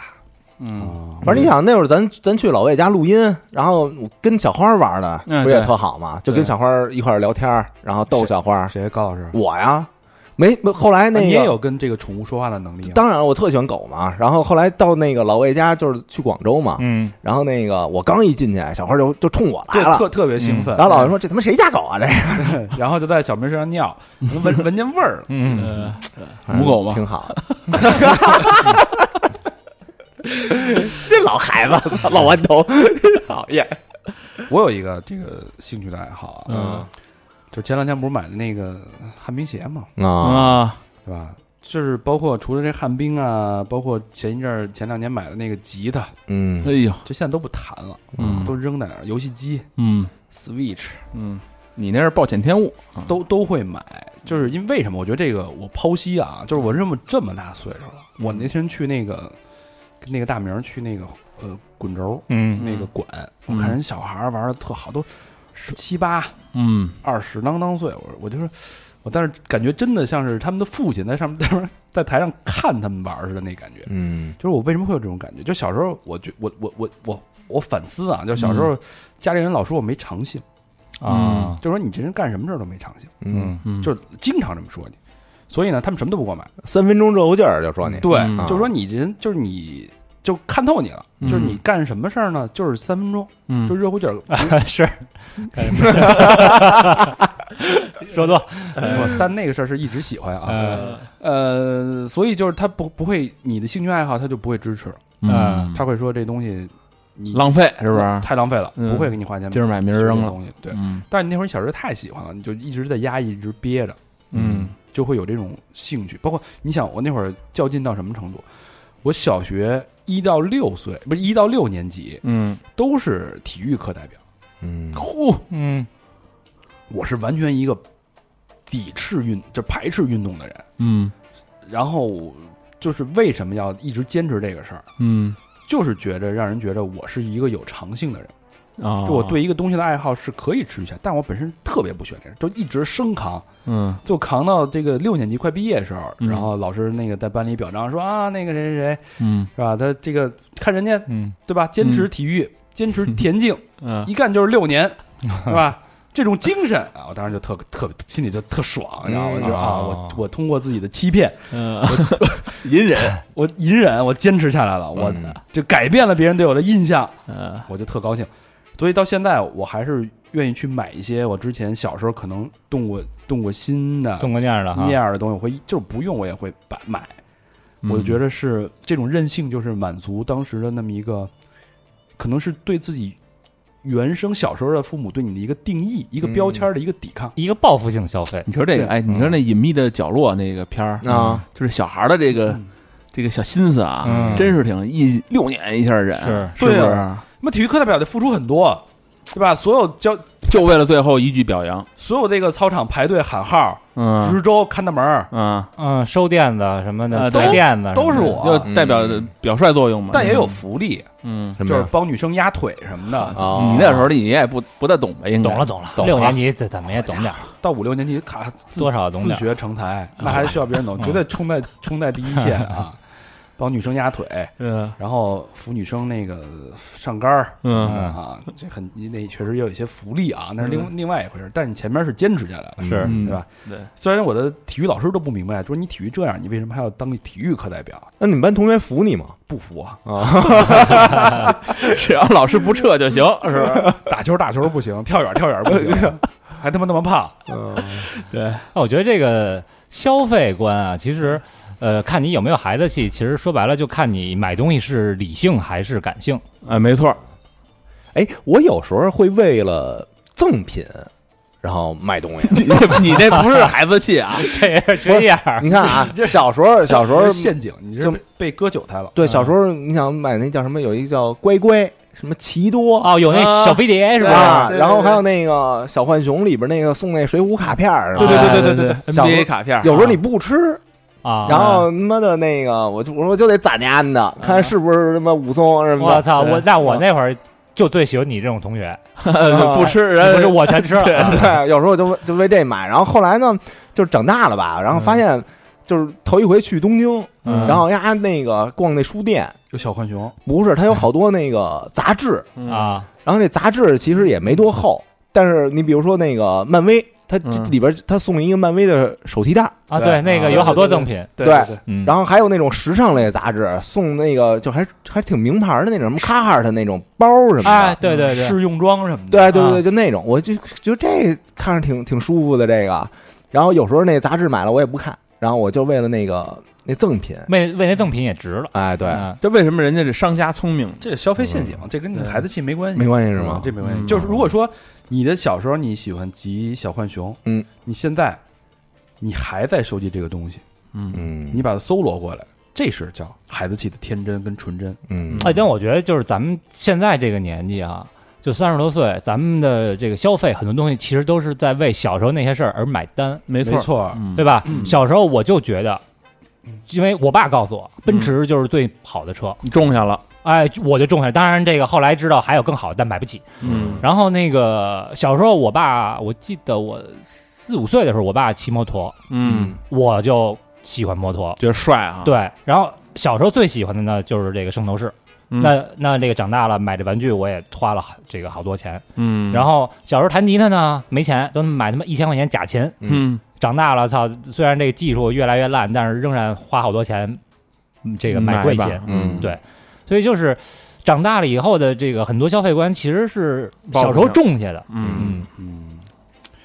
[SPEAKER 4] 嗯
[SPEAKER 3] 啊
[SPEAKER 1] 反正你想那会儿咱咱去老魏家录音，然后我跟小花玩的，
[SPEAKER 4] 嗯
[SPEAKER 1] 不也
[SPEAKER 4] 对
[SPEAKER 1] 特好吗？就跟
[SPEAKER 4] 对
[SPEAKER 1] 小花一块儿聊天儿，然后逗小花。
[SPEAKER 3] 啊谁高老师？
[SPEAKER 1] 我呀，没没后来那
[SPEAKER 3] 啊
[SPEAKER 1] 个
[SPEAKER 3] 你也有跟这个宠物说话的能力啊？
[SPEAKER 1] 当然，我特喜欢狗嘛。然后后来到那个老魏家，就是去广州嘛。
[SPEAKER 2] 嗯，
[SPEAKER 1] 然后那个我刚一进去，小花就就冲我
[SPEAKER 3] 对
[SPEAKER 1] 来，了。
[SPEAKER 3] 特特别兴奋。
[SPEAKER 1] 然后老魏说：“这他妈谁家狗啊？这
[SPEAKER 3] 说，然后就在小明身 上尿，闻闻见味儿了。
[SPEAKER 2] 嗯，
[SPEAKER 4] 母狗吗
[SPEAKER 1] 挺好。” 这老孩子，老顽童，讨厌。
[SPEAKER 3] 我有一个这个兴趣的爱好啊，
[SPEAKER 2] 嗯
[SPEAKER 3] 就前两天不是买的那个旱冰鞋嘛，
[SPEAKER 1] 啊，
[SPEAKER 4] 啊，
[SPEAKER 3] 对吧？就是包括除了这旱冰啊，包括前一阵儿前两年买的那个吉他，
[SPEAKER 1] 嗯
[SPEAKER 4] 哎呦，
[SPEAKER 3] 就现在都不弹了，
[SPEAKER 4] 嗯
[SPEAKER 3] 都扔在那儿。游戏机、
[SPEAKER 4] 嗯
[SPEAKER 3] Switch
[SPEAKER 4] 嗯，你那是暴殄天物，
[SPEAKER 2] 嗯
[SPEAKER 3] 都都会买，就是因为为什么？我觉得这个我剖析啊，就是我这么这么大岁数了，
[SPEAKER 2] 嗯
[SPEAKER 3] 我那天去那个跟那个大明儿去那个呃滚轴
[SPEAKER 2] 嗯
[SPEAKER 3] 那个馆，我看人小孩儿玩的特好，都十七八、
[SPEAKER 4] 嗯
[SPEAKER 3] 二十啷当岁，我我就说，我但是感觉真的像是他们的父亲在上面 在上面在台上看他们玩儿似的那感觉。
[SPEAKER 1] 嗯
[SPEAKER 3] 就是我为什么会有这种感觉？就小时候，我觉我我我我我反思啊，就小时
[SPEAKER 4] 嗯
[SPEAKER 3] 候家里人老说我没长性，
[SPEAKER 2] 啊
[SPEAKER 3] 就说你这人干什么事儿都没长性，
[SPEAKER 1] 嗯，
[SPEAKER 4] 嗯，
[SPEAKER 3] 就是经常这么说你。所以呢，他们什么都不给我买，
[SPEAKER 1] 三分钟热乎劲儿就说你，
[SPEAKER 3] 对
[SPEAKER 4] 嗯
[SPEAKER 1] 啊
[SPEAKER 3] 就说你这人就是你就看透你了，
[SPEAKER 4] 嗯
[SPEAKER 3] 就是你干什么事儿呢？就是三分钟，
[SPEAKER 4] 嗯
[SPEAKER 3] 就热乎劲 儿。
[SPEAKER 2] 是，说多
[SPEAKER 3] 不但那个事儿是一直喜欢啊，
[SPEAKER 2] 呃
[SPEAKER 3] 呃，所以就是他不不会你的兴趣爱好，他就不会支持了，
[SPEAKER 4] 嗯，
[SPEAKER 3] 啊他会说这东西你
[SPEAKER 4] 浪费是不是？
[SPEAKER 3] 太浪费了，
[SPEAKER 4] 嗯
[SPEAKER 3] 不会给你花钱买
[SPEAKER 4] 今儿买明儿
[SPEAKER 3] 这
[SPEAKER 4] 扔
[SPEAKER 3] 个
[SPEAKER 4] 了，
[SPEAKER 3] 东西。对，
[SPEAKER 4] 嗯
[SPEAKER 3] 但是你那会儿小时候太喜欢了，你就一直在压抑，一直憋着，
[SPEAKER 4] 嗯
[SPEAKER 3] 就会有这种兴趣。包括你想，我那会儿较劲到什么程度？我小学一到六岁，不是一到六年级，
[SPEAKER 4] 嗯，
[SPEAKER 3] 都是体育课代表。
[SPEAKER 1] 嗯
[SPEAKER 3] 呼，
[SPEAKER 2] 嗯
[SPEAKER 3] 我是完全一个抵制运，就排斥运动的人。
[SPEAKER 4] 嗯
[SPEAKER 3] 然后就是为什么要一直坚持这个事儿，
[SPEAKER 4] 嗯
[SPEAKER 3] 就是觉着让人觉着我是一个有长性的人，
[SPEAKER 4] 啊，
[SPEAKER 3] 就我对一个东西的爱好是可以持续下，但我本身特别不喜欢这事，就一直生扛。
[SPEAKER 4] 嗯
[SPEAKER 3] 就扛到这个六年级快毕业的时候，
[SPEAKER 4] 嗯
[SPEAKER 3] 然后老师那个在班里表彰说啊，那个谁谁谁
[SPEAKER 4] 嗯
[SPEAKER 3] 是吧？他这个看人家
[SPEAKER 2] 嗯
[SPEAKER 3] 对吧？坚持体育，坚持田径，
[SPEAKER 4] 嗯
[SPEAKER 3] 一干就是六年，对吧？这种精神啊，我当时就特特心里就特爽，然后我就
[SPEAKER 2] 嗯
[SPEAKER 3] 啊，
[SPEAKER 2] 哦
[SPEAKER 3] 我我通过自己的欺骗，
[SPEAKER 4] 嗯，
[SPEAKER 3] 隐忍，我隐忍，我坚持下来了，我
[SPEAKER 1] 嗯
[SPEAKER 3] 就改变了别人对我的印象，
[SPEAKER 4] 嗯
[SPEAKER 3] 我就特高兴。所以到现在，我还是愿意去买一些我之前小时候可能动过动过心的，
[SPEAKER 2] 动过念儿了哈
[SPEAKER 3] 那，样的东西，我会就是不用我也会把买。
[SPEAKER 4] 嗯
[SPEAKER 3] 我就觉得是这种任性，就是满足当时的那么一个，可能是对自己原生小时候的父母对你的一个定义、一个标签的一个抵抗。
[SPEAKER 2] 一个报复性消费，
[SPEAKER 4] 你说这个，哎，你说那隐秘的角落那个片儿，
[SPEAKER 1] 啊，
[SPEAKER 4] 就是小孩的这
[SPEAKER 3] 嗯
[SPEAKER 4] 个这个小心思啊
[SPEAKER 2] 嗯，
[SPEAKER 4] 真是挺一六年一下忍，
[SPEAKER 2] 是
[SPEAKER 4] 是不
[SPEAKER 3] 对
[SPEAKER 4] 是
[SPEAKER 3] 啊？那么体育课代表得付出很多，对吧？所有教
[SPEAKER 4] 就为了最后一句表扬，
[SPEAKER 3] 所有这个操场排队喊号、
[SPEAKER 4] 嗯
[SPEAKER 3] 值周、看大门儿，
[SPEAKER 4] 嗯，
[SPEAKER 2] 嗯，收垫子什么的，
[SPEAKER 4] 呃
[SPEAKER 2] 拽
[SPEAKER 3] 都
[SPEAKER 2] 垫子
[SPEAKER 3] 都
[SPEAKER 2] 什
[SPEAKER 3] 是
[SPEAKER 2] 么的
[SPEAKER 3] 我，
[SPEAKER 4] 就代表
[SPEAKER 1] 嗯
[SPEAKER 4] 表率作用嘛，
[SPEAKER 3] 但也有福利，
[SPEAKER 4] 嗯，
[SPEAKER 1] 什
[SPEAKER 3] 就
[SPEAKER 1] 么
[SPEAKER 3] 是
[SPEAKER 1] 呀？
[SPEAKER 3] 帮女生压腿什么的。
[SPEAKER 1] 啊，
[SPEAKER 4] 你那时候你也不不大懂吧？应该
[SPEAKER 2] 懂了，懂了，
[SPEAKER 4] 懂
[SPEAKER 2] 六
[SPEAKER 4] 了
[SPEAKER 2] 年级怎怎么也懂点儿，
[SPEAKER 3] 到五六年级，卡自
[SPEAKER 2] 多少懂
[SPEAKER 3] 自
[SPEAKER 2] 点儿，
[SPEAKER 3] 学成
[SPEAKER 1] 啊
[SPEAKER 3] 才，那还需要别人
[SPEAKER 1] 嗯
[SPEAKER 3] 懂，绝对冲在冲在第一线啊！帮女生压腿，
[SPEAKER 4] 嗯
[SPEAKER 3] 然后扶女生那个上杆儿
[SPEAKER 4] 嗯
[SPEAKER 3] 啊，这很那确实也有一些福利啊，那是另另外一回事儿。但是你前面是坚持下来了，
[SPEAKER 1] 嗯是嗯
[SPEAKER 3] 对吧？
[SPEAKER 4] 对，
[SPEAKER 3] 虽然我的体育老师都不明白，说你体育这样，你为什么还要当体育课代表？
[SPEAKER 1] 那你们班同学服你吗？
[SPEAKER 3] 不服啊！
[SPEAKER 1] 啊，
[SPEAKER 4] 只要老师不撤就行，是吧？
[SPEAKER 3] 打球打球不行，跳远跳远不 行，还他妈那么胖，嗯
[SPEAKER 4] 对，
[SPEAKER 2] 那我觉得这个消费观啊，其实，呃，看你有没有孩子气，其实说白了就看你买东西是理性还是感性。
[SPEAKER 4] 哎，没错，
[SPEAKER 1] 哎，我有时候会为了赠品，然后卖东西。
[SPEAKER 4] 你这你这不是孩子气 啊，
[SPEAKER 2] 这也是这样 儿，
[SPEAKER 1] 你看啊，小时候小时候
[SPEAKER 3] 这是嗯陷阱，你这
[SPEAKER 1] 就是
[SPEAKER 3] 被割韭菜了。
[SPEAKER 1] 对小时候你想买那叫什么？有一个叫乖乖，什么奇多
[SPEAKER 2] 哦，有那小飞碟是
[SPEAKER 1] 是
[SPEAKER 2] 吧？
[SPEAKER 1] 吧？
[SPEAKER 3] 啊对对
[SPEAKER 1] 然后还有那个小浣熊里边那个送那水浒卡片儿，
[SPEAKER 3] 对对对对对
[SPEAKER 4] 对
[SPEAKER 1] 小时候
[SPEAKER 4] ，NBA 卡片儿，
[SPEAKER 1] 有时候你不吃，
[SPEAKER 2] 啊，
[SPEAKER 1] 然后他妈的那个，我就我说就得攒家的，看是不是他妈武松什么
[SPEAKER 2] 我
[SPEAKER 1] 的。
[SPEAKER 2] 操，我
[SPEAKER 4] 对
[SPEAKER 2] 那我那会儿就最喜欢你这种同学，
[SPEAKER 1] 啊
[SPEAKER 4] 不
[SPEAKER 2] 不
[SPEAKER 4] 吃
[SPEAKER 2] 是
[SPEAKER 4] 人，
[SPEAKER 2] 我全吃了啊，
[SPEAKER 1] 对，有时候就就为这买。然后后来呢，就是长大了吧，然后发现
[SPEAKER 2] 嗯
[SPEAKER 1] 就是头一回去东京，
[SPEAKER 4] 嗯
[SPEAKER 1] 然后呀那个逛那书店，
[SPEAKER 3] 有小浣熊，
[SPEAKER 1] 不是它有好多那个杂志，
[SPEAKER 4] 嗯
[SPEAKER 2] 啊，
[SPEAKER 1] 然后这杂志其实也没多厚，但是你比如说那个漫威，它这
[SPEAKER 4] 嗯
[SPEAKER 1] 里边它送一个漫威的手提袋儿，
[SPEAKER 2] 啊，
[SPEAKER 3] 对
[SPEAKER 2] 对，那个
[SPEAKER 3] 啊
[SPEAKER 2] 有好
[SPEAKER 3] 对
[SPEAKER 2] 多
[SPEAKER 3] 对
[SPEAKER 2] 赠品，
[SPEAKER 3] 对
[SPEAKER 1] 对
[SPEAKER 3] 对，
[SPEAKER 2] 嗯，
[SPEAKER 1] 然后还有那种时尚类的杂志，送那个就还还挺名牌的那种什么卡哈的那种包什么的。
[SPEAKER 2] 哎，对对对，
[SPEAKER 3] 试用装什么的，
[SPEAKER 1] 对对
[SPEAKER 2] 啊
[SPEAKER 1] 对，就那种，我就觉得这看着挺挺舒服的这个。然后有时候那杂志买了我也不看，然后我就为了那个那赠品，
[SPEAKER 2] 为为那赠品也值了。
[SPEAKER 1] 哎，对，
[SPEAKER 2] 啊
[SPEAKER 5] 这为什么人家这商家聪明？
[SPEAKER 3] 这消费陷阱，这跟你的孩子气没关系，啊
[SPEAKER 1] 没关系是吗？
[SPEAKER 3] 这没关系。
[SPEAKER 5] 嗯
[SPEAKER 3] 就是如果说你的小时候你喜欢集小浣熊，
[SPEAKER 1] 嗯，
[SPEAKER 3] 你现在你还在收集这个东西，
[SPEAKER 1] 嗯
[SPEAKER 3] 你把它搜罗过来，这是叫孩子气的天真跟纯真。
[SPEAKER 1] 嗯
[SPEAKER 2] 哎，但我觉得就是咱们现在这个年纪啊，就三十多岁，咱们的这个消费很多东西其实都是在为小时候那些事儿而买单，
[SPEAKER 5] 没错，
[SPEAKER 3] 没错，
[SPEAKER 5] 嗯
[SPEAKER 2] 对吧？小时候我就觉得，因为我爸告诉我，
[SPEAKER 5] 嗯
[SPEAKER 2] 奔驰就是最好的车，
[SPEAKER 5] 你种下了，
[SPEAKER 2] 哎，我就中下。当然，这个后来知道还有更好的，但买不起。
[SPEAKER 5] 嗯
[SPEAKER 2] 然后那个小时候，我爸我记得我四五岁的时候，我爸骑摩托，
[SPEAKER 5] 嗯，
[SPEAKER 2] 我就喜欢摩托。
[SPEAKER 5] 觉得帅啊，，
[SPEAKER 2] 对，然后小时候最喜欢的呢就是这个圣斗士，
[SPEAKER 4] 嗯
[SPEAKER 5] 那
[SPEAKER 2] 那那这个长大了买这玩具我也花了好这个好多钱。
[SPEAKER 5] 嗯，
[SPEAKER 2] 然后小时候弹吉他呢没钱，都买他妈一千块钱假琴。
[SPEAKER 5] 嗯
[SPEAKER 2] 长大了操，虽然这个技术越来越烂，但是仍然花好多钱，嗯这个买贵
[SPEAKER 5] 吧
[SPEAKER 2] 琴。
[SPEAKER 1] 嗯
[SPEAKER 2] 对所以就是长大了以后的这个很多消费观其实是
[SPEAKER 5] 报复
[SPEAKER 2] 小时候
[SPEAKER 5] 性
[SPEAKER 2] 种下的。
[SPEAKER 5] 嗯，
[SPEAKER 2] 嗯，
[SPEAKER 3] 嗯，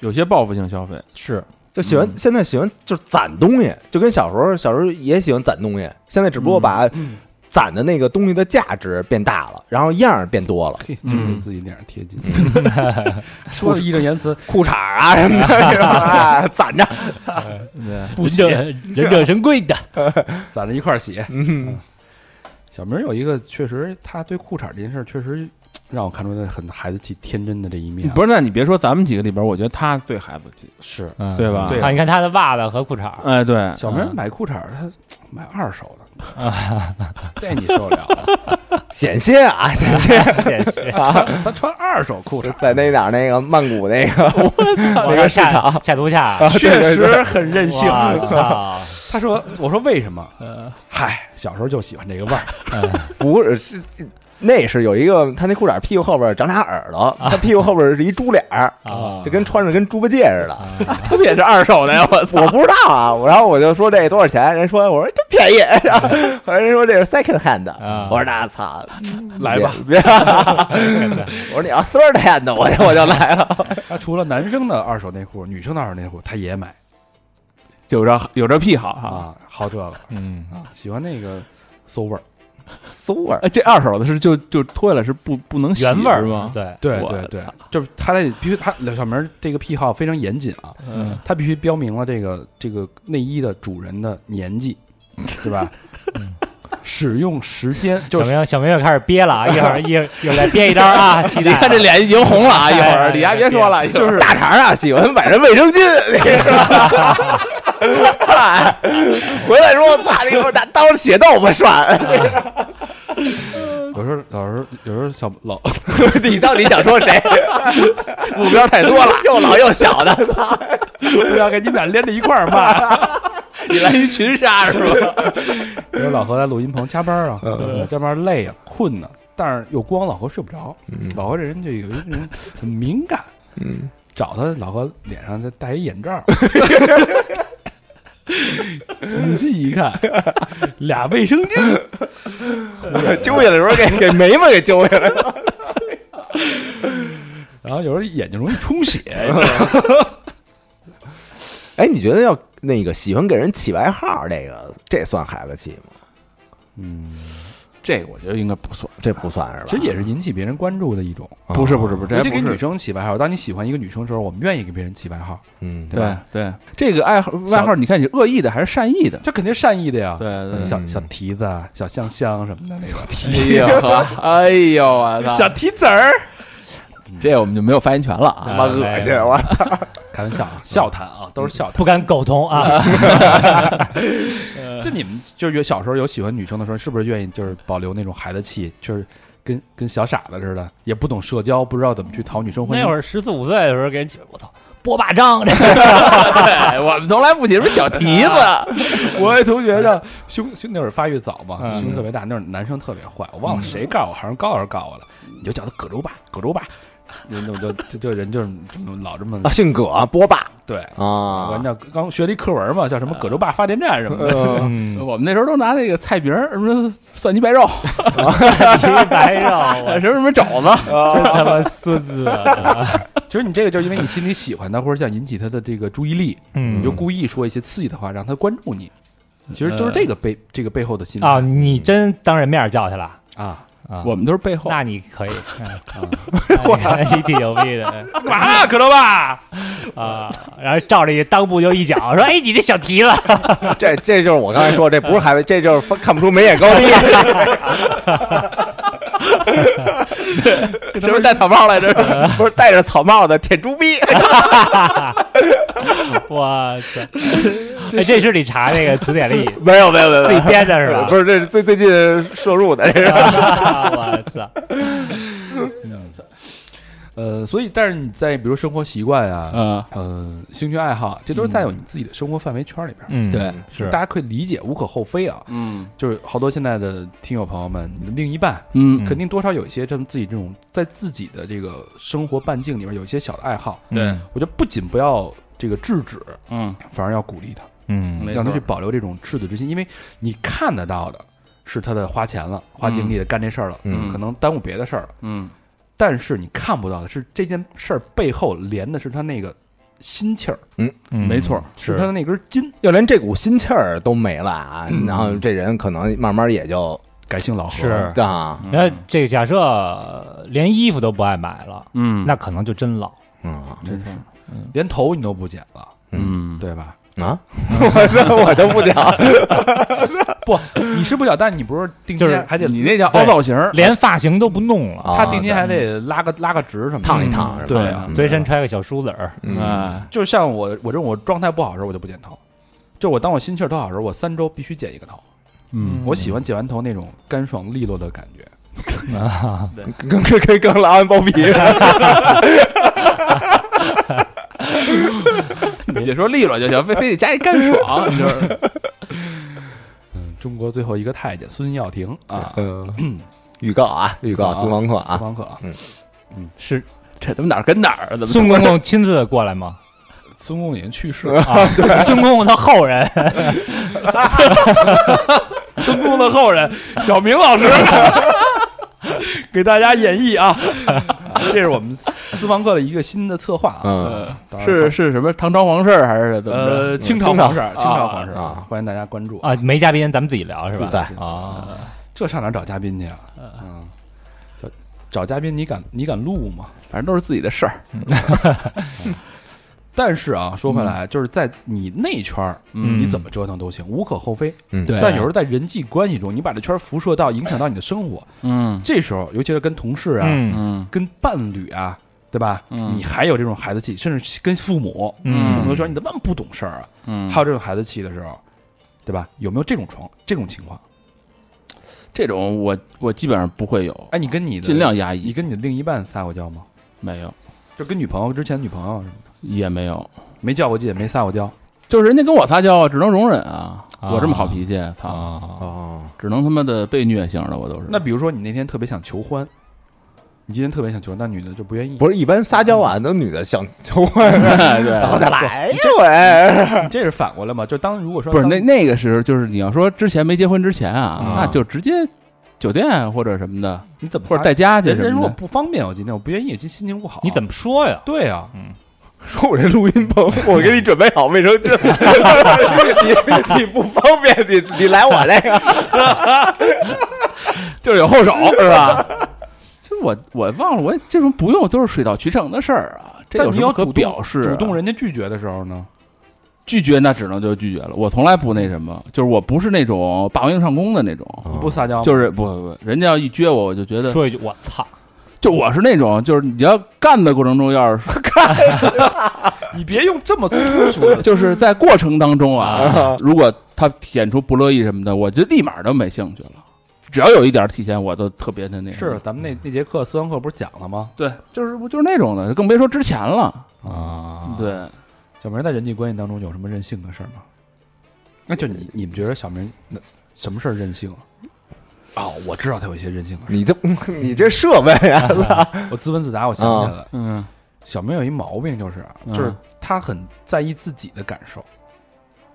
[SPEAKER 5] 有些报复性消费，
[SPEAKER 2] 是
[SPEAKER 1] 就喜欢、现在喜欢就是攒东西，就跟小时候小时候也喜欢攒东西，现在只不过把攒的那个东西的价值变大了，然后样儿变多了，
[SPEAKER 3] 嘿，
[SPEAKER 5] 嗯
[SPEAKER 3] 真给自己脸上贴金， 说的义正言辞，
[SPEAKER 1] 裤衩啊什么的是吧，攒着。
[SPEAKER 2] 不行，忍 者神龟的。
[SPEAKER 3] 攒着一块儿写。嗯小明有一个，确实他对裤衩这件事，确实让我看出他很孩子气、天真的这一面。啊
[SPEAKER 5] 不是？那你别说咱们几个里边，我觉得他最孩子气，
[SPEAKER 3] 是
[SPEAKER 2] 嗯
[SPEAKER 5] 对吧
[SPEAKER 3] 对
[SPEAKER 2] 啊，你看他的袜子和裤衩
[SPEAKER 4] 嗯
[SPEAKER 2] 儿，
[SPEAKER 5] 哎，对，
[SPEAKER 3] 小明买裤衩儿，他买二手的， 这你受得了吗？
[SPEAKER 1] 险些啊，险些
[SPEAKER 2] 谢谢。
[SPEAKER 3] 他穿二手裤衩，
[SPEAKER 1] 在那哪儿那个曼谷那个，
[SPEAKER 2] 我
[SPEAKER 1] 个
[SPEAKER 2] 说
[SPEAKER 1] 市
[SPEAKER 2] 下下毒下，
[SPEAKER 5] 确实很任性，
[SPEAKER 2] 我操！
[SPEAKER 3] 他说：“我说为什 么？嗨，小时候就喜欢这个味 儿。
[SPEAKER 1] 不是是那是有一个他那裤衩屁股后边长俩耳朵，他屁股后边是一猪脸儿
[SPEAKER 2] 啊
[SPEAKER 1] 就跟穿着跟猪八戒似的。他们也是二手的呀，我操！我不知道啊，我然后我就说这多少钱？人说我说真便宜，然后后来人说这是 second hand，
[SPEAKER 2] 啊
[SPEAKER 1] 我说那操，
[SPEAKER 3] 来吧
[SPEAKER 1] 别，别我说你要 third hand，我就我就来了。”
[SPEAKER 3] 他除了男生的二手内裤，女生的二手内裤他也买
[SPEAKER 5] 有这有这癖好哈。
[SPEAKER 3] 啊，好这个
[SPEAKER 2] 嗯，
[SPEAKER 3] 啊，喜欢那个馊味儿。
[SPEAKER 1] 馊味儿，
[SPEAKER 5] 哎，这二手的是就就脱下来是不不能洗
[SPEAKER 2] 原味儿
[SPEAKER 5] 是吗？
[SPEAKER 2] 对，
[SPEAKER 3] 对
[SPEAKER 5] 我
[SPEAKER 3] 对对，就是他得必须他刘小明这个癖好非常严谨啊，
[SPEAKER 5] 嗯，
[SPEAKER 3] 他必须标明了这个这个内衣的主人的年纪，是 吧？使用时间就
[SPEAKER 2] 小
[SPEAKER 3] 是
[SPEAKER 2] 明小明又开始憋了啊，一会儿一一会儿来憋一 张啊，期
[SPEAKER 5] 你
[SPEAKER 2] 待啊。
[SPEAKER 5] 看这脸已经红了啊！一会
[SPEAKER 2] 哎
[SPEAKER 5] 儿
[SPEAKER 2] 哎
[SPEAKER 5] 李佳别说了，一会儿
[SPEAKER 1] 就是大肠啊，喜欢买人卫生巾，你知道吗？回来说，操你给我拿刀血豆腐涮，
[SPEAKER 3] 有时候老师有时候小老
[SPEAKER 1] 你到底想说谁？目标太多了，又老又小的，
[SPEAKER 5] 不要给你们俩连着一块儿骂，你来一群杀是吧？
[SPEAKER 3] 有时候老何在录音棚加班啊，
[SPEAKER 5] 嗯
[SPEAKER 3] 加班累啊困呢，但是又光老何睡不着，
[SPEAKER 5] 嗯
[SPEAKER 3] 老何这人就有一种很敏感，
[SPEAKER 1] 嗯，
[SPEAKER 3] 找他老何脸上再戴一 眼罩，仔细一看，俩卫生巾。
[SPEAKER 1] 揪下来的时候给给眉毛给揪下来了。
[SPEAKER 3] 然后有时候眼睛容易充血，
[SPEAKER 1] 哎，你觉得要那个喜欢给人起外号，这个这算孩子气吗？
[SPEAKER 5] 这个我觉得应该不算，
[SPEAKER 1] 这不算是吧？
[SPEAKER 3] 其实也是引起别人关注的一种。
[SPEAKER 5] 不是不是不是，
[SPEAKER 3] 尤
[SPEAKER 5] 这
[SPEAKER 3] 其
[SPEAKER 5] 还
[SPEAKER 3] 给
[SPEAKER 5] 不
[SPEAKER 3] 女
[SPEAKER 5] 是
[SPEAKER 3] 生起外号，当你喜欢一个女生的时候，我们愿意给别人起外号，
[SPEAKER 1] 嗯，
[SPEAKER 3] 对吧？
[SPEAKER 5] 对这个爱好外号，你看你是恶意的还是善意的？嗯
[SPEAKER 3] 这肯定是善意的呀。
[SPEAKER 5] 对对，
[SPEAKER 3] 小小蹄子、啊、小香香什么的那种。
[SPEAKER 5] 哎呦哎呦我操，小蹄子儿，这我们就没有发言权了
[SPEAKER 1] 他
[SPEAKER 5] 啊！
[SPEAKER 1] 妈恶心我！
[SPEAKER 3] 开玩笑啊， 笑谈啊，都是笑谈。
[SPEAKER 2] 不敢苟同啊，
[SPEAKER 3] 就你们就是有小时候有喜欢女生的时候，是不是愿意就是保留那种孩子气，就是跟跟小傻子似的，也不懂社交，不知道怎么去讨女生欢
[SPEAKER 2] 那
[SPEAKER 3] 心
[SPEAKER 2] 会。儿十四五岁的时候给人起，我操，波霸 张，
[SPEAKER 5] 对，我们从来不起什么小蹄子，
[SPEAKER 3] 我有一同学呢，胸胸那会儿发育早嘛，
[SPEAKER 2] 嗯
[SPEAKER 3] 胸特别大，那会儿男生特别坏，我忘了谁告我，好像高老师告我了，你就叫他葛洲爸，葛 洲爸，人就就就就人就是这么老这么
[SPEAKER 1] 啊，姓葛，波霸
[SPEAKER 3] 对，我
[SPEAKER 1] 啊
[SPEAKER 3] 按，照刚学了一课文嘛，叫
[SPEAKER 4] 啊
[SPEAKER 3] 什么葛洲坝发电站什么的，
[SPEAKER 2] 嗯，
[SPEAKER 5] 我们那时候都拿那个菜饼儿什么蒜泥白 肉，
[SPEAKER 2] 一白肉，我啊
[SPEAKER 5] 什么什么肘子，
[SPEAKER 2] 真他妈孙子啊，
[SPEAKER 3] 其实你这个就是因为你心里喜欢他，或者想引起他的这个注意力，
[SPEAKER 2] 嗯
[SPEAKER 3] 你就故意说一些刺激的话，让他关注你。其实
[SPEAKER 4] 嗯
[SPEAKER 3] 就是这个背这个背后的心态
[SPEAKER 2] 啊，你真当人面叫去了
[SPEAKER 3] 啊，
[SPEAKER 2] 啊？
[SPEAKER 4] 我们都是背后
[SPEAKER 2] 那你可以，嗯你挺牛逼的，干嘛呢，可乐爸？啊，然后照着一裆部就一脚，说：“哎，你这小蹄子。
[SPEAKER 1] 这这就是我刚才说，这不是孩子，这就是看不出眉眼高低。
[SPEAKER 5] 是不是戴草帽来着？
[SPEAKER 1] 不是戴着草帽的铁猪逼，”
[SPEAKER 2] 哇塞！哎，这是你查那个词典里
[SPEAKER 1] 没有没有没有没
[SPEAKER 2] 自己
[SPEAKER 1] 有，
[SPEAKER 2] 编的是吧？
[SPEAKER 1] 不是这是最最近摄入的， 这是
[SPEAKER 2] 啊我操！
[SPEAKER 3] 呃，所以但是你在比如生活习惯啊，
[SPEAKER 4] 嗯
[SPEAKER 3] 嗯，兴趣爱好，这都是在有你自己的生活范围圈里边儿，
[SPEAKER 2] 嗯，
[SPEAKER 4] 对，
[SPEAKER 2] 是
[SPEAKER 3] 大家可以理解，无可厚非啊。
[SPEAKER 4] 嗯
[SPEAKER 3] 就是好多现在的听友朋友们，你的另一半
[SPEAKER 4] 嗯
[SPEAKER 3] 肯定多少有一些他们自己这种在自己的这个生活半径里边有一些小的爱好，
[SPEAKER 4] 对，
[SPEAKER 3] 我觉得不仅不要这个制止，
[SPEAKER 4] 嗯，
[SPEAKER 3] 反而要鼓励他，
[SPEAKER 2] 嗯
[SPEAKER 4] 没
[SPEAKER 3] 让他
[SPEAKER 4] 错
[SPEAKER 3] 去保留这种赤子之心，因为你看得到的是他的花钱了、花精力的干这事儿了，
[SPEAKER 1] 嗯
[SPEAKER 3] 可能耽误别的事儿了，
[SPEAKER 4] 嗯
[SPEAKER 3] 但是你看不到的是这件事儿背后连的是他那个心气儿，
[SPEAKER 2] 没
[SPEAKER 4] 错，
[SPEAKER 3] 是他的那根筋。
[SPEAKER 1] 要连这股心气儿都没了啊，然后这人可能慢慢也就
[SPEAKER 3] 改姓老何
[SPEAKER 2] 是。
[SPEAKER 1] 啊，
[SPEAKER 5] 嗯
[SPEAKER 2] 然后这个假设呃连衣服都不爱买了，
[SPEAKER 4] 嗯
[SPEAKER 2] 那可能就真老。
[SPEAKER 1] 嗯
[SPEAKER 4] 没错，
[SPEAKER 3] 连头你都不剪了，
[SPEAKER 4] 嗯
[SPEAKER 3] 对吧？
[SPEAKER 1] 啊， 我我就不 讲，
[SPEAKER 3] 不，你是不剪，但你不是定期
[SPEAKER 2] 就是
[SPEAKER 3] 还得
[SPEAKER 4] 你那叫凹造型儿，
[SPEAKER 2] 连发型都不弄
[SPEAKER 5] 啊
[SPEAKER 2] 了，哎
[SPEAKER 3] 他定期还得拉个拉个直什么的
[SPEAKER 1] 烫一烫，
[SPEAKER 3] 对啊，
[SPEAKER 5] 嗯
[SPEAKER 2] 随身揣个小梳子儿，
[SPEAKER 1] 啊，
[SPEAKER 4] 哎，
[SPEAKER 3] 就像我我这种我状态不好的时候，我就不剪头。就我当我心气儿特好的时候，我三周必须剪一个头。
[SPEAKER 4] 嗯
[SPEAKER 3] 我喜欢剪完头那种干爽利落的感 觉。
[SPEAKER 1] 更更更更拉完包皮，
[SPEAKER 5] 你就说利落就行，非非得加一干 爽，你就是
[SPEAKER 3] 嗯，中国最后一个太监孙耀庭
[SPEAKER 5] 哎
[SPEAKER 3] 啊，
[SPEAKER 1] 嗯，预告啊，预告私房课
[SPEAKER 3] 私
[SPEAKER 1] 啊，
[SPEAKER 3] 房课啊，
[SPEAKER 2] 是
[SPEAKER 5] 嗯这他妈哪儿跟哪儿啊？怎么
[SPEAKER 2] 孙公公亲自过来吗？
[SPEAKER 3] 孙公已经去世，
[SPEAKER 2] 啊，孙公公的后人，
[SPEAKER 5] 孙公的后人小明老师给大家演绎啊？
[SPEAKER 3] 这是我们私房课的一个新的策划啊。
[SPEAKER 1] 嗯
[SPEAKER 3] 当然
[SPEAKER 5] 是是什么唐朝皇室还是怎么着？
[SPEAKER 3] 呃，清朝
[SPEAKER 1] 清朝
[SPEAKER 3] 皇室，清朝皇室
[SPEAKER 1] 啊，
[SPEAKER 3] 欢迎大家关注
[SPEAKER 2] 啊，没嘉宾咱们自己聊是
[SPEAKER 3] 自己
[SPEAKER 2] 吧？
[SPEAKER 3] 自己
[SPEAKER 2] 啊，
[SPEAKER 3] 这上哪儿找嘉宾去啊？嗯，找找嘉宾，你敢你敢录吗？嗯
[SPEAKER 5] 反正都是自己的事儿。
[SPEAKER 3] 但是啊，说回来，就是在你内圈儿，
[SPEAKER 2] 嗯
[SPEAKER 3] 你怎么折腾都行，无可厚非。
[SPEAKER 1] 嗯，
[SPEAKER 4] 对
[SPEAKER 3] 但有时候在人际关系中，你把这圈儿辐射到影响到你的生活，
[SPEAKER 4] 嗯
[SPEAKER 3] 这时候，尤其是跟同事啊、
[SPEAKER 2] 嗯
[SPEAKER 4] 嗯
[SPEAKER 3] 跟伴侣啊，对吧？
[SPEAKER 4] 嗯
[SPEAKER 3] 你还有这种孩子气，甚至跟父母，
[SPEAKER 2] 嗯
[SPEAKER 3] 父母都说你怎么那么不懂事儿啊？
[SPEAKER 4] 嗯，
[SPEAKER 3] 还有这种孩子气的时候，对吧？有没有这种床这种情况？
[SPEAKER 4] 这种我我基本上不会有，
[SPEAKER 3] 哎，你跟你的
[SPEAKER 4] 尽量压
[SPEAKER 3] 你
[SPEAKER 4] 抑，
[SPEAKER 3] 跟你的另一半撒过娇吗？
[SPEAKER 4] 没有
[SPEAKER 3] 就跟女朋友之前女朋友是吗
[SPEAKER 4] 也没有，
[SPEAKER 3] 没叫过姐，没撒过娇，
[SPEAKER 4] 就是人家跟我撒娇啊，只能容忍啊，
[SPEAKER 2] 啊
[SPEAKER 4] 我这么好脾气，操，
[SPEAKER 2] 啊，
[SPEAKER 1] 哦，
[SPEAKER 4] 只能他妈的被虐型的，我都是。
[SPEAKER 3] 那比如说你那天特别想求欢，你今天特别想求欢，但女的就不愿意。
[SPEAKER 1] 不是一般撒娇啊，那女的想求婚，
[SPEAKER 4] 对哎
[SPEAKER 1] 然后再来一回，
[SPEAKER 3] 你这是反过来嘛？就当如果说
[SPEAKER 4] 不是
[SPEAKER 3] 当
[SPEAKER 4] 那那个时候，就是你要说之前没结婚之前啊
[SPEAKER 1] 啊，
[SPEAKER 4] 那就直接酒店或者什么的，
[SPEAKER 3] 你怎么
[SPEAKER 4] 或者
[SPEAKER 3] 带
[SPEAKER 4] 在家去
[SPEAKER 3] 人
[SPEAKER 4] 什
[SPEAKER 3] 人如
[SPEAKER 4] 么
[SPEAKER 3] 果
[SPEAKER 4] 的。
[SPEAKER 3] 不方便，我今天我不愿意，今心情不好。
[SPEAKER 2] 你怎
[SPEAKER 3] 么
[SPEAKER 2] 么说呀？
[SPEAKER 3] 对啊？
[SPEAKER 1] 说我这录音棚，我给你准备好卫生 巾了，你你不方便，你你来我这个，
[SPEAKER 5] 就是有后手是吧？
[SPEAKER 4] 就我我忘了，我也这种不用都是水到渠成的事儿啊。这
[SPEAKER 3] 但
[SPEAKER 4] 有
[SPEAKER 3] 你
[SPEAKER 4] 什么
[SPEAKER 3] 要主
[SPEAKER 4] 可
[SPEAKER 3] 动
[SPEAKER 4] 表示啊？
[SPEAKER 3] 主动人家拒绝的时候呢？
[SPEAKER 4] 拒绝，那只能就拒绝了。我从来不那什么，就是我不是那种霸王硬上弓的那种，
[SPEAKER 3] 你不撒娇吗，
[SPEAKER 4] 哦就是不不不，人家要一撅我，我就觉得，
[SPEAKER 2] 说一句我操，
[SPEAKER 4] 就我是那种，就是你要干的过程中，要是
[SPEAKER 3] 你别用这么粗俗的
[SPEAKER 4] 就是在过程当中啊，如果他体现出不乐意什么的，我就立马都没兴趣了。只要有一点体现，我都特别的那什么
[SPEAKER 3] 是咱们那那节课私房课不是讲了吗？
[SPEAKER 4] 对，就是我就是那种的，更别说之前了。
[SPEAKER 2] 啊，
[SPEAKER 4] 对，
[SPEAKER 3] 小明在人际关系当中有什么任性的事儿吗？那就你你们觉得小明那什么事儿任性啊？哦，我知道他有一些任性的事
[SPEAKER 1] 你这你这设备 啊，
[SPEAKER 3] 儿。我自问自答，我想起来了，
[SPEAKER 4] 嗯，
[SPEAKER 3] 小明有一毛病，就是啊
[SPEAKER 4] 嗯
[SPEAKER 3] 就是他很在意自己的感受，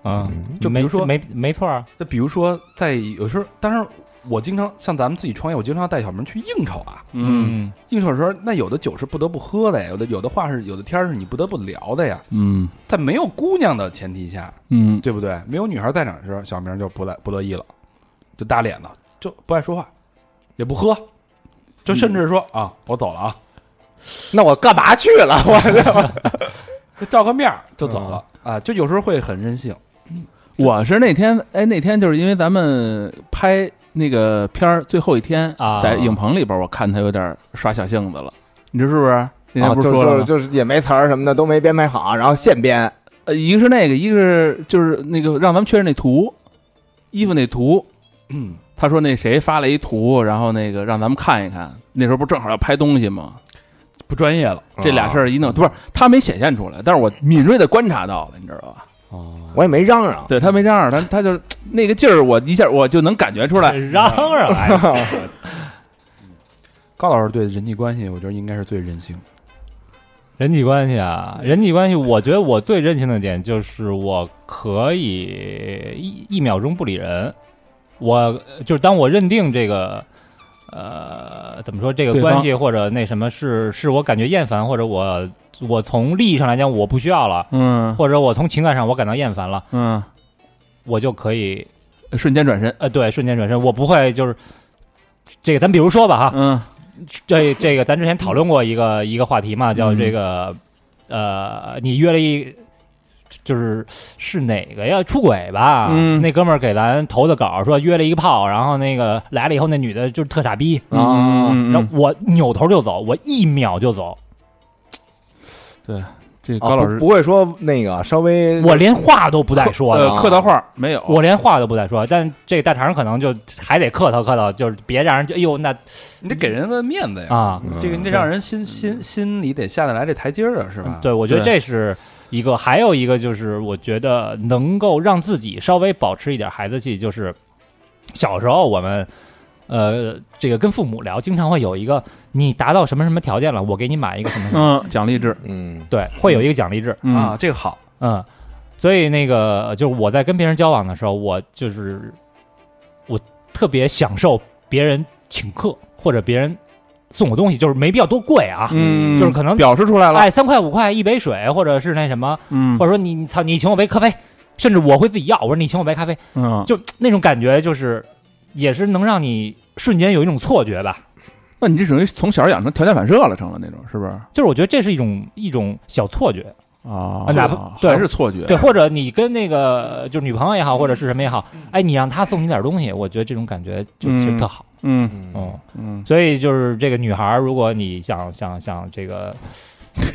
[SPEAKER 2] 啊，
[SPEAKER 3] 就比
[SPEAKER 2] 没
[SPEAKER 3] 如说
[SPEAKER 2] 没没错啊儿，
[SPEAKER 3] 就比如说在有时候，当然我经常像咱们自己创业，我经常要带小明去应酬啊。
[SPEAKER 4] 嗯
[SPEAKER 3] 应酬的时候，那有的酒是不得不喝的呀，有的有的话是有的天儿是你不得不聊的呀。
[SPEAKER 4] 嗯
[SPEAKER 3] 在没有姑娘的前提下，
[SPEAKER 4] 嗯，
[SPEAKER 3] 对不对？没有女孩在场的时候，小明就不乐不乐意了，就大脸了，就不爱说话，也不喝，就甚至说、啊，我走了啊，
[SPEAKER 1] 那我干嘛去了？我
[SPEAKER 3] 就照个面儿就走了、啊，就有时候会很任性。
[SPEAKER 4] 我是那天哎，那天就是因为咱们拍那个片儿最后一天
[SPEAKER 2] 啊
[SPEAKER 4] 在影棚里边，我看他有点耍小性子了，你说是不是？那天
[SPEAKER 1] 啊
[SPEAKER 4] 不是
[SPEAKER 1] 就
[SPEAKER 4] 说了
[SPEAKER 1] 就
[SPEAKER 4] 吗
[SPEAKER 1] 是就是也没词儿什么的都没编排好，然后现编。
[SPEAKER 4] 呃，一个是那个，一个是就是那个让咱们确认那图，衣服那图。他说那谁发了一图，然后那个让咱们看一看。那时候不正好要拍东西吗？
[SPEAKER 3] 不专业了，
[SPEAKER 4] 这俩
[SPEAKER 1] 啊
[SPEAKER 4] 事儿
[SPEAKER 3] 啊
[SPEAKER 4] 一弄，不是他没显现出来，但是我敏锐的观察到了，你知道吧？
[SPEAKER 1] 我也没嚷嚷，
[SPEAKER 4] 对他没这样，他他就那个劲儿，我一下我就能感觉出来。
[SPEAKER 2] 嚷嚷来，
[SPEAKER 3] 高老师对人际关系，我觉得应该是最任性的。
[SPEAKER 2] 人际关系啊，人际关系，我觉得我最任性的点就是我可以一一秒钟不理人，我就是当我认定这个。呃，怎么说这个
[SPEAKER 4] 对方
[SPEAKER 2] 关系或者那什么是是我感觉厌烦，或者我我从利益上来讲我不需要了，
[SPEAKER 4] 嗯
[SPEAKER 2] 或者我从情感上我感到厌烦了，
[SPEAKER 4] 嗯，
[SPEAKER 2] 我就可以
[SPEAKER 4] 瞬间转身。
[SPEAKER 2] 呃对瞬间转身，我不会就是这个咱比如说吧哈，
[SPEAKER 3] 哦
[SPEAKER 4] 嗯
[SPEAKER 2] 这这个咱之前讨论过一个一个话题嘛，
[SPEAKER 4] 嗯
[SPEAKER 2] 叫这个、呃，你约了一就是是哪个呀？出轨吧？
[SPEAKER 4] 嗯
[SPEAKER 2] 那哥们儿给咱投的稿说约了一个炮，然后那个来了以后，那女的就是特傻逼，
[SPEAKER 4] 啊，嗯
[SPEAKER 2] 然后我扭头就走，我一秒就走，
[SPEAKER 1] 啊
[SPEAKER 4] 这高老
[SPEAKER 1] 不
[SPEAKER 4] 师，
[SPEAKER 1] 不会说那个稍微
[SPEAKER 2] 我连话都不带说
[SPEAKER 4] 嗯呃
[SPEAKER 3] 啊
[SPEAKER 2] 了。，
[SPEAKER 4] 客套话没有，
[SPEAKER 2] 我连话都不带说，但这大肠可能就还得客套客套，就是别让人就哎呦那
[SPEAKER 3] 你得给人个面子呀，
[SPEAKER 2] 啊，
[SPEAKER 3] 这个你得让人心心心里得下得来这台阶儿啊，是吧？
[SPEAKER 2] 嗯对，我觉得
[SPEAKER 4] 对
[SPEAKER 2] 这是一个，还有一个就是，我觉得能够让自己稍微保持一点孩子气，就是小时候我们。呃，这个跟父母聊，经常会有一个你达到什么什么条件了，我给你买一个什么什么，
[SPEAKER 4] 嗯，奖励制
[SPEAKER 1] 嗯
[SPEAKER 2] 对，会有一个奖励制，
[SPEAKER 4] 嗯
[SPEAKER 3] 啊，这个好，
[SPEAKER 2] 嗯，所以那个就是我在跟别人交往的时候，我就是我特别享受别人请客或者别人送我东西，就是没必要多贵啊，
[SPEAKER 4] 嗯，
[SPEAKER 2] 就是可能
[SPEAKER 4] 表示出来了，
[SPEAKER 2] 哎三块五块一杯水，或者是那什么，
[SPEAKER 4] 嗯
[SPEAKER 2] 或者说你你操你请我杯咖啡，甚至我会自己要，我说你请我杯咖啡，
[SPEAKER 4] 嗯，
[SPEAKER 2] 就那种感觉就是也是能让你瞬间有一种错觉吧，
[SPEAKER 4] 那你这属于从小养成条件反射了，成了那种，是不是？
[SPEAKER 2] 就是我觉得这是一种一种小错觉，
[SPEAKER 4] 啊
[SPEAKER 2] 啊哪怕对
[SPEAKER 4] 还是错觉，
[SPEAKER 2] 对，或者你跟那个就是女朋友也
[SPEAKER 4] 嗯
[SPEAKER 2] 好，或者是什么也好，哎，你让她送你点东西，我觉得这种感觉就其实特好，
[SPEAKER 4] 嗯
[SPEAKER 1] 嗯，
[SPEAKER 2] 嗯，
[SPEAKER 4] 嗯
[SPEAKER 2] 所以就是这个女孩儿，如果你想想想这个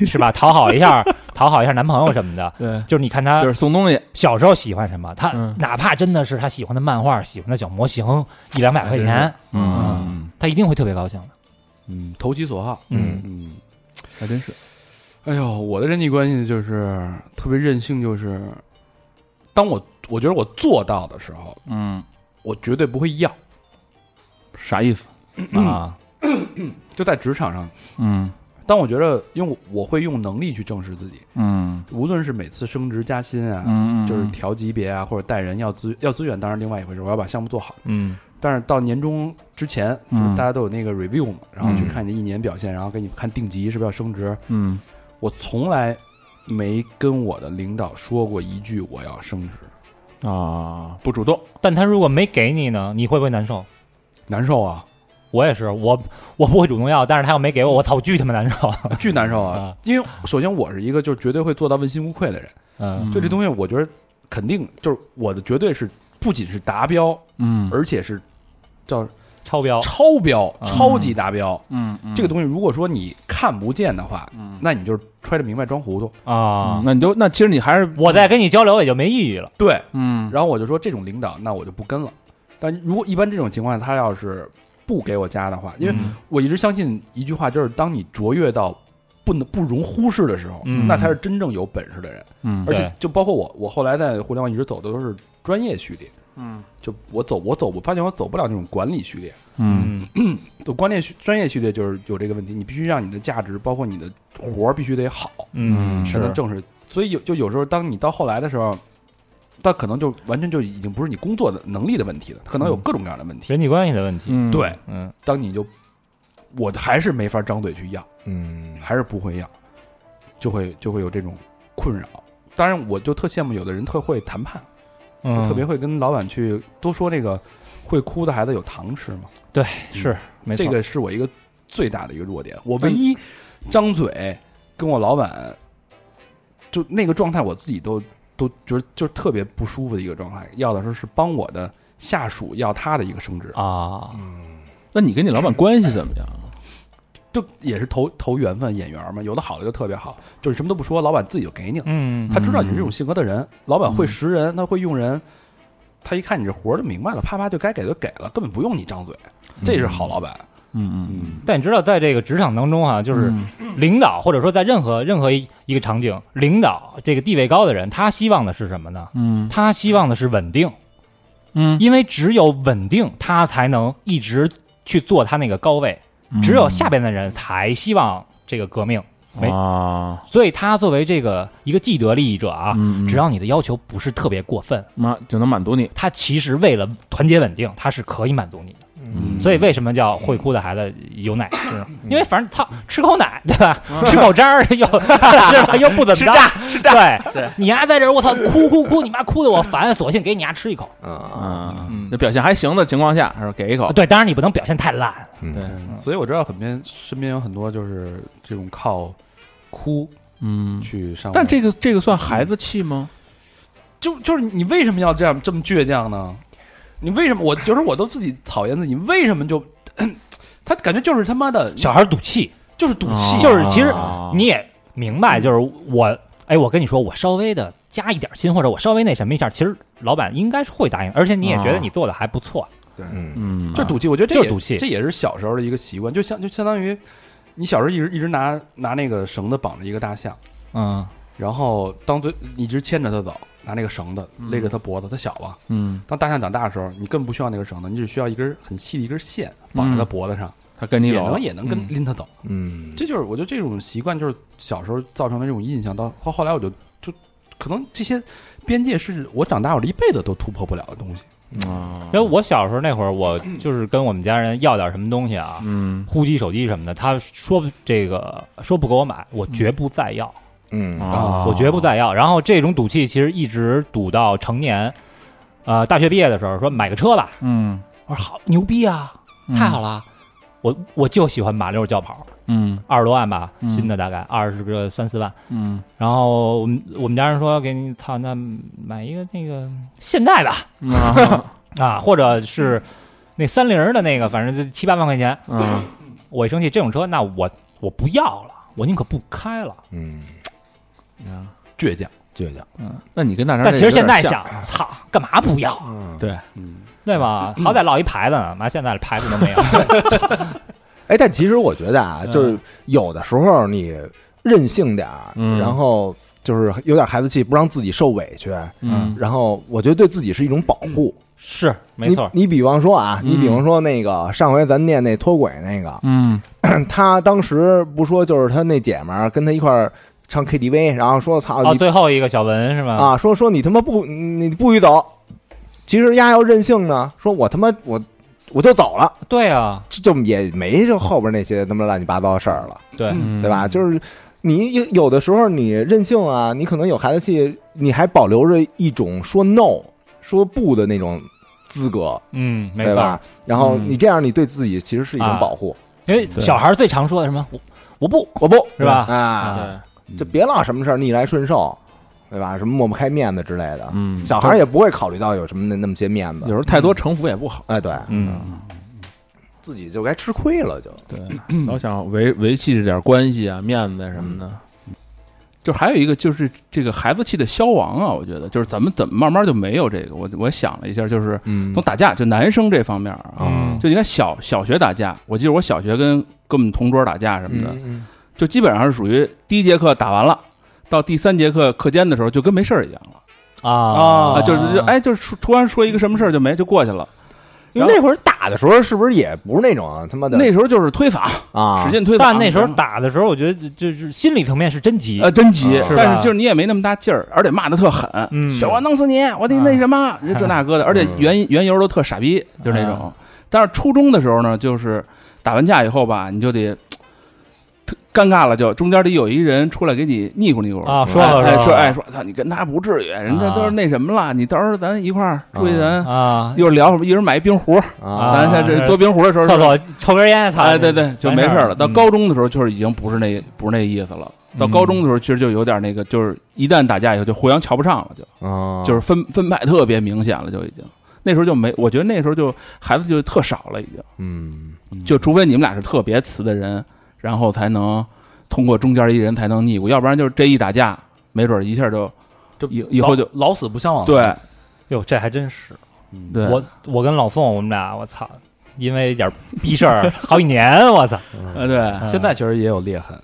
[SPEAKER 2] 是吧，讨好一下 讨好一下男朋友什么的，
[SPEAKER 4] 对，
[SPEAKER 2] 就是你看她
[SPEAKER 4] 就是送东西，
[SPEAKER 2] 小时候喜欢什么，他
[SPEAKER 4] 嗯
[SPEAKER 2] 哪怕真的是他喜欢的漫画、喜欢的小模型，一两百块钱，
[SPEAKER 4] 嗯
[SPEAKER 2] 他一定会特别高兴的。
[SPEAKER 3] 嗯，投其所好，
[SPEAKER 1] 嗯
[SPEAKER 3] 嗯。
[SPEAKER 4] 还真是，
[SPEAKER 3] 哎呦，我的人际关系就是特别任性，就是当我我觉得我做到的时候，
[SPEAKER 4] 嗯，
[SPEAKER 3] 我绝对不会要。
[SPEAKER 4] 啥意思？
[SPEAKER 2] 啊，
[SPEAKER 3] 就在职场上，
[SPEAKER 4] 嗯
[SPEAKER 3] 当我觉得，因为我我会用能力去证实自己，
[SPEAKER 4] 嗯
[SPEAKER 3] 无论是每次升职加薪啊，
[SPEAKER 4] 嗯，
[SPEAKER 3] 就是调级别啊，或者带人要资要资源，当然另外一回事，我要把项目做好。
[SPEAKER 2] 嗯
[SPEAKER 3] 但是到年终之前，就
[SPEAKER 4] 嗯
[SPEAKER 3] 是大家都有那个 review 嘛，然后去
[SPEAKER 1] 嗯
[SPEAKER 3] 看你一年表现，然后给你看定级是不是要升职。
[SPEAKER 4] 嗯
[SPEAKER 3] 我从来没跟我的领导说过一句我要升职，
[SPEAKER 4] 啊，不主动，
[SPEAKER 2] 但他如果没给你呢，你会不会难受？
[SPEAKER 3] 难受啊。
[SPEAKER 2] 我也是，我我不会主动要，但是他要没给我，我操，我巨他妈难受。
[SPEAKER 3] 巨难受啊
[SPEAKER 2] 啊！
[SPEAKER 3] 因为首先我是一个就是绝对会做到问心无愧的人，
[SPEAKER 2] 嗯
[SPEAKER 3] 就这东西我觉得肯定就是我的绝对是不仅是达标，
[SPEAKER 4] 嗯
[SPEAKER 3] 而且是叫
[SPEAKER 2] 超标，
[SPEAKER 3] 超标、
[SPEAKER 2] 嗯
[SPEAKER 3] 超级达标。
[SPEAKER 4] 嗯，
[SPEAKER 3] 这个东西如果说你看不见的话，那你就是揣着明白装糊涂。
[SPEAKER 2] 啊
[SPEAKER 4] 啊，，那你就那其实你还是
[SPEAKER 2] 我在跟你交流也就没意义了。
[SPEAKER 3] 对，
[SPEAKER 4] 嗯
[SPEAKER 3] 然后我就说这种领导，那我就不跟了。但如果一般这种情况下，他要是不给我加的话，因为
[SPEAKER 2] 嗯
[SPEAKER 3] 我一直相信一句话，就是当你卓越到不能不容忽视的时候，
[SPEAKER 2] 嗯
[SPEAKER 3] 那才是真正有本事的人。
[SPEAKER 4] 嗯
[SPEAKER 3] 而且
[SPEAKER 2] 对
[SPEAKER 3] 就包括我，我后来在互联网一直走的都是专业序列，
[SPEAKER 4] 嗯
[SPEAKER 3] 就我走我走，我发现我走不了那种管理序列。
[SPEAKER 4] 嗯
[SPEAKER 2] 嗯
[SPEAKER 3] 就关键序专业序列就是有这个问题，你必须让你的价值，包括你的活儿必须得好，
[SPEAKER 2] 嗯，
[SPEAKER 3] 才能正视。所以有就有时候，当你到后来的时候，但可能就完全就已经不是你工作的能力的问题了，可能有各种各样的问题。
[SPEAKER 2] 人际关系的问题。
[SPEAKER 5] 嗯，
[SPEAKER 3] 对，
[SPEAKER 2] 嗯，
[SPEAKER 3] 当你就我还是没法张嘴去要，
[SPEAKER 1] 嗯，
[SPEAKER 3] 还是不会要，就会就会有这种困扰。当然，我就特羡慕有的人特会谈判，
[SPEAKER 2] 嗯
[SPEAKER 3] 特别会跟老板去都说这个会哭的孩子有糖吃嘛，
[SPEAKER 2] 是没错。
[SPEAKER 3] 这个是我一个最大的一个弱点。我唯一张嘴跟我老板就那个状态，我自己都都觉得就特别不舒服的一个状态。要的时候是帮我的下属要他的一个升职，
[SPEAKER 2] 啊，
[SPEAKER 5] 那你跟你老板关系怎么样？
[SPEAKER 3] 就也是投投缘分演员嘛，有的好的就特别好，就是什么都不说，老板自己就给你了。
[SPEAKER 2] 嗯，
[SPEAKER 3] 他知道你是这种性格的人，老板会识人，他会用人，他一看你这活儿就明白了，啪啪就该给就给了，根本不用你张嘴，这是好老板。
[SPEAKER 5] 嗯嗯，
[SPEAKER 3] 嗯，
[SPEAKER 2] 但你知道，在这个职场当中啊，
[SPEAKER 4] 嗯
[SPEAKER 2] 就是领导或者说在任何任何一一个场景，领导这个地位高的人，他希望的是什么呢？
[SPEAKER 5] 嗯
[SPEAKER 2] 他希望的是稳定，
[SPEAKER 5] 嗯
[SPEAKER 2] 因为只有稳定，他才能一直去做他那个高位。
[SPEAKER 4] 嗯
[SPEAKER 2] 只有下边的人才希望这个革命，没
[SPEAKER 5] 嗯啊，
[SPEAKER 2] 所以他作为这个一个既得利益者啊，
[SPEAKER 5] 嗯嗯
[SPEAKER 2] 只要你的要求不是特别过分，
[SPEAKER 5] 妈就能满足你。
[SPEAKER 2] 他其实为了团结稳定，他是可以满足你的。
[SPEAKER 5] 嗯
[SPEAKER 2] 所以为什么叫会哭的孩子有奶吃？因为反正操，吃口 奶对吧？吃口渣儿又 是吧？又不怎么着，吃渣。对，你丫在这儿，我操，哭哭哭，你妈哭的我烦，索性给你丫吃一口。
[SPEAKER 1] 啊，
[SPEAKER 5] 啊，那表现还行的情况下，是吧给一口。
[SPEAKER 2] 对，当然你不能表现太烂，
[SPEAKER 1] 对
[SPEAKER 5] 对，
[SPEAKER 3] 嗯所以我知道很边身边有很多就是这种靠哭
[SPEAKER 5] 嗯，
[SPEAKER 3] 去上位，
[SPEAKER 5] 但这个这个算孩子气吗？
[SPEAKER 3] 就就是你为什么要这样这么倔强呢？你为什么？我有时候我都自己讨厌自己，为什么就嗯他感觉就是他妈的
[SPEAKER 2] 小孩赌气，
[SPEAKER 3] 就是赌气，
[SPEAKER 2] 就是其实
[SPEAKER 5] 啊
[SPEAKER 2] 你也明白，就是我，哎，我跟你说，我稍微的加一点心，或者我稍微那什么一下，其实老板应该是会答应，而且你也觉得你做的还不错。
[SPEAKER 1] 嗯
[SPEAKER 5] 嗯，
[SPEAKER 3] 就赌气。我觉得这
[SPEAKER 2] 就是
[SPEAKER 3] 也
[SPEAKER 2] 赌气
[SPEAKER 3] 这也是小时候的一个习惯，就相就相当于你小时候一直一直拿拿那个绳子绑着一个大象，
[SPEAKER 2] 嗯，
[SPEAKER 3] 然后当最一直牵着它走，拿那个绳子勒着它脖子，它小啊。
[SPEAKER 5] 嗯，
[SPEAKER 3] 当大象长大的时候，你更不需要那个绳子，你只需要一根很细的一根线
[SPEAKER 4] 嗯
[SPEAKER 3] 绑在它脖子上，
[SPEAKER 5] 他跟你
[SPEAKER 3] 也
[SPEAKER 5] 走了
[SPEAKER 3] 能，也能跟
[SPEAKER 2] 嗯
[SPEAKER 3] 拎它走。
[SPEAKER 1] 嗯，
[SPEAKER 3] 这就是我觉得这种习惯就是小时候造成的这种印象，到后后来我就就可能这些边界是我长大我这一辈子都突破不了的东西。
[SPEAKER 5] 啊
[SPEAKER 2] 因为我小时候那会儿，我就是跟我们家人要点什么东西啊，
[SPEAKER 5] 嗯
[SPEAKER 2] 呼机、手机什么的，他说这个说不给我买，我绝不再要，
[SPEAKER 1] 嗯
[SPEAKER 3] 啊
[SPEAKER 2] 我绝不再要。然后这种赌气其实一直赌到成年，呃，大学毕业的时候说买个车吧，
[SPEAKER 5] 嗯，
[SPEAKER 2] 我说好牛逼啊，太好了，我我就喜欢马六轿跑，
[SPEAKER 5] 嗯
[SPEAKER 2] 二十多万吧，
[SPEAKER 5] 嗯
[SPEAKER 2] 新的大概二十个三四万。
[SPEAKER 5] 嗯
[SPEAKER 2] 然后我们我们家人说给你操，那买一个那个现代吧，
[SPEAKER 5] 嗯啊
[SPEAKER 2] 啊，或者是那三菱儿的那个，反正就七八万块钱。
[SPEAKER 5] 嗯
[SPEAKER 2] 我一生气，这种车那我我不要了，我宁可不开了。
[SPEAKER 1] 嗯，
[SPEAKER 3] 倔强，
[SPEAKER 1] 倔强，
[SPEAKER 5] 嗯，那你跟大张这有点像，
[SPEAKER 2] 但其实现在想，操，干嘛不要，
[SPEAKER 1] 嗯，
[SPEAKER 5] 对，
[SPEAKER 3] 嗯，
[SPEAKER 2] 对吧？好歹落一牌子呢，妈，现在牌子都没有。
[SPEAKER 1] 哎，但其实我觉得啊，就是有的时候你任性点儿，
[SPEAKER 5] 嗯
[SPEAKER 1] 然后就是有点孩子气，不让自己受委屈，
[SPEAKER 5] 嗯
[SPEAKER 1] 然后我觉得对自己是一种保护。
[SPEAKER 2] 是，嗯没错，
[SPEAKER 1] 你，你比方说啊，
[SPEAKER 5] 嗯
[SPEAKER 1] 你比方说那个上回咱念那脱轨那个，
[SPEAKER 5] 嗯
[SPEAKER 1] 他当时不说就是他那姐们儿跟他一块儿唱 KTV，然后说操
[SPEAKER 2] 哦，
[SPEAKER 1] 你
[SPEAKER 2] 最后一个小文是吧？，
[SPEAKER 1] 啊，说说你他妈不你不许走，其实丫要任性呢，说我他妈我我就走了，
[SPEAKER 2] 对啊，
[SPEAKER 1] 就就也没就后边那些他妈乱七八糟的事儿了。
[SPEAKER 2] 对，
[SPEAKER 5] 嗯
[SPEAKER 1] 对吧？就是你有有的时候你任性啊，你可能有孩子气，你还保留着一种说 no、说不的那种资格，
[SPEAKER 2] 嗯，没
[SPEAKER 1] 对
[SPEAKER 2] 错
[SPEAKER 1] 吧。？然后
[SPEAKER 2] 嗯
[SPEAKER 1] 你这样，你对自己其实是一种
[SPEAKER 2] 啊
[SPEAKER 1] 保护。
[SPEAKER 2] 因为小孩最常说的什么，我我不
[SPEAKER 1] 我不
[SPEAKER 2] 是吧
[SPEAKER 1] 啊，
[SPEAKER 2] 啊，
[SPEAKER 1] 就别老什么事儿逆来顺受，对吧？什么抹不开面子之类的，
[SPEAKER 5] 嗯，
[SPEAKER 1] 小孩儿也不会考虑到有什么那那么些面
[SPEAKER 5] 有
[SPEAKER 1] 子
[SPEAKER 5] 时。候太多城府也不好，
[SPEAKER 1] 哎，对
[SPEAKER 2] 嗯，
[SPEAKER 1] 自己就该吃亏了，就
[SPEAKER 5] 对，老想维维系着点关系啊、面子啊什么的。就还有一个就是这个孩子气的消亡啊，我觉得就是咱们怎么慢慢就没有这个。我我想了一下，就是
[SPEAKER 1] 嗯
[SPEAKER 5] 从打架就男生这方面啊，
[SPEAKER 1] 嗯
[SPEAKER 5] 就你看小小学打架，我记得我小学跟跟我们同桌打架什么的，
[SPEAKER 1] 嗯
[SPEAKER 5] 就基本上是属于第一节课打完了，到第三节课课间的时候就跟没事儿一样了
[SPEAKER 2] 啊
[SPEAKER 5] 啊，
[SPEAKER 4] 哎
[SPEAKER 5] 就是就哎，就是突突然说一个什么事儿就没就过去了。
[SPEAKER 1] 因为那会儿打的时候，是不是也不是那种他妈的
[SPEAKER 4] 那时候就是推搡，
[SPEAKER 1] 啊
[SPEAKER 4] 使劲推搡。
[SPEAKER 2] 但那时候打的时候，我觉得就是心理层面是真急
[SPEAKER 4] 嗯呃，真急
[SPEAKER 2] 啊，是吧
[SPEAKER 4] 但是就是你也没那么大劲儿，而且骂的特狠，
[SPEAKER 2] 嗯啊
[SPEAKER 4] 小王弄死你，我得那什么，这那个的，而且原原由都特傻逼，就是那
[SPEAKER 2] 啊
[SPEAKER 4] 种。但是初中的时候呢，就是打完架以后吧，你就得特尴尬了，就中间得有一人出来给你腻咕腻咕
[SPEAKER 2] 啊，说了
[SPEAKER 4] 哎
[SPEAKER 2] 了
[SPEAKER 4] 说哎说，操你跟他不至于，人家都是那什么了，你到时候咱一块儿出去，咱
[SPEAKER 2] 啊，
[SPEAKER 4] 一会儿聊什么，一人买一冰壶，
[SPEAKER 1] 啊
[SPEAKER 4] 咱在这
[SPEAKER 2] 啊
[SPEAKER 4] 做冰壶的时候
[SPEAKER 2] 厕所抽根烟，操！
[SPEAKER 4] 哎，对对，就没事
[SPEAKER 2] 儿嗯
[SPEAKER 4] 了。到高中的时候，就是已经不是那不是那意思了。到高中的时候，其实就有点那个，就是一旦打架以后，就互相瞧不上了，就
[SPEAKER 1] 啊，
[SPEAKER 4] 就是分分派特别明显了，就已经。那时候就没，我觉得那时候就孩子就特少了，已经。
[SPEAKER 1] 嗯，
[SPEAKER 4] 就除非你们俩是特别瓷的人，然后才能通过中间一人才能腻咕，要不然就是这一打架，没准一下就
[SPEAKER 3] 就
[SPEAKER 4] 以以后就
[SPEAKER 3] 老老死不相往。
[SPEAKER 4] 对
[SPEAKER 2] 哟，这还真是。
[SPEAKER 4] 对。
[SPEAKER 2] 我我跟老凤，我们俩，我操，因为一点逼事儿，好几年，啊我操！
[SPEAKER 4] 呃对，
[SPEAKER 3] 现在其实也有裂痕，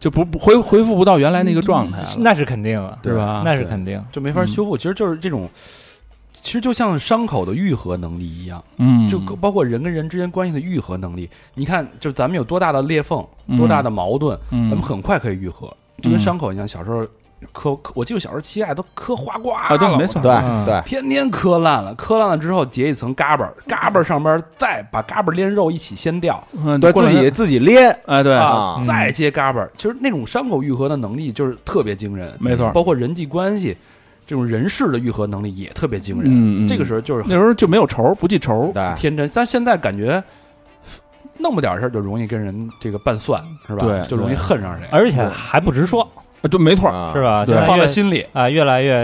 [SPEAKER 4] 就不不恢恢复不到原来那个状态了，
[SPEAKER 2] 那是肯定啊，
[SPEAKER 3] 对
[SPEAKER 4] 是吧？
[SPEAKER 2] 那是
[SPEAKER 3] 对
[SPEAKER 2] 肯定。
[SPEAKER 3] 就没
[SPEAKER 4] 嗯
[SPEAKER 3] 法修复。其实就是这种，其实就像伤口的愈合能力一样，
[SPEAKER 4] 嗯，
[SPEAKER 3] 就包括人跟人之间关系的愈合能力。你看，就咱们有多大的裂缝，多大的矛盾，咱
[SPEAKER 4] 嗯
[SPEAKER 3] 们很快可以愈合。就跟伤口一样，小时候磕，磕我记得小时候膝盖都磕花瓜
[SPEAKER 4] 啊，对，
[SPEAKER 3] 了，
[SPEAKER 4] 没错，
[SPEAKER 1] 对
[SPEAKER 2] 嗯
[SPEAKER 1] 对，
[SPEAKER 3] 天天磕烂了，磕烂了之后结一层嘎巴儿，嘎巴儿上边儿再把嘎巴儿连肉一起掀掉，
[SPEAKER 4] 嗯，
[SPEAKER 1] 对
[SPEAKER 4] 过
[SPEAKER 1] 自
[SPEAKER 4] 两
[SPEAKER 1] 己
[SPEAKER 4] 天
[SPEAKER 1] 自己练
[SPEAKER 4] 哎对，
[SPEAKER 1] 啊
[SPEAKER 2] 嗯
[SPEAKER 3] 再接嘎巴儿，其实那种伤口愈合的能力就是特别惊人，
[SPEAKER 4] 没错
[SPEAKER 3] 包括人际关系这种人事的愈合能力也特别惊人。
[SPEAKER 4] 嗯嗯
[SPEAKER 3] 这个时候就是
[SPEAKER 4] 那
[SPEAKER 3] 很
[SPEAKER 4] 时候就没有仇，不记仇，
[SPEAKER 1] 对，
[SPEAKER 3] 天真，但现在感觉弄不点事儿就容易跟人这个拌蒜，是吧？
[SPEAKER 4] 对
[SPEAKER 3] 就容易恨上人，
[SPEAKER 2] 而且还不直说，
[SPEAKER 4] 啊对，没错，
[SPEAKER 1] 啊
[SPEAKER 2] 是？吧？
[SPEAKER 4] 对
[SPEAKER 2] 现在
[SPEAKER 3] 放
[SPEAKER 2] 越
[SPEAKER 3] 在心里。
[SPEAKER 2] 啊，越来越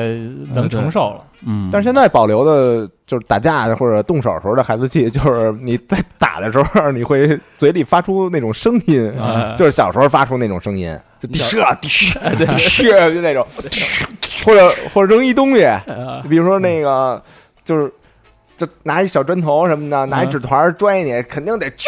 [SPEAKER 2] 能
[SPEAKER 4] 嗯对
[SPEAKER 2] 承受了。
[SPEAKER 4] 嗯，
[SPEAKER 1] 但是现在保留的就是打架的或者动手时候的孩子气，就是你在打的时候，你会嘴里发出那种声音，就是小时候发出那种声音，就滴射滴射滴射就那种，或者或者扔一东西，比如说那个就是。就拿一小砖头什么的，拿一纸团儿拽你，肯定得啾，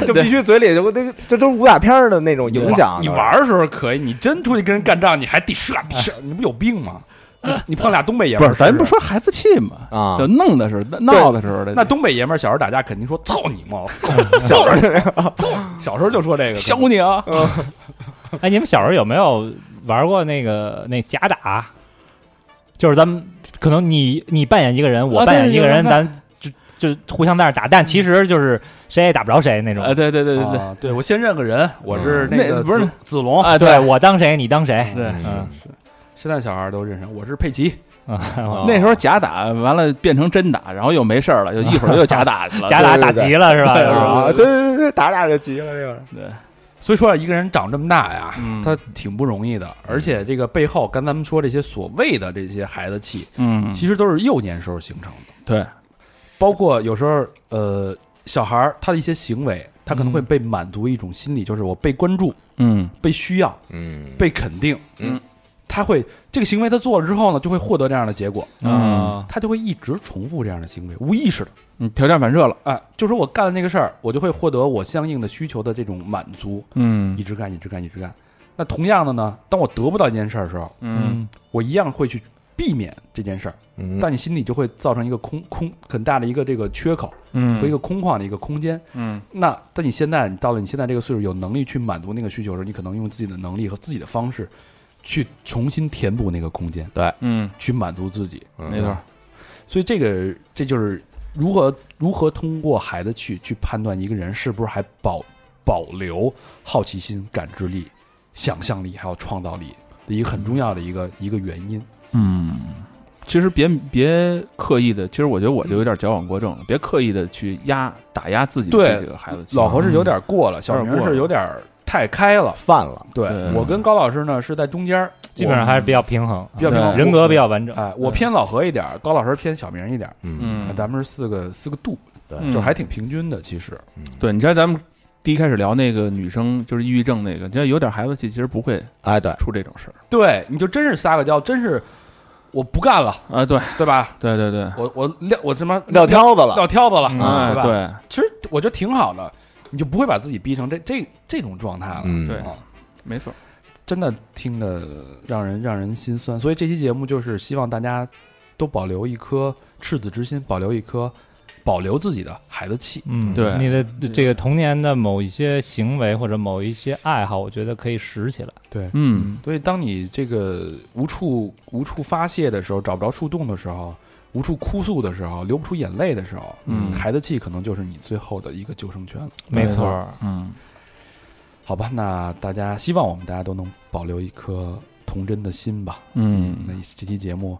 [SPEAKER 1] 就就必须嘴里就那个，这都是武打片儿的那种影响。
[SPEAKER 3] 你玩儿的时候可以，你真出去跟人干仗，你还地射地射，你不有病吗？你你碰俩东北爷
[SPEAKER 4] 哎不
[SPEAKER 3] 们
[SPEAKER 4] 是
[SPEAKER 3] 儿，
[SPEAKER 4] 咱不
[SPEAKER 3] 试试
[SPEAKER 4] 说孩子气嘛，
[SPEAKER 1] 啊
[SPEAKER 4] 就，弄的时候闹的时候的，
[SPEAKER 3] 那东北爷们儿小时候打架肯定说操你妈，
[SPEAKER 1] 小时候
[SPEAKER 3] 小时候就说这个，
[SPEAKER 4] 削你啊，
[SPEAKER 2] 哎，你们小时候有没有玩过那个那假打？就是咱们可能你你扮演一个人，我
[SPEAKER 4] 啊
[SPEAKER 2] 扮
[SPEAKER 4] 对
[SPEAKER 2] 演一个人，
[SPEAKER 4] 有
[SPEAKER 2] 咱就就互相在那儿打，但其实就是谁也打不着谁那种。
[SPEAKER 4] 啊，对对对对对，嗯
[SPEAKER 3] 啊，对我先认个人，我是那个
[SPEAKER 4] 那不是
[SPEAKER 3] 子子龙，
[SPEAKER 4] 啊
[SPEAKER 2] 对，我当谁你当谁，
[SPEAKER 4] 对，
[SPEAKER 2] 嗯
[SPEAKER 3] 现在小孩都认识，我是佩奇，
[SPEAKER 2] 啊，
[SPEAKER 4] 那时候假打完了变成真打，然后又没事儿了，就一会儿又假打 去了，
[SPEAKER 2] 假打打
[SPEAKER 1] 对对
[SPEAKER 2] 急了是吧？有时候
[SPEAKER 1] 啊，对对对，打俩就急了，这个
[SPEAKER 3] 所以说啊，一个人长这么大呀，
[SPEAKER 4] 嗯
[SPEAKER 3] 他挺不容易的，而且这个背后，刚咱们说这些所谓的这些孩子气，
[SPEAKER 4] 嗯，
[SPEAKER 3] 其实都是幼年时候形成的，
[SPEAKER 4] 对，
[SPEAKER 3] 包括有时候呃，小孩儿他的一些行为，他可能会被满足一种心理，就是我被关注、
[SPEAKER 4] 嗯
[SPEAKER 3] 被需要、
[SPEAKER 1] 嗯
[SPEAKER 3] 被肯定，
[SPEAKER 1] 嗯，
[SPEAKER 3] 他会这个行为他做了之后呢，就会获得这样的结果，
[SPEAKER 4] 嗯
[SPEAKER 3] 他就会一直重复这样的行为，无意识的。
[SPEAKER 4] 嗯，条件反射了，
[SPEAKER 3] 哎，就说我干了那个事儿，我就会获得我相应的需求的这种满足，
[SPEAKER 4] 嗯
[SPEAKER 3] 一直干，一直干，一直干。那同样的呢，当我得不到一件事儿的时候，
[SPEAKER 4] 嗯，
[SPEAKER 3] 我一样会去避免这件事儿，
[SPEAKER 1] 嗯
[SPEAKER 3] 但你心里就会造成一个空空很大的一个这个缺口
[SPEAKER 4] 嗯
[SPEAKER 3] 和一个空旷的一个空间。
[SPEAKER 4] 嗯
[SPEAKER 3] 那但你现在你到了你现在这个岁数，有能力去满足那个需求的时候，你可能用自己的能力和自己的方式，去重新填补那个空间，
[SPEAKER 4] 嗯，
[SPEAKER 3] 去满足自己。
[SPEAKER 4] 没错，
[SPEAKER 3] 所以这个这就是如何如何通过孩子去去判断一个人是不是还保保留好奇心、感知力、想象力还有创造力的一个很重要的一个一个原因。
[SPEAKER 4] 嗯，其实别别刻意的，其实我觉得我就有点矫枉过正了，别刻意的去压打压自己
[SPEAKER 3] 对
[SPEAKER 4] 这几个孩子，
[SPEAKER 3] 老何是有点过了，小明是有点太开了。
[SPEAKER 1] 犯了，
[SPEAKER 3] 对
[SPEAKER 4] 对
[SPEAKER 3] 我跟高老师呢是在中间儿，
[SPEAKER 2] 基本上还是比较平衡，
[SPEAKER 3] 比较平衡
[SPEAKER 2] 人格比较完整
[SPEAKER 3] 我。哎，我偏老何一点儿，高老师偏小明一点儿，
[SPEAKER 1] 嗯
[SPEAKER 4] 嗯，
[SPEAKER 3] 咱们是四个四个度，
[SPEAKER 4] 嗯
[SPEAKER 3] 就还挺平均的。其实
[SPEAKER 4] 对，你看咱们第一开始聊那个女生就是抑郁症那个，你要有点孩子气，其实不会
[SPEAKER 1] 哎对，
[SPEAKER 4] 出这种事儿
[SPEAKER 3] 对，你就真是撒个娇，真是我不干了，
[SPEAKER 4] 啊。对，
[SPEAKER 3] 对吧？
[SPEAKER 4] 对对对，
[SPEAKER 3] 我我撂我他妈
[SPEAKER 1] 撂挑子了，
[SPEAKER 3] 撂挑子了，啊
[SPEAKER 4] 哎
[SPEAKER 3] 对吧？
[SPEAKER 4] 对，
[SPEAKER 3] 其实我觉得挺好的，你就不会把自己逼成这这这种状态了。
[SPEAKER 1] 嗯
[SPEAKER 4] 对
[SPEAKER 3] 啊
[SPEAKER 4] 没错，
[SPEAKER 3] 真的听着让人让人心酸。所以这期节目就是希望大家都保留一颗赤子之心，保留一颗保留自己的孩子气。
[SPEAKER 6] 嗯，
[SPEAKER 4] 对
[SPEAKER 2] 你的这个童年的某一些行为或者某一些爱好，我觉得可以拾起来。
[SPEAKER 3] 对，
[SPEAKER 4] 嗯，
[SPEAKER 3] 所以当你这个无处无处发泄的时候，找不着树洞的时候，无处哭诉的时候，流不出眼泪的时候，
[SPEAKER 4] 嗯
[SPEAKER 3] 孩子气可能就是你最后的一个救生圈了。
[SPEAKER 2] 没错儿，
[SPEAKER 4] 嗯，
[SPEAKER 3] 好吧，那大家希望我们大家都能保留一颗童真的心吧。
[SPEAKER 4] 嗯
[SPEAKER 3] 那这期节目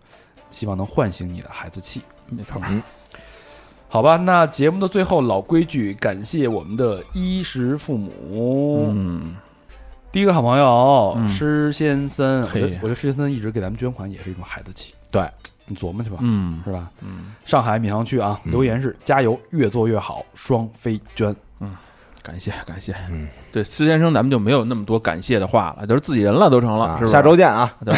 [SPEAKER 3] 希望能唤醒你的孩子气。
[SPEAKER 4] 没错，
[SPEAKER 3] 好吧，那节目的最后老规矩，感谢我们的衣食父母。
[SPEAKER 4] 嗯，
[SPEAKER 3] 第一个好朋友、
[SPEAKER 4] 嗯
[SPEAKER 3] 施先森，我
[SPEAKER 4] 嘿
[SPEAKER 3] 觉得我觉得施先森一直给咱们捐款也是一种孩子气。
[SPEAKER 1] 对，
[SPEAKER 3] 你琢磨去吧，
[SPEAKER 4] 嗯
[SPEAKER 3] 是吧？
[SPEAKER 4] 嗯，
[SPEAKER 3] 上海闵行区啊，留言是、加油，越做越好，双飞捐。
[SPEAKER 4] 感谢感谢，
[SPEAKER 1] 嗯，
[SPEAKER 4] 对，施先生咱们就没有那么多感谢的话了，就是自己人了都成了，
[SPEAKER 1] 啊
[SPEAKER 4] 是吧？
[SPEAKER 1] 下周见啊！
[SPEAKER 4] 对，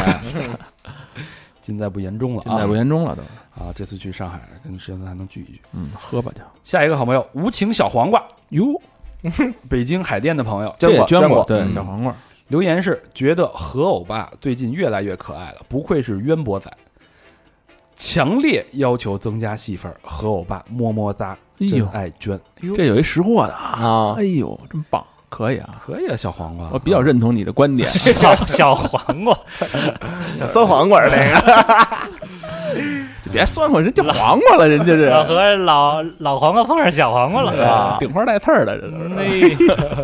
[SPEAKER 3] 尽在不言中了
[SPEAKER 4] 尽在
[SPEAKER 3] 啊
[SPEAKER 4] 不！言中了都，
[SPEAKER 3] 啊，这次去上海跟施先森还能聚一聚。
[SPEAKER 4] 嗯，喝吧就，
[SPEAKER 3] 下一个好朋友无情小黄瓜，
[SPEAKER 4] 哟，
[SPEAKER 3] 北京海淀的朋友
[SPEAKER 4] 这
[SPEAKER 1] 捐
[SPEAKER 4] 也
[SPEAKER 1] 过
[SPEAKER 4] 捐
[SPEAKER 1] 过，
[SPEAKER 4] 对，
[SPEAKER 1] 嗯
[SPEAKER 4] 小黄瓜，
[SPEAKER 3] 留言是觉得何欧巴最近越来越可爱了，不愧是渊博仔，强烈要求增加戏份儿。何欧巴么么哒，
[SPEAKER 4] 哎
[SPEAKER 3] 真
[SPEAKER 4] 呦，
[SPEAKER 3] 爱娟，
[SPEAKER 4] 这有一识货的啊，
[SPEAKER 1] 啊
[SPEAKER 4] 哎，呦，真棒，可以啊，
[SPEAKER 3] 可以啊，小黄瓜，
[SPEAKER 4] 我比较认同你的观 点，
[SPEAKER 2] 小小黄瓜，
[SPEAKER 1] 酸黄瓜那个，
[SPEAKER 4] 别酸我人家黄瓜了，人家
[SPEAKER 2] 老
[SPEAKER 4] 这
[SPEAKER 2] 和老老黄瓜碰上小黄瓜了啊！
[SPEAKER 4] 顶花带刺儿的，这都是。
[SPEAKER 2] 那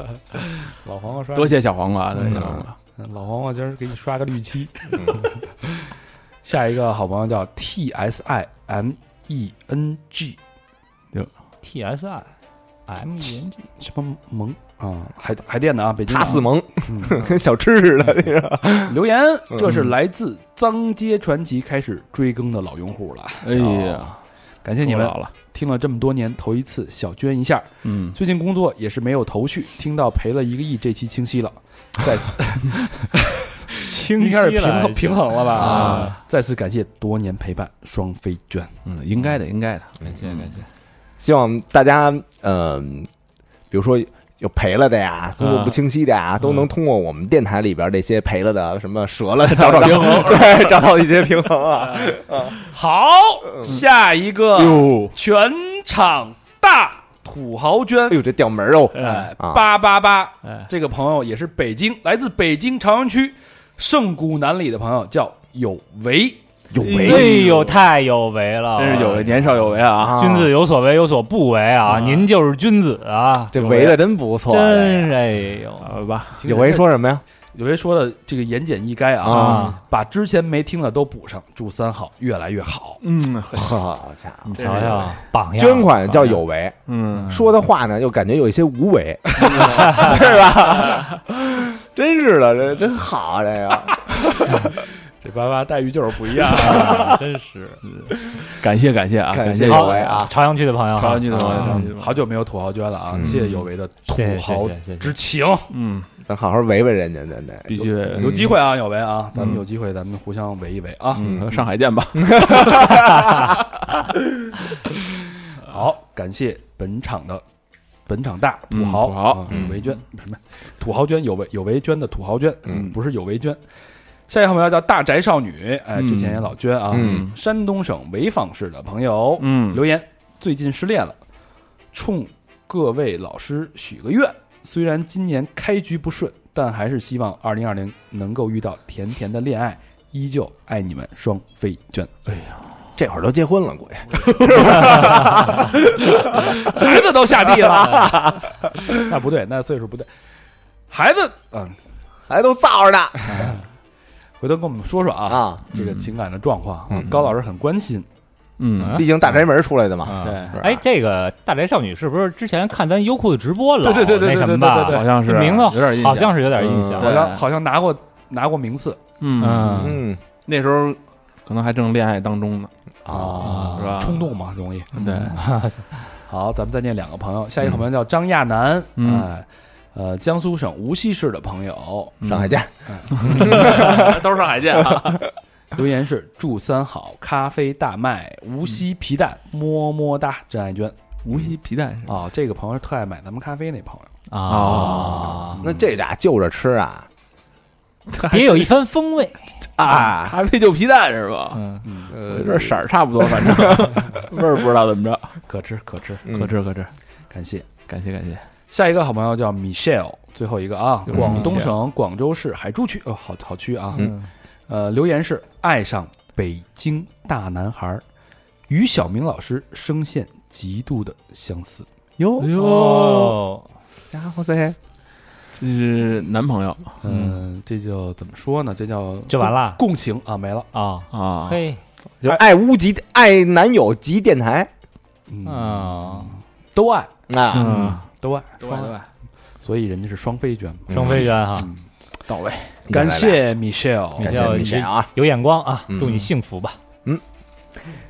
[SPEAKER 3] 老黄瓜刷
[SPEAKER 4] 多谢小黄瓜，多谢小黄瓜。
[SPEAKER 3] 嗯老黄瓜今儿给你刷个绿漆。 下一个好朋友叫 T S I M E N G，
[SPEAKER 2] T S I M E N G
[SPEAKER 3] 什么萌啊？海海淀的啊，北京的啊
[SPEAKER 1] 塔斯蒙
[SPEAKER 3] 嗯
[SPEAKER 1] 跟小吃似的，那个
[SPEAKER 3] 留言，这是来自脏街传奇开始追更的老用户了，哦
[SPEAKER 4] 哎呀，
[SPEAKER 3] 感谢你们
[SPEAKER 4] 老了，
[SPEAKER 3] 听了这么多年，头一次小捐一下。
[SPEAKER 4] 嗯，
[SPEAKER 3] 最近工作也是没有头绪，听到赔了一个亿，这期清晰了，再次
[SPEAKER 2] 清
[SPEAKER 3] 应
[SPEAKER 2] 晰
[SPEAKER 3] 该
[SPEAKER 2] 了
[SPEAKER 3] 是平衡平衡了吧？
[SPEAKER 4] 啊，
[SPEAKER 3] 再次感谢多年陪伴，双飞娟，
[SPEAKER 4] 嗯，应该的，应该的，
[SPEAKER 2] 感谢感谢，
[SPEAKER 1] 希望大家，嗯，比如说有赔了的呀，工作不清晰的呀，都能通过我们电台里边这些赔了的、什么折了的，找找平衡， 对，找到一些平衡啊。
[SPEAKER 3] 好，嗯下一个
[SPEAKER 4] 哟，
[SPEAKER 3] 全场大土豪捐
[SPEAKER 1] 哎，呦，这掉门儿哦！
[SPEAKER 3] 哎，
[SPEAKER 1] 啊
[SPEAKER 3] 八八八
[SPEAKER 4] 哎，
[SPEAKER 3] 这个朋友也是北京，来自北京朝阳区圣谷南里的朋友，叫有为。
[SPEAKER 1] 有
[SPEAKER 2] 哎
[SPEAKER 1] 为，
[SPEAKER 2] 呦，太有为了，啊
[SPEAKER 4] 真是有为，年少有为啊！
[SPEAKER 2] 君子有所为，有所不为啊！您就是君子啊！
[SPEAKER 1] 这围的真不错。啊
[SPEAKER 2] 真是哎呦，
[SPEAKER 4] 好吧，
[SPEAKER 1] 有为说什么呀？
[SPEAKER 3] 有为说的这个言简意赅啊，
[SPEAKER 2] 啊
[SPEAKER 3] 把之前没听的都补上。祝三好越来越好。
[SPEAKER 4] 嗯，
[SPEAKER 1] 好家伙！
[SPEAKER 4] 你
[SPEAKER 2] 瞧瞧，榜样，
[SPEAKER 1] 捐款叫有为，
[SPEAKER 4] 嗯，
[SPEAKER 1] 说的话呢又感觉有一些无为，是吧？真是的，这真好，啊这个
[SPEAKER 3] 这八八待遇就是不一 样。
[SPEAKER 2] 啊，真是
[SPEAKER 4] 感谢感谢啊，
[SPEAKER 1] 感
[SPEAKER 4] 谢
[SPEAKER 1] 谢
[SPEAKER 4] 有
[SPEAKER 1] 有
[SPEAKER 4] 为
[SPEAKER 1] 为
[SPEAKER 4] 啊！
[SPEAKER 1] 啊！
[SPEAKER 2] 哎朝阳区的朋友，
[SPEAKER 4] 朝阳区的朋友
[SPEAKER 2] 啊
[SPEAKER 4] 朝阳区的朋友
[SPEAKER 3] 好久没有土豪捐了啊！
[SPEAKER 1] 嗯
[SPEAKER 3] 谢谢有为的土
[SPEAKER 2] 谢谢
[SPEAKER 3] 豪
[SPEAKER 2] 谢谢谢谢
[SPEAKER 3] 之情。
[SPEAKER 4] 嗯，
[SPEAKER 1] 咱好好围围人家，真的
[SPEAKER 4] 必须
[SPEAKER 3] 有机会啊，有为啊，咱们有机会咱们互相围一围啊。
[SPEAKER 4] 嗯，上海见吧。
[SPEAKER 3] 好，感谢本场的本场大土豪，
[SPEAKER 4] 嗯土豪
[SPEAKER 3] 啊
[SPEAKER 1] 嗯
[SPEAKER 3] 有为捐什么土豪捐有为有为捐的土豪捐，
[SPEAKER 1] 嗯
[SPEAKER 3] 不是有为捐。下一个朋友叫大宅少女，哎，
[SPEAKER 4] 嗯
[SPEAKER 3] 之前也老捐啊，
[SPEAKER 1] 嗯
[SPEAKER 3] 山东省潍坊市的朋友、
[SPEAKER 4] 嗯，
[SPEAKER 3] 留言，最近失恋了，冲各位老师许个愿，虽然今年开局不顺，但还是希望二零二零能够遇到甜甜的恋爱，依旧爱你们双飞娟，
[SPEAKER 1] 这会儿都结婚了，估计
[SPEAKER 3] 孩子都下地了，那不对，那岁数不对，孩子，嗯，
[SPEAKER 1] 还都造着呢
[SPEAKER 3] 回头跟我们说说啊，
[SPEAKER 1] 啊！
[SPEAKER 3] 这个情感的状况，啊
[SPEAKER 1] 嗯
[SPEAKER 3] 高老师很关心。
[SPEAKER 4] 嗯，
[SPEAKER 1] 毕竟大宅门出来的嘛，
[SPEAKER 2] 啊
[SPEAKER 4] 对，
[SPEAKER 1] 是吧
[SPEAKER 2] 哎，这个大宅少女是不是之前看咱优酷的直播了？
[SPEAKER 3] 对对对对
[SPEAKER 2] 那什
[SPEAKER 3] 对
[SPEAKER 2] 么
[SPEAKER 3] 对对
[SPEAKER 2] 吧，
[SPEAKER 3] 对
[SPEAKER 4] 好像是
[SPEAKER 2] 这名字
[SPEAKER 4] 有点印象，
[SPEAKER 2] 好像是有点印象。
[SPEAKER 3] 好像
[SPEAKER 4] 嗯对
[SPEAKER 3] 好像拿过拿过名次
[SPEAKER 4] 嗯，
[SPEAKER 2] 嗯，
[SPEAKER 1] 嗯
[SPEAKER 4] 那时候可能还正恋爱当中呢，
[SPEAKER 3] 啊
[SPEAKER 4] 是吧嗯
[SPEAKER 3] 冲动嘛，容易。
[SPEAKER 4] 对，
[SPEAKER 3] 好，咱们再念两个朋友，下一个朋友叫张亚楠，
[SPEAKER 4] 嗯
[SPEAKER 3] 哎，呃，江苏省无锡市的朋友
[SPEAKER 4] 嗯
[SPEAKER 1] 上海见，
[SPEAKER 4] 都是上海见啊。
[SPEAKER 3] 留言是祝三好咖啡大卖，无锡皮蛋
[SPEAKER 4] 嗯
[SPEAKER 3] 么么哒，真爱娟
[SPEAKER 4] 无锡皮蛋是吧
[SPEAKER 3] 啊，这个朋友特爱买咱们咖啡那朋友，
[SPEAKER 2] 啊，
[SPEAKER 1] 那这俩就着吃啊，
[SPEAKER 2] 别有一番风味。
[SPEAKER 4] 啊，还没就皮蛋是吧？
[SPEAKER 2] 嗯，
[SPEAKER 1] 呃
[SPEAKER 4] 这色儿差不多， 反正味儿不知道怎么着。
[SPEAKER 3] 可吃可吃
[SPEAKER 1] 嗯
[SPEAKER 3] 可吃可吃，感谢。
[SPEAKER 4] 感谢感谢，
[SPEAKER 3] 下一个好朋友叫 Michelle，最后一个啊，
[SPEAKER 4] 嗯
[SPEAKER 3] 广东
[SPEAKER 4] Michelle
[SPEAKER 3] 省广州市海珠区哦，好好区啊。
[SPEAKER 1] 嗯
[SPEAKER 3] 呃，留言是爱上北京大男孩儿，与小明老师声线极度的相似。
[SPEAKER 2] 哎
[SPEAKER 1] 哟，
[SPEAKER 2] 哟，
[SPEAKER 1] 家伙噻，
[SPEAKER 4] 这是男朋友
[SPEAKER 3] 嗯，这就怎么说呢？这叫
[SPEAKER 2] 这完了
[SPEAKER 3] 共情啊，没了。
[SPEAKER 2] 啊，
[SPEAKER 4] 啊，
[SPEAKER 2] 嘿，
[SPEAKER 1] 就爱屋及爱男友及电台
[SPEAKER 3] 嗯，
[SPEAKER 2] 啊，
[SPEAKER 3] 都爱
[SPEAKER 1] 啊，
[SPEAKER 4] 嗯，
[SPEAKER 3] 都爱，
[SPEAKER 4] 对
[SPEAKER 3] 双
[SPEAKER 4] 对，
[SPEAKER 3] 所以人家是双飞娟嘛。
[SPEAKER 2] 双飞娟哈，
[SPEAKER 4] 到位，
[SPEAKER 3] 感谢
[SPEAKER 2] 你
[SPEAKER 3] Michelle，
[SPEAKER 1] 感谢
[SPEAKER 2] 叫
[SPEAKER 1] 米线啊！
[SPEAKER 2] 有眼光啊，
[SPEAKER 1] 嗯
[SPEAKER 2] 祝你幸福吧。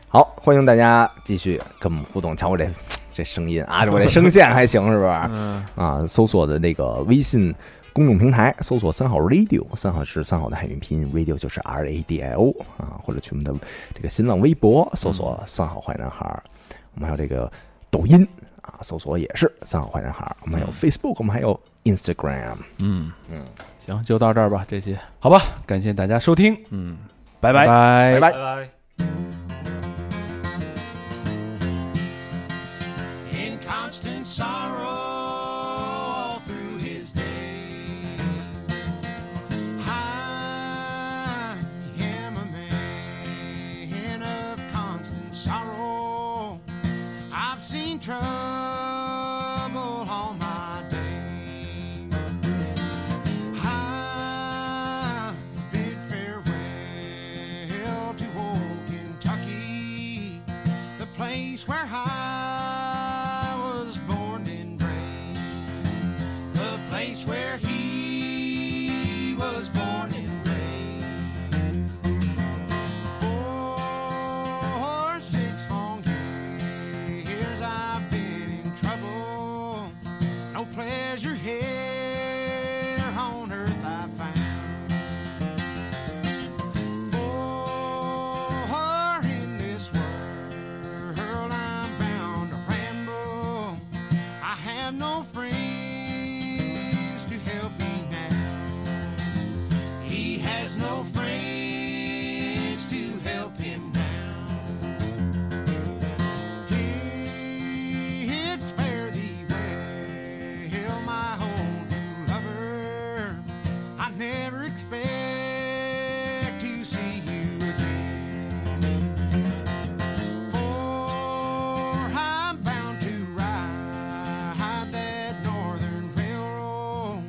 [SPEAKER 1] 好，欢迎大家继续跟我们互动。瞧我这这声音啊，我这声线还行是不是？
[SPEAKER 4] 嗯，
[SPEAKER 1] 啊，搜索的那个微信公众平台，搜索三好 radio，三好是三好的汉语拼音，radio 就是 R A D I O 啊，或者去我们的这个新浪微博搜索三好坏男孩儿，我们还有这个抖音啊，搜索也是三好坏男孩儿，我们还有 Facebook，我们还有 Instagram，
[SPEAKER 4] 嗯嗯，行，就到这儿吧，这期，
[SPEAKER 3] 好吧，感谢大家收听，
[SPEAKER 4] 嗯，
[SPEAKER 3] 拜拜
[SPEAKER 4] 拜。拜
[SPEAKER 1] 拜拜。
[SPEAKER 2] 拜。
[SPEAKER 6] in constant sorrow all through his days. I am a man of constant sorrow. I've seen trouble all my days. I bid farewell to old Kentucky the place where I was born and raised, the place where he was born and raised. For six long years I've been in trouble, no pleasure here on earth I found. For in this world I'm bound to ramble. I have no friends to help me now. He has no friends to help him now. It's fare thee well, my old true lover. I never expect to see you again. For I'm bound to ride that northern railroad.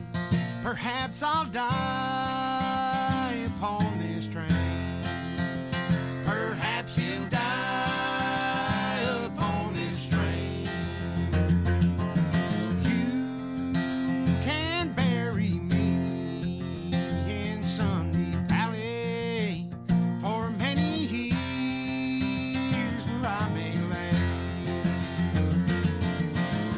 [SPEAKER 6] Perhaps I'll die upon this train. Perhaps he'll die upon this train. You can bury me in Sunny Valley for many years where I may lay.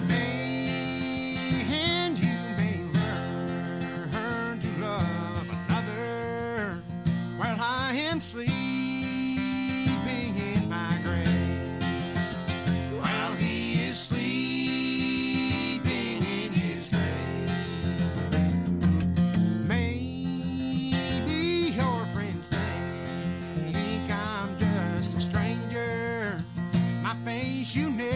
[SPEAKER 6] Then you may learn to love another while I am sleeping in my grave. While he is sleeping in his grave, maybe your friends think I'm just a stranger. My face you never